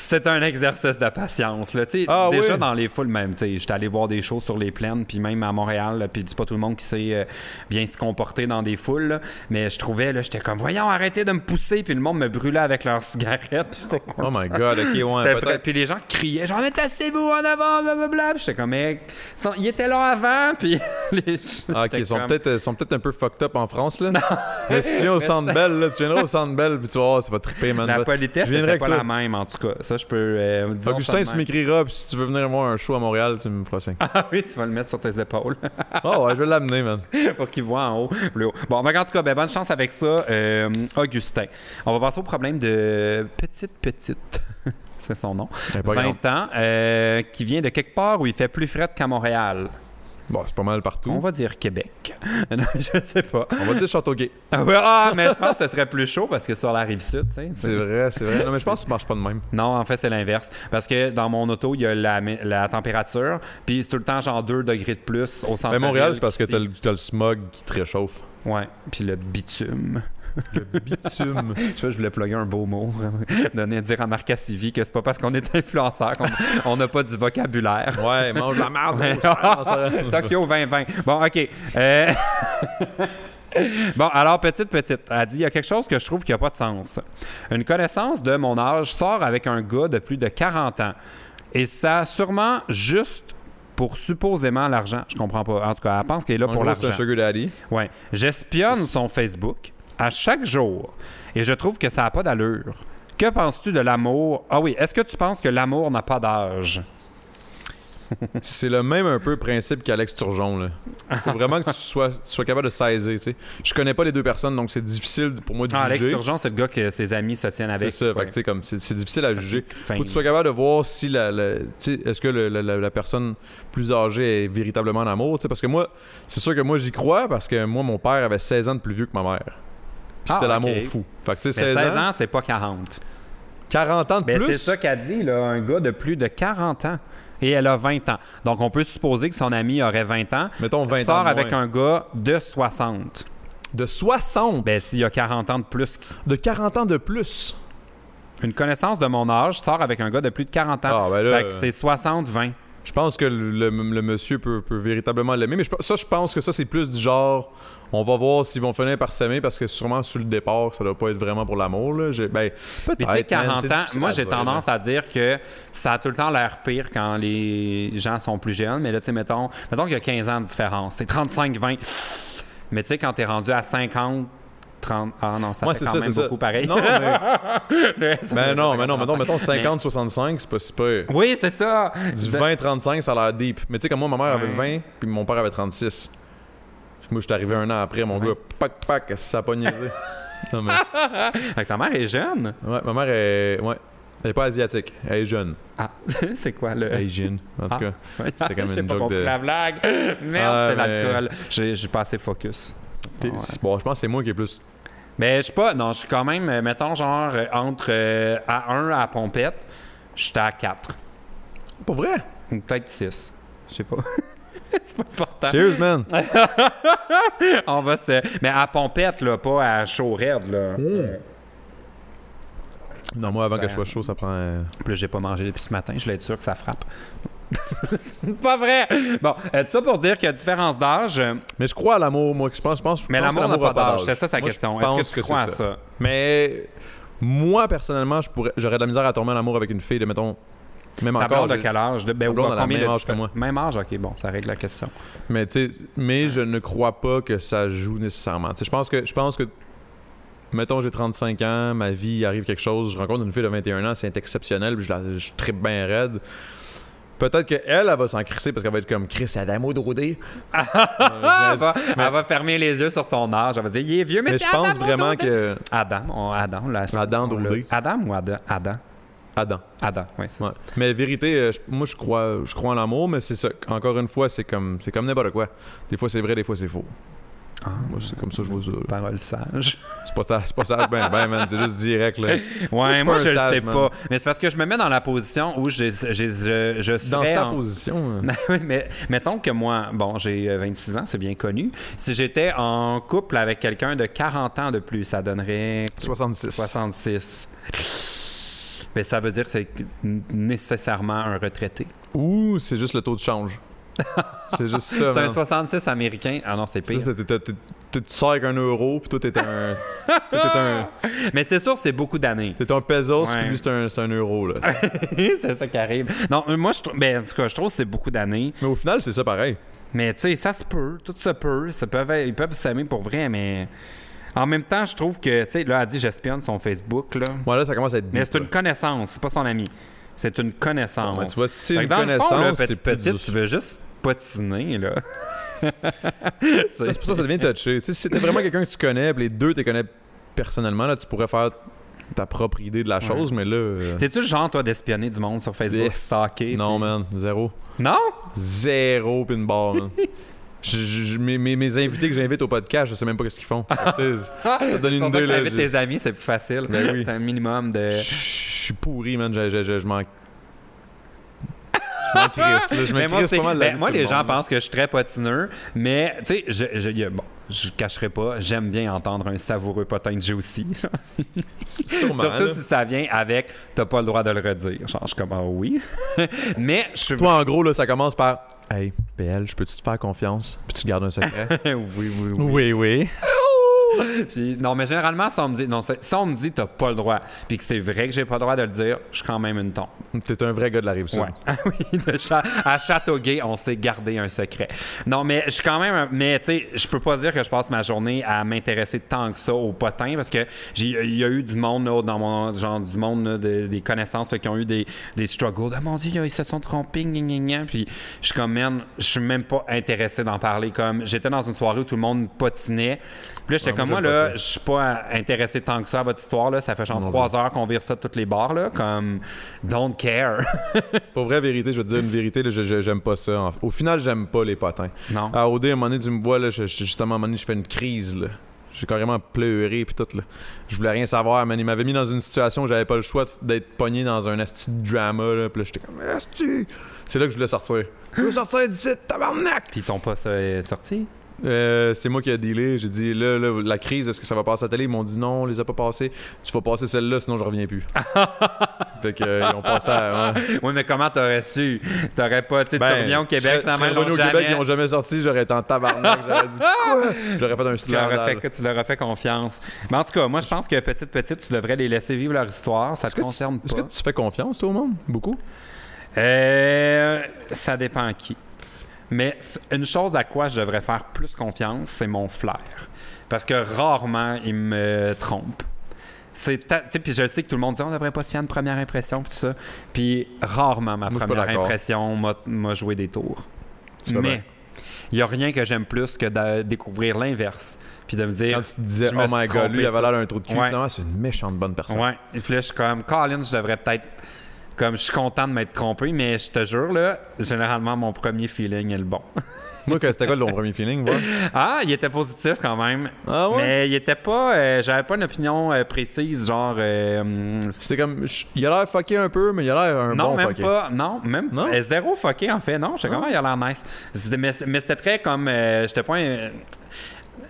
Speaker 2: c'est un exercice de patience, là. Tu sais,
Speaker 1: Ah,
Speaker 2: déjà
Speaker 1: oui.
Speaker 2: dans les foules, même, tu sais, j'étais allé voir des shows sur les plaines, puis même à Montréal, là, puis c'est pas tout le monde qui sait euh, bien se comporter dans des foules, là. Mais je trouvais, là, j'étais comme, voyons, arrêtez de me pousser, puis le monde me brûlait avec leurs cigarettes. J'étais comme,
Speaker 1: Oh my god, ok, (laughs)
Speaker 2: C'était
Speaker 1: ouais,
Speaker 2: vrai.
Speaker 1: peut-être.
Speaker 2: Puis les gens criaient, genre, mais tassez-vous en avant, blablabla. Puis j'étais comme, mais sont- ils étaient là avant, (laughs) puis les
Speaker 1: Ah, ok, ils sont
Speaker 2: peut-être.
Speaker 1: peut-être euh, sont peut-être un peu fucked up en France,
Speaker 2: (laughs)
Speaker 1: là. Mais si tu viens au Centre Bell, là, tu viendras au Centre Bell, puis tu vas voir, ça va triper, man.
Speaker 2: La
Speaker 1: Va-
Speaker 2: politesse
Speaker 1: je viendrai
Speaker 2: n'était pas
Speaker 1: avec
Speaker 2: la
Speaker 1: toi.
Speaker 2: même, en tout cas. Ça, je peux. Euh, disons
Speaker 1: Augustin,
Speaker 2: ça
Speaker 1: tu
Speaker 2: de même.
Speaker 1: m'écriras, puis si tu veux venir voir un show à Montréal, tu me feras
Speaker 2: (laughs)
Speaker 1: signe.
Speaker 2: Ah oui, tu vas le mettre sur tes épaules (laughs)
Speaker 1: Oh, ouais, je vais l'amener, man.
Speaker 2: pour qu'il voit en haut, plus haut. Bon, ben, en tout cas, ben, bonne chance avec ça, euh, Augustin. On va passer au problème de Petite Petite. (laughs) C'est son nom.
Speaker 1: C'est pas grave.
Speaker 2: 20 ans, euh, qui vient de quelque part où il fait plus fret qu'à Montréal.
Speaker 1: Bon, c'est pas mal
Speaker 2: On
Speaker 1: partout.
Speaker 2: va dire Québec. (laughs) non, je sais pas.
Speaker 1: On va dire Châteauguay.
Speaker 2: Ah, ouais, ah, mais je pense que ce serait plus chaud parce que sur la rive sud, tu sais.
Speaker 1: C'est vrai, c'est vrai. Non, mais je pense que ça marche pas de même.
Speaker 2: Non, en fait, c'est l'inverse. Parce que dans mon auto, il y a la, la température, puis c'est tout le temps genre 2 degrés de plus au centre.
Speaker 1: Mais Montréal, c'est parce que
Speaker 2: qu'ici.
Speaker 1: t'as le, t'as le smog qui te réchauffe.
Speaker 2: Ouais, puis le bitume.
Speaker 1: Bitume.
Speaker 2: Je sais pas, je voulais plugger un beau mot. (laughs) Donner, dire à Marc Cassivi que c'est pas parce qu'on est influenceur qu'on (laughs) on n'a pas du vocabulaire.
Speaker 1: (laughs)
Speaker 2: (laughs)
Speaker 1: Ouais, mange la merde.
Speaker 2: Ouais.
Speaker 1: gros. Non, c'est pas vrai.
Speaker 2: Tokyo 2020. Bon, OK. Euh, (laughs) bon, alors, petite, petite. Elle dit il y a quelque chose que je trouve qui n'a pas de sens. Une connaissance de mon âge sort avec un gars de plus de 40 ans. Et ça, sûrement, juste pour supposément l'argent. Je comprends pas. En tout cas, elle pense qu'il est là
Speaker 1: En
Speaker 2: pour
Speaker 1: gros, c'est
Speaker 2: l'argent.
Speaker 1: un sugar daddy.
Speaker 2: Ouais. J'espionne son Facebook à chaque jour et je trouve que ça n'a pas d'allure. Que penses-tu de l'amour? Ah oui, est-ce que tu penses que l'amour n'a pas d'âge?
Speaker 1: C'est le même un peu principe qu'Alex Turgeon. Là. Faut vraiment que tu sois, tu sois capable de saisir. tu sais. Je connais pas les deux personnes, donc c'est difficile pour moi de
Speaker 2: Ah, Alex
Speaker 1: juger.
Speaker 2: Turgeon, c'est le gars que ses amis se tiennent avec.
Speaker 1: C'est ça, fait
Speaker 2: Ouais.
Speaker 1: que, tu sais, comme c'est c'est difficile à juger.
Speaker 2: Fin.
Speaker 1: Faut que tu sois capable de voir si la, la- tu sais, est-ce que le- la, la- la personne plus âgée est véritablement en amour, tu sais, parce que moi, c'est sûr que moi j'y crois parce que moi mon père avait 16 ans de plus vieux que ma mère. Puis
Speaker 2: Ah,
Speaker 1: c'était l'amour
Speaker 2: ok.
Speaker 1: fou. Fait que tu sais
Speaker 2: Mais
Speaker 1: 16,
Speaker 2: 16
Speaker 1: ans,
Speaker 2: ans, c'est pas 40.
Speaker 1: 40 ans de
Speaker 2: Ben,
Speaker 1: plus.
Speaker 2: c'est ça qu'elle dit, là, un gars de plus de 40 ans. Et elle a 20 ans. Donc, on peut supposer que son ami aurait 20 ans.
Speaker 1: Mettons 20
Speaker 2: sort
Speaker 1: ans de,
Speaker 2: avec
Speaker 1: moins.
Speaker 2: un gars de 60.
Speaker 1: de 60,
Speaker 2: Ben, s'il y a 40 ans de plus.
Speaker 1: de 40 ans de plus.
Speaker 2: Une connaissance de mon âge sort avec un gars de plus de 40 ans.
Speaker 1: Ah ben là,
Speaker 2: Fait que c'est 60-20.
Speaker 1: je pense que le, le- le monsieur peut, peut véritablement l'aimer, mais je- ça je pense que ça c'est plus du genre on va voir s'ils vont finir par s'aimer parce que sûrement sur le départ ça doit pas être vraiment pour l'amour là. J'ai- Ben
Speaker 2: Puis tu sais,
Speaker 1: peut-être. man,
Speaker 2: 40
Speaker 1: c'est
Speaker 2: ans,
Speaker 1: difficile
Speaker 2: moi
Speaker 1: à
Speaker 2: j'ai
Speaker 1: dire, là.
Speaker 2: tendance à dire que ça a tout le temps l'air pire quand les gens sont plus jeunes, mais là, tu sais, mettons, mettons qu'il y a 15 ans de différence. C'est 35-20. Mais tu sais, quand t'es rendu à 50, 30, ah non, ça
Speaker 1: Moi,
Speaker 2: fait
Speaker 1: c'est
Speaker 2: quand
Speaker 1: ça,
Speaker 2: même
Speaker 1: c'est ça.
Speaker 2: beaucoup pareil. (laughs)
Speaker 1: Non, mais-
Speaker 2: Ça
Speaker 1: Ben
Speaker 2: fait
Speaker 1: non,
Speaker 2: 50,
Speaker 1: mais non, mettons,
Speaker 2: 35.
Speaker 1: mettons 50-65, c'est pas si pire.
Speaker 2: Oui, c'est ça.
Speaker 1: Du
Speaker 2: De-
Speaker 1: 20-35, ça a l'air deep. Mais tu sais, comme moi, ma mère
Speaker 2: Ben- Ouais.
Speaker 1: avait 20, puis mon père avait 36. Puis moi, je suis arrivé un an après, mon
Speaker 2: Ouais.
Speaker 1: gars, pac, pac, ça a pas
Speaker 2: (laughs)
Speaker 1: niaisé. non, mais,
Speaker 2: Fait que ta mère est jeune. (laughs)
Speaker 1: ouais, ma mère est. Ouais. Elle est pas asiatique, elle est jeune.
Speaker 2: Ah, c'est quoi le.
Speaker 1: Asian, en tout
Speaker 2: Ah.
Speaker 1: cas.
Speaker 2: (laughs)
Speaker 1: c'était comme
Speaker 2: Je sais
Speaker 1: une
Speaker 2: pas
Speaker 1: joke
Speaker 2: compris
Speaker 1: de-
Speaker 2: la blague. (laughs) Merde,
Speaker 1: Ah,
Speaker 2: c'est
Speaker 1: mais-
Speaker 2: l'alcool. J'ai j'ai pas assez focus.
Speaker 1: T'es-
Speaker 2: Ouais.
Speaker 1: c'est- Bon, je pense que c'est moi qui est plus.
Speaker 2: Mais je suis pas. Non, je suis quand même, euh, mettons, genre, euh, entre euh, à 1 à Pompette, j'étais à 4.
Speaker 1: Pour vrai?
Speaker 2: Ou peut-être 6. Je sais pas. (laughs) c'est pas important.
Speaker 1: Cheers, man!
Speaker 2: On va se. Mais à Pompette, là, pas à Chaured, là.
Speaker 1: Non, moi,
Speaker 2: Ben.
Speaker 1: avant que je sois chaud, ça prend. euh,
Speaker 2: Puis là, j'ai pas mangé depuis ce matin, je l'ai être sûr que ça frappe. (laughs) c'est pas vrai! Bon, euh, tout ça pour dire qu'il y a différence d'âge, euh,
Speaker 1: Mais je crois à l'amour, moi. Je pense, je pense, je
Speaker 2: mais
Speaker 1: pense que
Speaker 2: l'amour n'a pas
Speaker 1: a
Speaker 2: d'âge. C'est ça sa
Speaker 1: Moi, je
Speaker 2: question.
Speaker 1: pense
Speaker 2: Est-ce que tu crois
Speaker 1: c'est
Speaker 2: à ça?
Speaker 1: Mais moi, personnellement, je pourrais- j'aurais de la misère à tomber en amour avec une fille de, mettons, même
Speaker 2: Ta
Speaker 1: encore.
Speaker 2: blonde de
Speaker 1: j'ai-
Speaker 2: quel âge? De, ben,
Speaker 1: Ma blonde
Speaker 2: ou
Speaker 1: a la
Speaker 2: combien
Speaker 1: même
Speaker 2: de
Speaker 1: âge que moi.
Speaker 2: Même âge, ok, bon, ça règle la question.
Speaker 1: Mais, tu sais, mais je ne crois pas que ça joue nécessairement. Tu sais, Je pense que, je pense que, mettons, j'ai 35 ans, ma vie il arrive quelque chose, je rencontre une fille de 21 ans, c'est exceptionnel, puis je, la, je trippe bien raide. Peut-être qu'elle, elle va s'en crisser parce qu'elle va être comme Chris, elle a l'amour de
Speaker 2: (laughs)
Speaker 1: rodé.
Speaker 2: Ah,
Speaker 1: Euh,
Speaker 2: elle, va, elle va fermer les yeux sur ton âge. Elle va dire, il est vieux, mais,
Speaker 1: mais
Speaker 2: c'est
Speaker 1: je pense
Speaker 2: Adam
Speaker 1: vraiment
Speaker 2: Dodé.
Speaker 1: que.
Speaker 2: Adam, on- Adam, là. c'est-
Speaker 1: Adam
Speaker 2: on l'a-
Speaker 1: Dodé.
Speaker 2: Adam ou Adam? Adam.
Speaker 1: Adam.
Speaker 2: Adam, oui, c'est
Speaker 1: Ouais. Mais vérité, euh, je- moi je crois, je crois en l'amour, mais c'est ça. Encore une fois, c'est comme, c'est comme n'importe quoi. Des fois c'est vrai, des fois c'est faux. Moi, c'est comme ça que je vois ça. là.
Speaker 2: Ah,
Speaker 1: (laughs)
Speaker 2: Parole sage.
Speaker 1: C'est pas, ça- c'est pas sage, ben, ben, man. C'est juste direct, là.
Speaker 2: Ouais,
Speaker 1: suis
Speaker 2: moi,
Speaker 1: pas un
Speaker 2: je le
Speaker 1: sage,
Speaker 2: sais
Speaker 1: man.
Speaker 2: pas. Mais c'est parce que je me mets dans la position où j'ai- j'ai- je, je
Speaker 1: Dans
Speaker 2: serais
Speaker 1: sa
Speaker 2: (laughs) en-
Speaker 1: position. hein.
Speaker 2: Non, oui, mais mettons que moi, bon, j'ai euh, 26 ans, c'est bien connu. Si j'étais en couple avec quelqu'un de 40 ans de plus, ça donnerait
Speaker 1: 66.
Speaker 2: 66. Mais Ben, ça veut dire que c'est n- nécessairement un retraité.
Speaker 1: Ou c'est juste le taux de change. c'est juste ça,
Speaker 2: C'est un
Speaker 1: man.
Speaker 2: 66 américain. Ah non, c'est
Speaker 1: Ça,
Speaker 2: pire.
Speaker 1: c'est- t'as- t'as- Tu te sors avec un euro, puis toi, t'es un. t'es un,
Speaker 2: Mais c'est sûr, c'est beaucoup
Speaker 1: (laughs)
Speaker 2: d'années.
Speaker 1: t'es un pesos,
Speaker 2: Ouais.
Speaker 1: puis lui, c'est un, c'est un euro, là.
Speaker 2: c'est ça qui arrive. Non, mais moi, je trouve. Ben, en tout cas, je trouve que c'est beaucoup d'années.
Speaker 1: Mais au final, c'est ça pareil.
Speaker 2: Mais tu sais, ça se peut, tout se peut. Ça peut ils peuvent s'aimer pour vrai, mais en même temps, je trouve que, tu sais, là, elle dit j'espionne son Facebook, là.
Speaker 1: Moi, là, ça commence à être.
Speaker 2: Mais
Speaker 1: deep,
Speaker 2: c'est une
Speaker 1: là.
Speaker 2: connaissance, c'est pas son ami. C'est une connaissance.
Speaker 1: Ouais, tu vois, si c'est
Speaker 2: Fait que
Speaker 1: une
Speaker 2: dans le fond, là,
Speaker 1: connaissance,
Speaker 2: petit,
Speaker 1: c'est plus
Speaker 2: petit,
Speaker 1: du-
Speaker 2: tu veux juste patiner, là.
Speaker 1: Ça, c'est pour ça que ça devient touché. Tu sais, si c'était vraiment quelqu'un que tu connais, puis les deux, tu les connais personnellement, là, tu pourrais faire ta propre idée de la chose, mais là. euh,
Speaker 2: T'es-tu le genre, toi, d'espionner du monde sur Facebook,
Speaker 1: Eh,
Speaker 2: stalker?
Speaker 1: Non,
Speaker 2: puis-
Speaker 1: man, zéro.
Speaker 2: Non?
Speaker 1: Zéro pin bar, man. Je- je- je- mes, mes- mes invités que j'invite au podcast, je sais même pas ce qu'ils font. Tu sais,
Speaker 2: (laughs) Ça
Speaker 1: donne une idée, là,
Speaker 2: Avec
Speaker 1: j'ai-
Speaker 2: tes amis, c'est plus facile.
Speaker 1: Ben oui.
Speaker 2: T'as un minimum de.
Speaker 1: je je suis pourri, man. Je, je, je, je m'en. Je m'en crisse, là. Je
Speaker 2: Mais
Speaker 1: me
Speaker 2: moi,
Speaker 1: crisse
Speaker 2: c'est-
Speaker 1: pas mal. de la
Speaker 2: ben,
Speaker 1: vie de
Speaker 2: moi,
Speaker 1: tout le
Speaker 2: les gens
Speaker 1: monde.
Speaker 2: pensent que je suis très patineux, mais tu sais, je, je, y a- bon, je cacherai pas, j'aime bien entendre un savoureux potin de
Speaker 1: (laughs)
Speaker 2: jus aussi.
Speaker 1: Sûrement.
Speaker 2: (laughs) Surtout
Speaker 1: là.
Speaker 2: si ça vient avec t'as pas le droit de le redire. Genre, je suis comme ah oui. (laughs) mais je suis (laughs)
Speaker 1: Toi, en gros, là, ça commence par Hey, PL, je peux-tu te faire confiance? Puis tu gardes un secret?
Speaker 2: oui, oui, oui.
Speaker 1: oui, oui.
Speaker 2: Puis, non, mais généralement, si on me dit, non, c'est- si on me dit t'as pas le droit, puis que c'est vrai que j'ai pas le droit de le dire, je suis quand même une tombe.
Speaker 1: (laughs) T'es un vrai gars de la rive sud.
Speaker 2: Ouais. (laughs) Ah oui, de Cha- à Châteauguay, on s'est gardé un secret. Non, mais je suis quand même. un- Mais tu sais, je peux pas dire que je passe ma journée à m'intéresser tant que ça au potin parce que j'ai- il y a eu du monde là, dans mon genre du monde là, de- des connaissances là, qui ont eu des, des struggles. Ah mon dieu, ils se sont trompés, gna, gna, gna. Puis je suis comme man, je suis même pas intéressé d'en parler. Comme j'étais dans une soirée où tout le monde potinait. Puis là,
Speaker 1: Ouais,
Speaker 2: j'étais comme moi
Speaker 1: moi,
Speaker 2: là,
Speaker 1: j'aime pas ça.
Speaker 2: je suis pas intéressé tant que ça à votre histoire là. Ça fait genre
Speaker 1: Non,
Speaker 2: trois heures qu'on vire ça toutes les bars là. Comme don't care. (laughs)
Speaker 1: Pour vraie vérité, je vais te dire une vérité, là, je- je- j'aime pas ça. en- Au final, j'aime pas les potins.
Speaker 2: non.
Speaker 1: À OD, à un moment donné, tu me vois, là, je- je- justement, à un moment donné, je fais une crise, là. J'ai carrément pleuré, puis tout, là. Je voulais rien savoir, man. Il m'avait mis dans une situation où j'avais pas le choix de- d'être pogné dans un asti de drama, là. Puis là, j'étais comme, asti! C'est là que je voulais sortir. Je veux sortir d'ici, tabarnak!
Speaker 2: Puis ton poste est sorti.
Speaker 1: Euh, c'est moi qui ai dealé. J'ai dit, là, là, la crise, est-ce que ça va passer à la télé? Ils m'ont dit, non, on les a pas passés. Tu vas passer celle-là, sinon je reviens (laughs) plus. fait que, euh, ils ont passé à. ouais.
Speaker 2: Oui, mais comment t'aurais su? T'aurais pas, tu sais, tu
Speaker 1: Ben,
Speaker 2: reviens au Québec,
Speaker 1: je serais-
Speaker 2: finalement,
Speaker 1: je serais revenu
Speaker 2: ils
Speaker 1: au
Speaker 2: l'ont
Speaker 1: Québec, ils
Speaker 2: jamais-
Speaker 1: n'ont jamais sorti, j'aurais été en tabarnak, j'aurais
Speaker 2: (laughs)
Speaker 1: dit quoi? J'aurais fait un
Speaker 2: tu leur, as
Speaker 1: scandale.
Speaker 2: fait, tu leur as fait confiance. Mais en tout cas, moi, je pense que petite, petite, tu devrais les laisser vivre leur histoire. Ça te
Speaker 1: que tu-
Speaker 2: concerne
Speaker 1: Est-ce
Speaker 2: pas.
Speaker 1: que tu fais confiance, toi, au monde? Beaucoup?
Speaker 2: Euh, ça dépend à qui. Mais c- une chose à quoi je devrais faire plus confiance, c'est mon flair. Parce que rarement, il me trompe. C'est ta- tu sais, Puis je sais que tout le monde dit on devrait pas se fier à une première impression, puis tout ça. Puis rarement, ma
Speaker 1: Moi, je suis pas
Speaker 2: première
Speaker 1: d'accord.
Speaker 2: impression m'a- m'a joué des tours.
Speaker 1: Tu fais
Speaker 2: Mais
Speaker 1: bien.
Speaker 2: il n'y a rien que j'aime plus que de découvrir l'inverse. Puis de me dire.
Speaker 1: Quand tu te disais,
Speaker 2: je me
Speaker 1: oh
Speaker 2: suis
Speaker 1: my god, lui,
Speaker 2: trompé,
Speaker 1: il avait
Speaker 2: ça.
Speaker 1: l'air d'un trou de cul,
Speaker 2: Ouais.
Speaker 1: finalement, c'est une méchante bonne personne.
Speaker 2: Ouais. Et puis là, je suis comme. Colin, je devrais peut-être. Comme je suis content de m'être trompé, mais je te jure, là, généralement, mon premier feeling est le bon. (laughs)
Speaker 1: Moi, que c'était quoi ton premier feeling, voilà?
Speaker 2: ah, il était positif quand même.
Speaker 1: Ah ouais?
Speaker 2: Mais il était pas. euh, J'avais pas une opinion euh, précise, genre. euh, hum,
Speaker 1: C'était comme, je- il a l'air fucké un peu, mais il a l'air un
Speaker 2: non,
Speaker 1: bon
Speaker 2: même
Speaker 1: fucké.
Speaker 2: pas. Non, même
Speaker 1: Non?
Speaker 2: euh, zéro fucké, en fait. Non, j'étais comme, Ah, il a l'air nice. C'était- Mais, mais c'était très comme. euh, j'étais pas. un-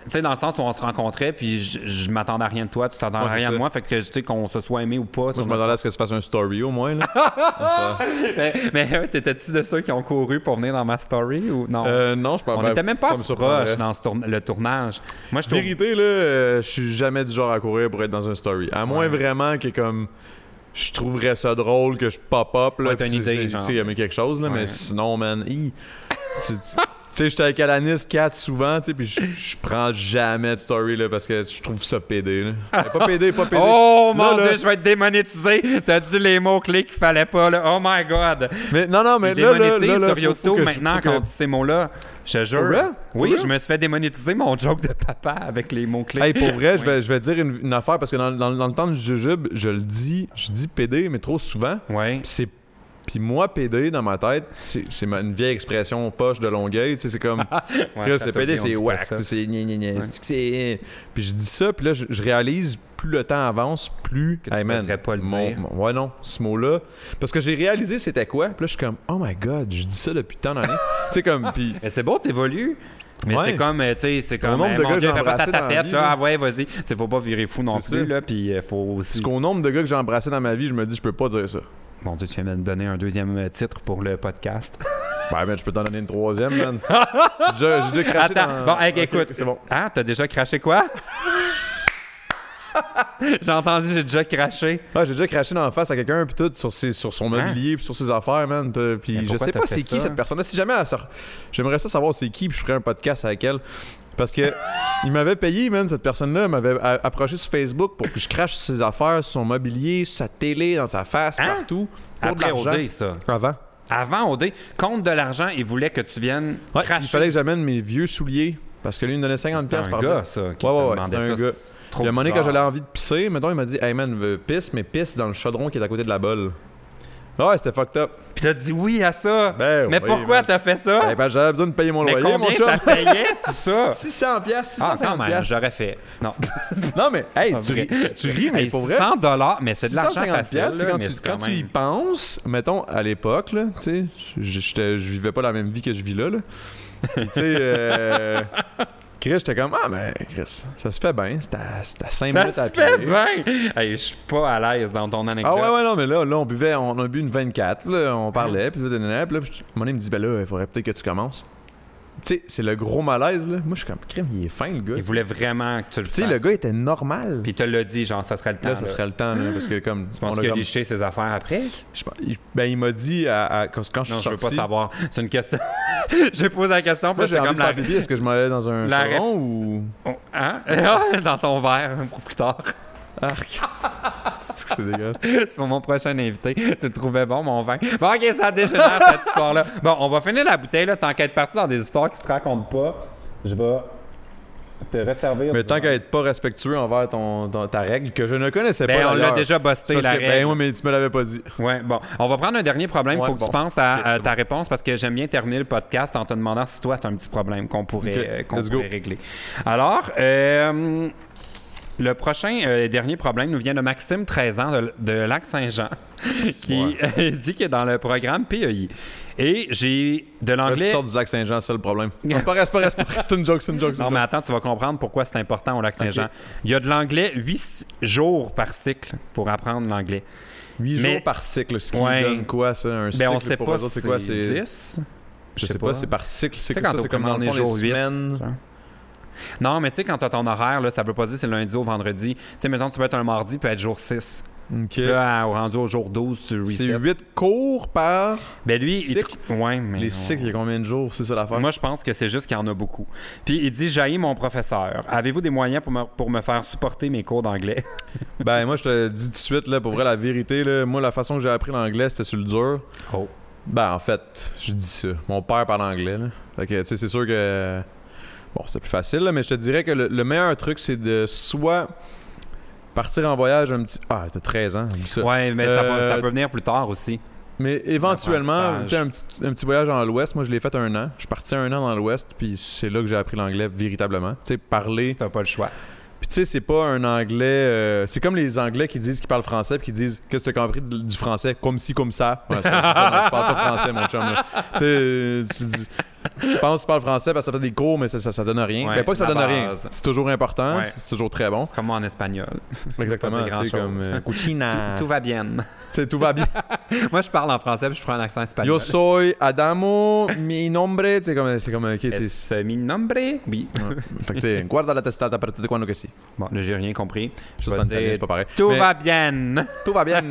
Speaker 2: tu sais, dans le sens où on se rencontrait, puis je, je m'attendais à rien de toi, tu t'attendais
Speaker 1: Ouais,
Speaker 2: à
Speaker 1: c'est
Speaker 2: rien de
Speaker 1: ça.
Speaker 2: moi, fait que, tu sais, qu'on se soit aimé ou pas.
Speaker 1: Moi,
Speaker 2: sur
Speaker 1: je
Speaker 2: notre-
Speaker 1: m'attendais à ce que tu fasses un story, au moins, là. Comme ça.
Speaker 2: mais (laughs) mais, euh, t'étais-tu de ceux qui ont couru pour venir dans ma story ou non?
Speaker 1: Euh, non, je pense
Speaker 2: on
Speaker 1: ben,
Speaker 2: était même pas
Speaker 1: ça me
Speaker 2: si
Speaker 1: surprendrait.
Speaker 2: proches dans ce tourne- le tournage. Moi, je tourne-
Speaker 1: Vérité, là, euh, je suis jamais du genre à courir pour être dans un story. À moins
Speaker 2: Ouais.
Speaker 1: vraiment que, comme, je trouverais ça drôle que je pop-up, là,
Speaker 2: Ouais, t'as
Speaker 1: pis
Speaker 2: une
Speaker 1: c'est-
Speaker 2: idée,
Speaker 1: c'est-
Speaker 2: genre.
Speaker 1: tu sais, aimer quelque chose, là,
Speaker 2: Ouais.
Speaker 1: mais sinon, man, hi. tu, tu- tu sais, j'étais avec Alanis 4 souvent, tu sais, pis je- je prends jamais de story, là, parce que je trouve ça pédé, là. Mais Pas pédé, pas pédé.
Speaker 2: Oh
Speaker 1: Là,
Speaker 2: mon
Speaker 1: là.
Speaker 2: dieu, je vais être démonétisé. T'as dit les mots-clés qu'il fallait pas, là. Oh my god.
Speaker 1: Mais non, non, mais
Speaker 2: Mais
Speaker 1: là, là, là,
Speaker 2: démonétise
Speaker 1: là,
Speaker 2: sur
Speaker 1: faut- faut
Speaker 2: YouTube
Speaker 1: que je-
Speaker 2: maintenant
Speaker 1: faut que-
Speaker 2: quand on dit ces mots-là. Je te jure.
Speaker 1: Pour vrai? Pour
Speaker 2: Oui,
Speaker 1: vrai?
Speaker 2: je me suis fait démonétiser mon joke de papa avec les mots-clés.
Speaker 1: Hey,
Speaker 2: (laughs)
Speaker 1: pour vrai, je vais, je vais dire une, une affaire parce que dans, dans- dans le temps du jujube, je le dis, je dis PD, mais trop souvent.
Speaker 2: Ouais.
Speaker 1: Pis c'est Puis moi, PD, dans ma tête, c'est c'est ma- une vieille expression poche de Longueuil. tu sais,
Speaker 2: (laughs)
Speaker 1: C'est comme, Chris, c'est PD, c'est whack. tu sais, C'est gna, gna, gna,
Speaker 2: Ouais.
Speaker 1: c'est- c'est- Puis je dis ça, puis là, je, je réalise, plus le temps avance, plus.
Speaker 2: Que tu devrais pas le
Speaker 1: mon-
Speaker 2: dire.
Speaker 1: mon- ouais, non, ce mot-là. Parce que j'ai réalisé c'était quoi. Puis là, je suis comme, oh my god, je dis ça depuis tant d'années. (laughs) tu sais, comme, puis.
Speaker 2: Mais c'est bon, t'évolues. Mais
Speaker 1: Ouais.
Speaker 2: c'est comme, euh, tu sais, c'est comme.
Speaker 1: nombre de
Speaker 2: euh, mon
Speaker 1: gars que
Speaker 2: Dieu,
Speaker 1: j'ai
Speaker 2: fais pas ta
Speaker 1: embrassés dans la
Speaker 2: tapette,
Speaker 1: vie,
Speaker 2: là.
Speaker 1: là.
Speaker 2: Ah ouais, vas-y. Tu sais, faut pas virer fou non
Speaker 1: C'est
Speaker 2: plus,
Speaker 1: ça.
Speaker 2: là. Puis euh, faut aussi.
Speaker 1: Parce qu'au nombre de gars que j'ai embrassé dans ma vie, je me dis, je peux pas dire ça.
Speaker 2: Mon Dieu, tu viens de me donner un deuxième euh, titre pour le podcast.
Speaker 1: Ben, ben, je peux t'en donner une troisième,
Speaker 2: (laughs)
Speaker 1: man. J'ai déjà- j'ai déjà craché dans-
Speaker 2: Attends, bon, hey,
Speaker 1: Ok,
Speaker 2: écoute.
Speaker 1: C'est bon.
Speaker 2: Ah, t'as déjà
Speaker 1: (laughs)
Speaker 2: craché quoi? j'ai entendu, j'ai déjà craché.
Speaker 1: Ah, j'ai déjà craché dans la face à quelqu'un, puis tout, sur, ses, sur son
Speaker 2: Hein?
Speaker 1: mobilier, puis sur ses affaires, man. T'as- Puis
Speaker 2: Mais
Speaker 1: je
Speaker 2: pourquoi
Speaker 1: sais
Speaker 2: t'as
Speaker 1: pas
Speaker 2: fait
Speaker 1: c'est qui
Speaker 2: ça?
Speaker 1: cette personne-là. Si jamais elle sort, j'aimerais ça savoir c'est qui, puis je ferais un podcast avec elle. Parce
Speaker 2: (laughs)
Speaker 1: que il m'avait payé, man, cette personne-là elle m'avait a- approché sur Facebook pour que je crache sur ses affaires, sur son mobilier, sur sa télé, dans sa face,
Speaker 2: Hein?
Speaker 1: partout. Pour de
Speaker 2: Après
Speaker 1: l'argent.
Speaker 2: OD, ça.
Speaker 1: Avant.
Speaker 2: Avant OD, compte de l'argent, il voulait que tu viennes
Speaker 1: Ouais,
Speaker 2: cracher.
Speaker 1: il fallait que j'amène mes vieux souliers, parce que lui, il me donnait 50$
Speaker 2: C'était un
Speaker 1: par
Speaker 2: gars, ça. Qui
Speaker 1: Ouais,
Speaker 2: te
Speaker 1: ouais, ouais,
Speaker 2: demandait
Speaker 1: c'était un
Speaker 2: ça,
Speaker 1: gars.
Speaker 2: c'est
Speaker 1: Puis
Speaker 2: Trop
Speaker 1: à un moment donné, quand
Speaker 2: bizarre.
Speaker 1: j'avais envie de pisser, mettons, il m'a dit Hey man, veux- pisse, mais pisse dans le chaudron qui est à côté de la bolle. Ah Ouais, c'était fucked up.
Speaker 2: Puis t'as dit oui à ça.
Speaker 1: Ben
Speaker 2: mais
Speaker 1: oui,
Speaker 2: pourquoi
Speaker 1: man.
Speaker 2: t'as fait ça?
Speaker 1: Ben, parce que j'avais besoin de payer mon
Speaker 2: mais
Speaker 1: loyer, mon
Speaker 2: combien
Speaker 1: chum.
Speaker 2: ça payait,
Speaker 1: (laughs)
Speaker 2: tout ça?
Speaker 1: 600 pièces,
Speaker 2: Ah,
Speaker 1: 650
Speaker 2: quand même, j'aurais fait. Non.
Speaker 1: Non, mais, hey, (laughs)
Speaker 2: pas
Speaker 1: tu,
Speaker 2: vrai.
Speaker 1: ris, tu, tu ris, mais
Speaker 2: Hey,
Speaker 1: pour vrai.
Speaker 2: 100 dollars, mais c'est de l'argent
Speaker 1: 650
Speaker 2: facile.
Speaker 1: piastres, c'est
Speaker 2: là,
Speaker 1: quand,
Speaker 2: mais
Speaker 1: tu,
Speaker 2: c'est
Speaker 1: quand
Speaker 2: quand
Speaker 1: tu y
Speaker 2: même-
Speaker 1: penses, mettons, à l'époque, là, tu sais, je- j'étais- je vivais pas la même vie que je vis là, là. Puis, tu sais, euh, Chris, j'étais comme, ah, ben, Chris, ça se fait bien, c'était à, c'était à 5
Speaker 2: Ça
Speaker 1: minutes à
Speaker 2: se fait
Speaker 1: pied.
Speaker 2: bien! Hey, je suis pas à l'aise dans ton
Speaker 1: Ah
Speaker 2: anecdote.
Speaker 1: ouais, ouais, non, mais là, là on buvait, on a bu une 24, là, on parlait, puis là, nanana, puis là, puis je- mon ami me dit, ben là, il faudrait peut-être que tu commences. Tu sais, c'est le gros malaise, là. Moi, je suis comme, crème, il est fin, le gars.
Speaker 2: Il voulait vraiment que tu le
Speaker 1: Tu sais,
Speaker 2: fasses.
Speaker 1: le gars était normal.
Speaker 2: Puis il te l'a dit, genre, ça serait le temps.
Speaker 1: là, ça serait le temps, là, parce que comme.
Speaker 2: Tu penses
Speaker 1: on a
Speaker 2: qu'il a
Speaker 1: comme-
Speaker 2: liché ses affaires après?
Speaker 1: je pense- il- Ben, il m'a dit à- à- quand, quand je
Speaker 2: Non,
Speaker 1: suis
Speaker 2: je veux
Speaker 1: sorti.
Speaker 2: pas savoir. C'est une question. (laughs) J'ai posé la question, puis
Speaker 1: Moi,
Speaker 2: là,
Speaker 1: j'ai
Speaker 2: j'étais
Speaker 1: envie
Speaker 2: comme
Speaker 1: de faire
Speaker 2: la.
Speaker 1: pipi. Est-ce que je m'allais dans un
Speaker 2: la
Speaker 1: salon ou. (laughs)
Speaker 2: Oh, Hein? Ah, dans ton verre, pour plus tard. (laughs)
Speaker 1: Arc. C'est que c'est dégueulasse.
Speaker 2: C'est pour mon prochain invité. Tu le trouvais bon, mon vin. Bon, ok, ça
Speaker 1: (laughs)
Speaker 2: dégénère cette histoire-là. Bon, on va finir la bouteille, là. Tant qu'à être parti dans des histoires qui se racontent pas, je vais te resservir.
Speaker 1: Mais
Speaker 2: du
Speaker 1: tant
Speaker 2: vin.
Speaker 1: qu'à être pas respectueux envers ton, ton- ta règle, que je ne connaissais
Speaker 2: Ben,
Speaker 1: pas.
Speaker 2: on l'a
Speaker 1: d'ailleurs.
Speaker 2: déjà
Speaker 1: C'est
Speaker 2: busté,
Speaker 1: parce
Speaker 2: la
Speaker 1: que-
Speaker 2: règle.
Speaker 1: Ben, oui, mais tu me l'avais pas dit.
Speaker 2: Ouais, bon. On va prendre un dernier problème. Il
Speaker 1: Ouais,
Speaker 2: faut que
Speaker 1: bon.
Speaker 2: tu penses à
Speaker 1: Ok,
Speaker 2: euh,
Speaker 1: c'est
Speaker 2: ta réponse parce que j'aime bien terminer le podcast en te demandant si toi, tu as un petit problème qu'on pourrait,
Speaker 1: Ok,
Speaker 2: euh, qu'on
Speaker 1: let's
Speaker 2: pourrait
Speaker 1: go.
Speaker 2: régler. Alors, euh, le prochain euh, dernier problème nous vient de Maxime, 13 ans, de,
Speaker 1: (laughs)
Speaker 2: de Lac-Saint-Jean, qui (laughs) dit qu'il est dans le programme PEI. Et j'ai de
Speaker 1: Là, tu
Speaker 2: l'anglais.
Speaker 1: sors du lac Saint-Jean, c'est le problème. Non, c'est pas vrai, c'est pas vrai, c'est pas vrai. (laughs) C'est une joke, c'est une joke. c'est une
Speaker 2: Non, mais
Speaker 1: joke.
Speaker 2: attends, tu vas comprendre pourquoi c'est important au Lac-Saint-Jean.
Speaker 1: Ok.
Speaker 2: Il y a de l'anglais 8 jours par cycle pour apprendre l'anglais.
Speaker 1: Huit
Speaker 2: mais-
Speaker 1: jours par cycle, ce qui
Speaker 2: Ouais.
Speaker 1: donne quoi, ça Un
Speaker 2: Mais
Speaker 1: cycle
Speaker 2: Ben, on sait
Speaker 1: pour
Speaker 2: pas
Speaker 1: eux autres,
Speaker 2: si
Speaker 1: c'est quoi C'est
Speaker 2: 10.
Speaker 1: Je sais pas, c'est par cycle. C'est
Speaker 2: sais
Speaker 1: que ça,
Speaker 2: quand
Speaker 1: c'est
Speaker 2: au
Speaker 1: comme dans le
Speaker 2: primaire,
Speaker 1: fond, les
Speaker 2: on est jour huit,
Speaker 1: semaines.
Speaker 2: genre. Non, mais tu sais, quand t'as ton horaire, là, ça veut pas dire c'est lundi au vendredi. Tu sais, mettons, tu peux être un mardi, peut être jour 6.
Speaker 1: Ok.
Speaker 2: Là, à- au rendu au jour 12, tu
Speaker 1: C'est
Speaker 2: reset.
Speaker 1: 8 cours par.
Speaker 2: Ben lui, il
Speaker 1: cycles.
Speaker 2: trou- ouais, mais
Speaker 1: Les
Speaker 2: non.
Speaker 1: cycles, il y a combien de jours C'est ça l'affaire.
Speaker 2: Moi, je pense que c'est juste qu'il y en a beaucoup. Puis il dit J'ai mon professeur. Avez-vous des moyens pour me, pour me faire supporter mes cours d'anglais
Speaker 1: Ben, moi, je te dis tout de suite, là, pour vrai, la vérité, là, moi, la façon que j'ai appris l'anglais, c'était sur le dur.
Speaker 2: (laughs) Oh.
Speaker 1: Ben, en fait, je dis ça. Mon père parle anglais, là. Fait que, tu sais, c'est sûr que. Bon, c'est plus facile, là, mais je te dirais que le, le meilleur truc, c'est de soit partir en voyage un petit. Ah, t'as 13 ans, oublie ça.
Speaker 2: Ouais, mais ça, peut,
Speaker 1: Euh,
Speaker 2: ça peut venir plus tard aussi.
Speaker 1: Mais éventuellement,
Speaker 2: L'apprentissage.
Speaker 1: tu sais, un petit, un petit voyage dans l'Ouest, moi je l'ai fait un an. Je suis parti un an dans l'Ouest, puis c'est là que j'ai appris l'anglais véritablement. Tu sais, parler.
Speaker 2: T'as pas le choix.
Speaker 1: Puis tu sais, c'est pas un anglais. euh, c'est comme les Anglais qui disent qu'ils parlent français, puis qui disent Qu'est-ce que t'as compris du du français Comme si, comme ça. Ouais, c'est c'est ça, non, tu parles pas français, mon chum. là. Tu sais, euh, tu dis- tu penses que tu parles français parce que ça fait des cours, mais ça, ça, ça donne rien.
Speaker 2: Ouais,
Speaker 1: Ben, pas que ça
Speaker 2: la
Speaker 1: donne rien.
Speaker 2: base.
Speaker 1: C'est toujours important,
Speaker 2: Ouais.
Speaker 1: c'est toujours très bon.
Speaker 2: C'est comme en espagnol.
Speaker 1: Exactement, tu sais,
Speaker 2: grand-chose.
Speaker 1: comme. euh, cucina.
Speaker 2: Tout, tout va bien. (laughs)
Speaker 1: Tu sais, tout va bien.
Speaker 2: Moi, je parle en français puis je prends un accent espagnol.
Speaker 1: Yo soy Adamo, mi nombre. Tu sais, comme. euh, C'est comme. ok, c'est-
Speaker 2: Es mi nombre? Oui.
Speaker 1: Fait que, tu sais, guarda la testata à partir de quand que si.
Speaker 2: Bon, là, j'ai rien compris. Je
Speaker 1: Ça, c'est
Speaker 2: vais
Speaker 1: en italien,
Speaker 2: dire,
Speaker 1: c'est pas pareil.
Speaker 2: Tout
Speaker 1: Mais
Speaker 2: va bien.
Speaker 1: tout va (laughs) bien.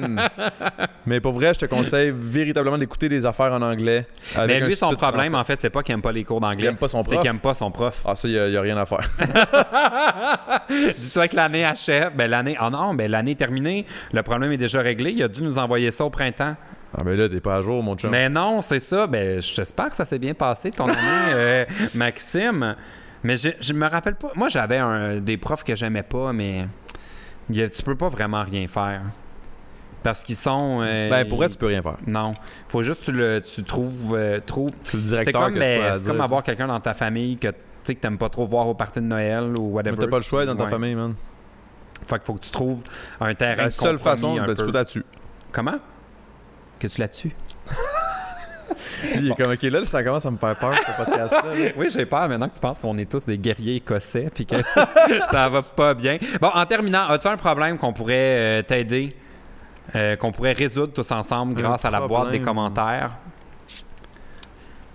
Speaker 1: Mais pour vrai, je te conseille véritablement d'écouter des affaires en anglais. avec
Speaker 2: Mais
Speaker 1: un
Speaker 2: lui, son
Speaker 1: sous-titre
Speaker 2: problème,
Speaker 1: français.
Speaker 2: en fait, c'est pas qu'il aime pas les cours d'anglais.
Speaker 1: Il aime pas son
Speaker 2: C'est
Speaker 1: prof.
Speaker 2: qu'il aime pas son prof.
Speaker 1: Ah, ça, il n'y a, rien à faire.
Speaker 2: (laughs) Dis-toi que l'année achève. Ben, l'année. Ah non, ben, l'année est terminée. Le problème est déjà réglé. Il a dû nous envoyer ça au printemps.
Speaker 1: (laughs) Ah, ben là, t'es pas à jour, mon chum.
Speaker 2: Mais non, c'est ça. Ben, j'espère que ça s'est bien passé, ton (laughs) année, euh, Maxime. Mais je, je me rappelle pas. Moi, j'avais un- des profs que j'aimais pas, mais il y a- tu peux pas vraiment rien faire. Parce qu'ils sont. euh,
Speaker 1: Ben, pour vrai, tu peux rien faire.
Speaker 2: Non. Faut juste que tu le tu trouves. euh, trouves-
Speaker 1: C'est le
Speaker 2: C'est
Speaker 1: directeur
Speaker 2: comme,
Speaker 1: que
Speaker 2: ben,
Speaker 1: tu as à
Speaker 2: c'est
Speaker 1: dire,
Speaker 2: comme
Speaker 1: ça.
Speaker 2: avoir quelqu'un dans ta famille que tu sais que t'aimes pas trop voir au party de Noël ou
Speaker 1: Mais
Speaker 2: whatever.
Speaker 1: t'as pas le choix dans ta
Speaker 2: Ouais.
Speaker 1: famille, man.
Speaker 2: Fait qu'il faut que tu trouves un terrain
Speaker 1: La
Speaker 2: de
Speaker 1: seule
Speaker 2: compromis
Speaker 1: façon,
Speaker 2: un
Speaker 1: ben, tu
Speaker 2: peu.
Speaker 1: fous là-dessus.
Speaker 2: Comment? Que tu la tues.
Speaker 1: Lui, Il est comme, ok, là, ça commence à me faire peur, ce podcast-là. là.
Speaker 2: Oui, j'ai peur maintenant que tu penses qu'on est tous des guerriers écossais puis que (laughs) ça va pas bien. Bon, en terminant, as-tu un problème qu'on pourrait euh, t'aider, euh, qu'on pourrait résoudre tous ensemble
Speaker 1: Un
Speaker 2: grâce à la boîte des
Speaker 1: problème.
Speaker 2: commentaires?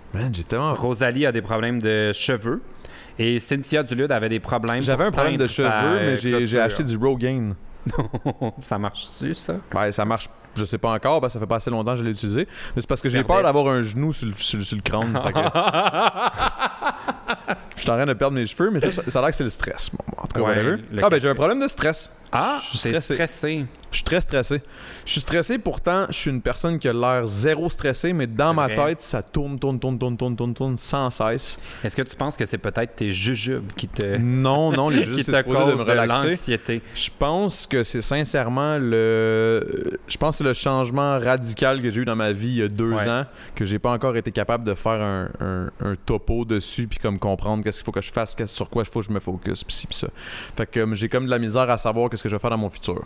Speaker 1: (laughs) Man, j'ai tellement.
Speaker 2: Rosalie a des problèmes de cheveux et Cynthia Dulude avait des problèmes.
Speaker 1: J'avais un
Speaker 2: pour
Speaker 1: problème de
Speaker 2: teindre sa,
Speaker 1: cheveux,
Speaker 2: euh,
Speaker 1: mais j'ai- j'ai
Speaker 2: clôture. (laughs)
Speaker 1: acheté du Rogaine.
Speaker 2: ça marche-tu, ça?
Speaker 1: Ben, ça marche, je sais pas encore, parce que ça fait pas assez longtemps que je l'ai utilisé. Mais c'est parce que j'ai peur
Speaker 2: Parfait.
Speaker 1: d'avoir un genou sur le, sur le- sur le crâne. fait (laughs) que- Je suis en train de perdre mes cheveux, mais ça, ça, ça a l'air que c'est le stress. Bon, en tout cas,
Speaker 2: Ouais,
Speaker 1: whatever.
Speaker 2: le
Speaker 1: Ah, ben,
Speaker 2: café.
Speaker 1: j'ai un problème de stress.
Speaker 2: ah,
Speaker 1: Je suis
Speaker 2: c'est
Speaker 1: stressé.
Speaker 2: stressé.
Speaker 1: Je suis très stressé. Je suis stressé, pourtant, je suis une personne qui a l'air zéro stressée, mais dans
Speaker 2: C'est
Speaker 1: ma
Speaker 2: vrai.
Speaker 1: tête, ça tourne, tourne, tourne, tourne, tourne, tourne, tourne, sans
Speaker 2: (laughs)
Speaker 1: cesse.
Speaker 2: Est-ce que tu penses que c'est peut-être tes jujubes
Speaker 1: (laughs)
Speaker 2: qui te,
Speaker 1: Non, non, les jeux,
Speaker 2: qui
Speaker 1: c'est
Speaker 2: te
Speaker 1: supposé de
Speaker 2: causent
Speaker 1: me
Speaker 2: de,
Speaker 1: relaxer.
Speaker 2: l'anxiété?
Speaker 1: Je pense que c'est sincèrement le. Je pense que c'est le changement radical que j'ai eu dans ma vie il y a deux
Speaker 2: Ouais.
Speaker 1: ans, que j'ai pas encore été capable de faire un, un- un topo dessus, puis comme comprendre qu'est-ce qu'il faut que je fasse, qu'est-ce sur quoi il faut que je me focus, puis ci, puis ça. Fait que euh, j'ai comme de la misère à savoir qu'est-ce que je vais faire dans mon futur.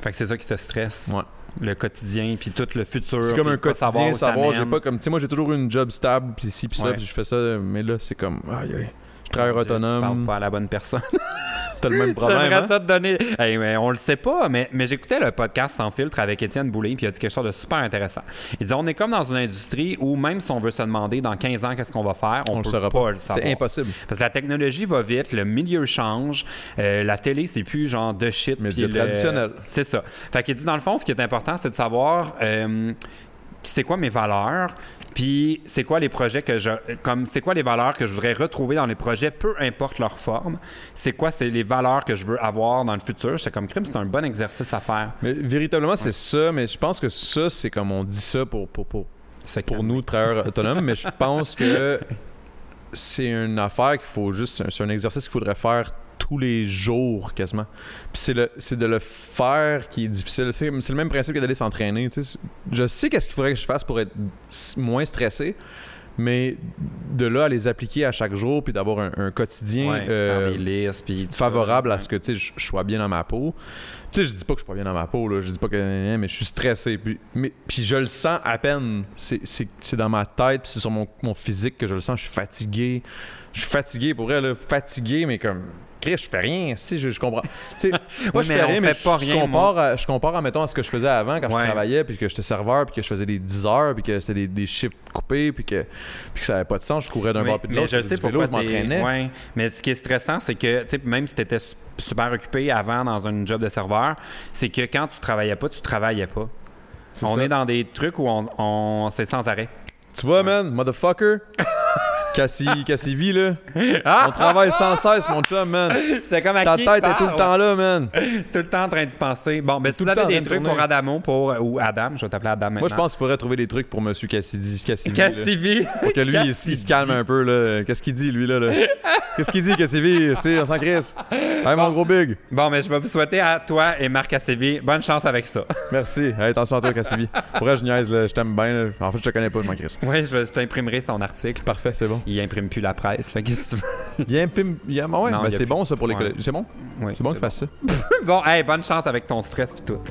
Speaker 2: Fait que c'est ça qui te stresse.
Speaker 1: Ouais.
Speaker 2: Le quotidien, puis tout le futur.
Speaker 1: C'est comme
Speaker 2: puis
Speaker 1: un
Speaker 2: pas
Speaker 1: quotidien,
Speaker 2: où
Speaker 1: savoir,
Speaker 2: ça
Speaker 1: j'ai
Speaker 2: mène.
Speaker 1: pas comme. Tu sais, moi j'ai toujours eu une job stable, puis ci, puis ça,
Speaker 2: Ouais.
Speaker 1: puis je fais ça, mais là c'est comme. Aïe, aïe. Je travaille
Speaker 2: Mon Dieu, Tu parles
Speaker 1: autonome,
Speaker 2: pas à la bonne
Speaker 1: (laughs)
Speaker 2: personne.
Speaker 1: t'as le même problème.
Speaker 2: J'aimerais
Speaker 1: hein?
Speaker 2: ça te donner. Hey, mais on le sait pas, mais, mais j'écoutais le podcast en filtre avec Étienne Boulay, puis il a dit quelque chose de super intéressant. Il dit on est comme dans une industrie où même si on veut se demander dans 15 ans qu'est-ce qu'on va faire, on,
Speaker 1: On le
Speaker 2: peut
Speaker 1: saura
Speaker 2: pas,
Speaker 1: pas.
Speaker 2: le savoir.
Speaker 1: C'est impossible.
Speaker 2: Parce que la technologie va vite, le milieu change, euh, la télé, c'est plus genre de shit.
Speaker 1: Mais
Speaker 2: puis
Speaker 1: du
Speaker 2: le-
Speaker 1: traditionnel.
Speaker 2: C'est ça. Fait qu'il dit, dans le fond, ce qui est important, c'est de savoir euh, c'est quoi mes valeurs, puis c'est quoi les projets que je. Comme c'est quoi les valeurs que je voudrais retrouver dans les projets, peu importe leur forme. C'est quoi c'est les valeurs que je veux avoir dans le futur. C'est comme crime, c'est un bon exercice à faire.
Speaker 1: Mais véritablement, c'est ça, mais je pense que ça, c'est comme on dit ça pour, pour, pour,
Speaker 2: Ce
Speaker 1: pour nous, travailleurs autonomes, mais je pense que c'est une affaire qu'il faut juste, c'est un exercice qu'il faudrait faire tous les jours quasiment. Puis c'est le- c'est de le faire qui est difficile. C'est c'est le même principe que d'aller s'entraîner. tu sais. Je sais qu'est-ce qu'il faudrait que je fasse pour être s- moins stressé, mais de là à les appliquer à chaque jour puis d'avoir un, un quotidien
Speaker 2: Ouais,
Speaker 1: euh,
Speaker 2: faire des listes, puis. tout ça.
Speaker 1: favorable à ce que tu sais, je je sois bien dans ma peau. Tu sais, je dis pas que je suis pas bien dans ma peau, là. je dis pas que. Mais je suis stressé. Puis, mais, puis je le sens à peine. C'est- C'est c'est dans ma tête, puis c'est sur mon, mon physique que je le sens. Je suis fatigué. Je suis fatigué pour elle, là. Fatigué, mais comme. Chris, je fais rien. Tu sais, je, je comprends.
Speaker 2: (laughs)
Speaker 1: Tu sais, moi,
Speaker 2: Oui,
Speaker 1: je
Speaker 2: mais
Speaker 1: fais
Speaker 2: on
Speaker 1: rien, mais
Speaker 2: fait pas
Speaker 1: je,
Speaker 2: rien,
Speaker 1: je compare, à, je compare à, mettons, à ce que je faisais avant quand
Speaker 2: Ouais.
Speaker 1: je travaillais, puis que j'étais serveur, puis que je faisais des 10 heures, puis que c'était des, des chiffres coupés, puis que, puis que ça avait pas de sens. Je courais d'un
Speaker 2: Oui,
Speaker 1: bord puis de
Speaker 2: mais
Speaker 1: l'autre.
Speaker 2: je
Speaker 1: je faisais
Speaker 2: sais
Speaker 1: du vélo, je
Speaker 2: pourquoi
Speaker 1: m'entraînais.
Speaker 2: Ouais, mais ce qui est stressant, c'est que tu sais, même si tu étais super occupé avant dans un job de serveur, c'est que quand tu travaillais pas, tu travaillais pas. On
Speaker 1: ça.
Speaker 2: est dans des trucs où on, on- c'est sans arrêt.
Speaker 1: Tu vois, man, (laughs) motherfucker. Cassie, Cassie vit, là. On travaille sans cesse, mon chum, man.
Speaker 2: (laughs) C'est comme à
Speaker 1: Ta
Speaker 2: qui
Speaker 1: tête est tout
Speaker 2: parle?
Speaker 1: le
Speaker 2: (laughs)
Speaker 1: temps là, man.
Speaker 2: tout le temps en train d'y penser. Bon, ben si
Speaker 1: Tout
Speaker 2: vous
Speaker 1: le temps en
Speaker 2: avez
Speaker 1: train
Speaker 2: des
Speaker 1: de
Speaker 2: trucs
Speaker 1: tourner.
Speaker 2: pour Adamo pour euh, ou Adam, je vais t'appeler Adam maintenant.
Speaker 1: Moi, je pense qu'il faudrait trouver des trucs pour Monsieur Cassidy. Cassidy. là.
Speaker 2: Cassivi.
Speaker 1: Pour que lui, il, s- il se calme un peu, là. Qu'est-ce qu'il dit, lui, là? là? Qu'est-ce qu'il dit, Cassidy? Tu sais, on s'en crisse. Hey, mon gros big.
Speaker 2: Bon, mais je vais vous souhaiter à toi et Marc Cassivi bonne chance avec ça. (laughs)
Speaker 1: Merci. Hey, attention à toi, Cassidy. Pour vrai, je niaise, là. Je t'aime bien, là. En fait, je te connais pas, je m'en crisse.
Speaker 2: Oui, je, vais- je t'imprimerai son article.
Speaker 1: Parfait, c'est bon.
Speaker 2: Il imprime plus la presse. Fait qu'est-ce que tu veux?
Speaker 1: Il y a un pim. il y a- Ouais,
Speaker 2: Non,
Speaker 1: ben,
Speaker 2: il y a
Speaker 1: c'est
Speaker 2: plus-
Speaker 1: bon, ça, pour les
Speaker 2: Ouais.
Speaker 1: collègues. C'est bon?
Speaker 2: Oui,
Speaker 1: C'est bon qu'il fasse ça.
Speaker 2: Bon, hey, bonne chance avec ton stress puis tout.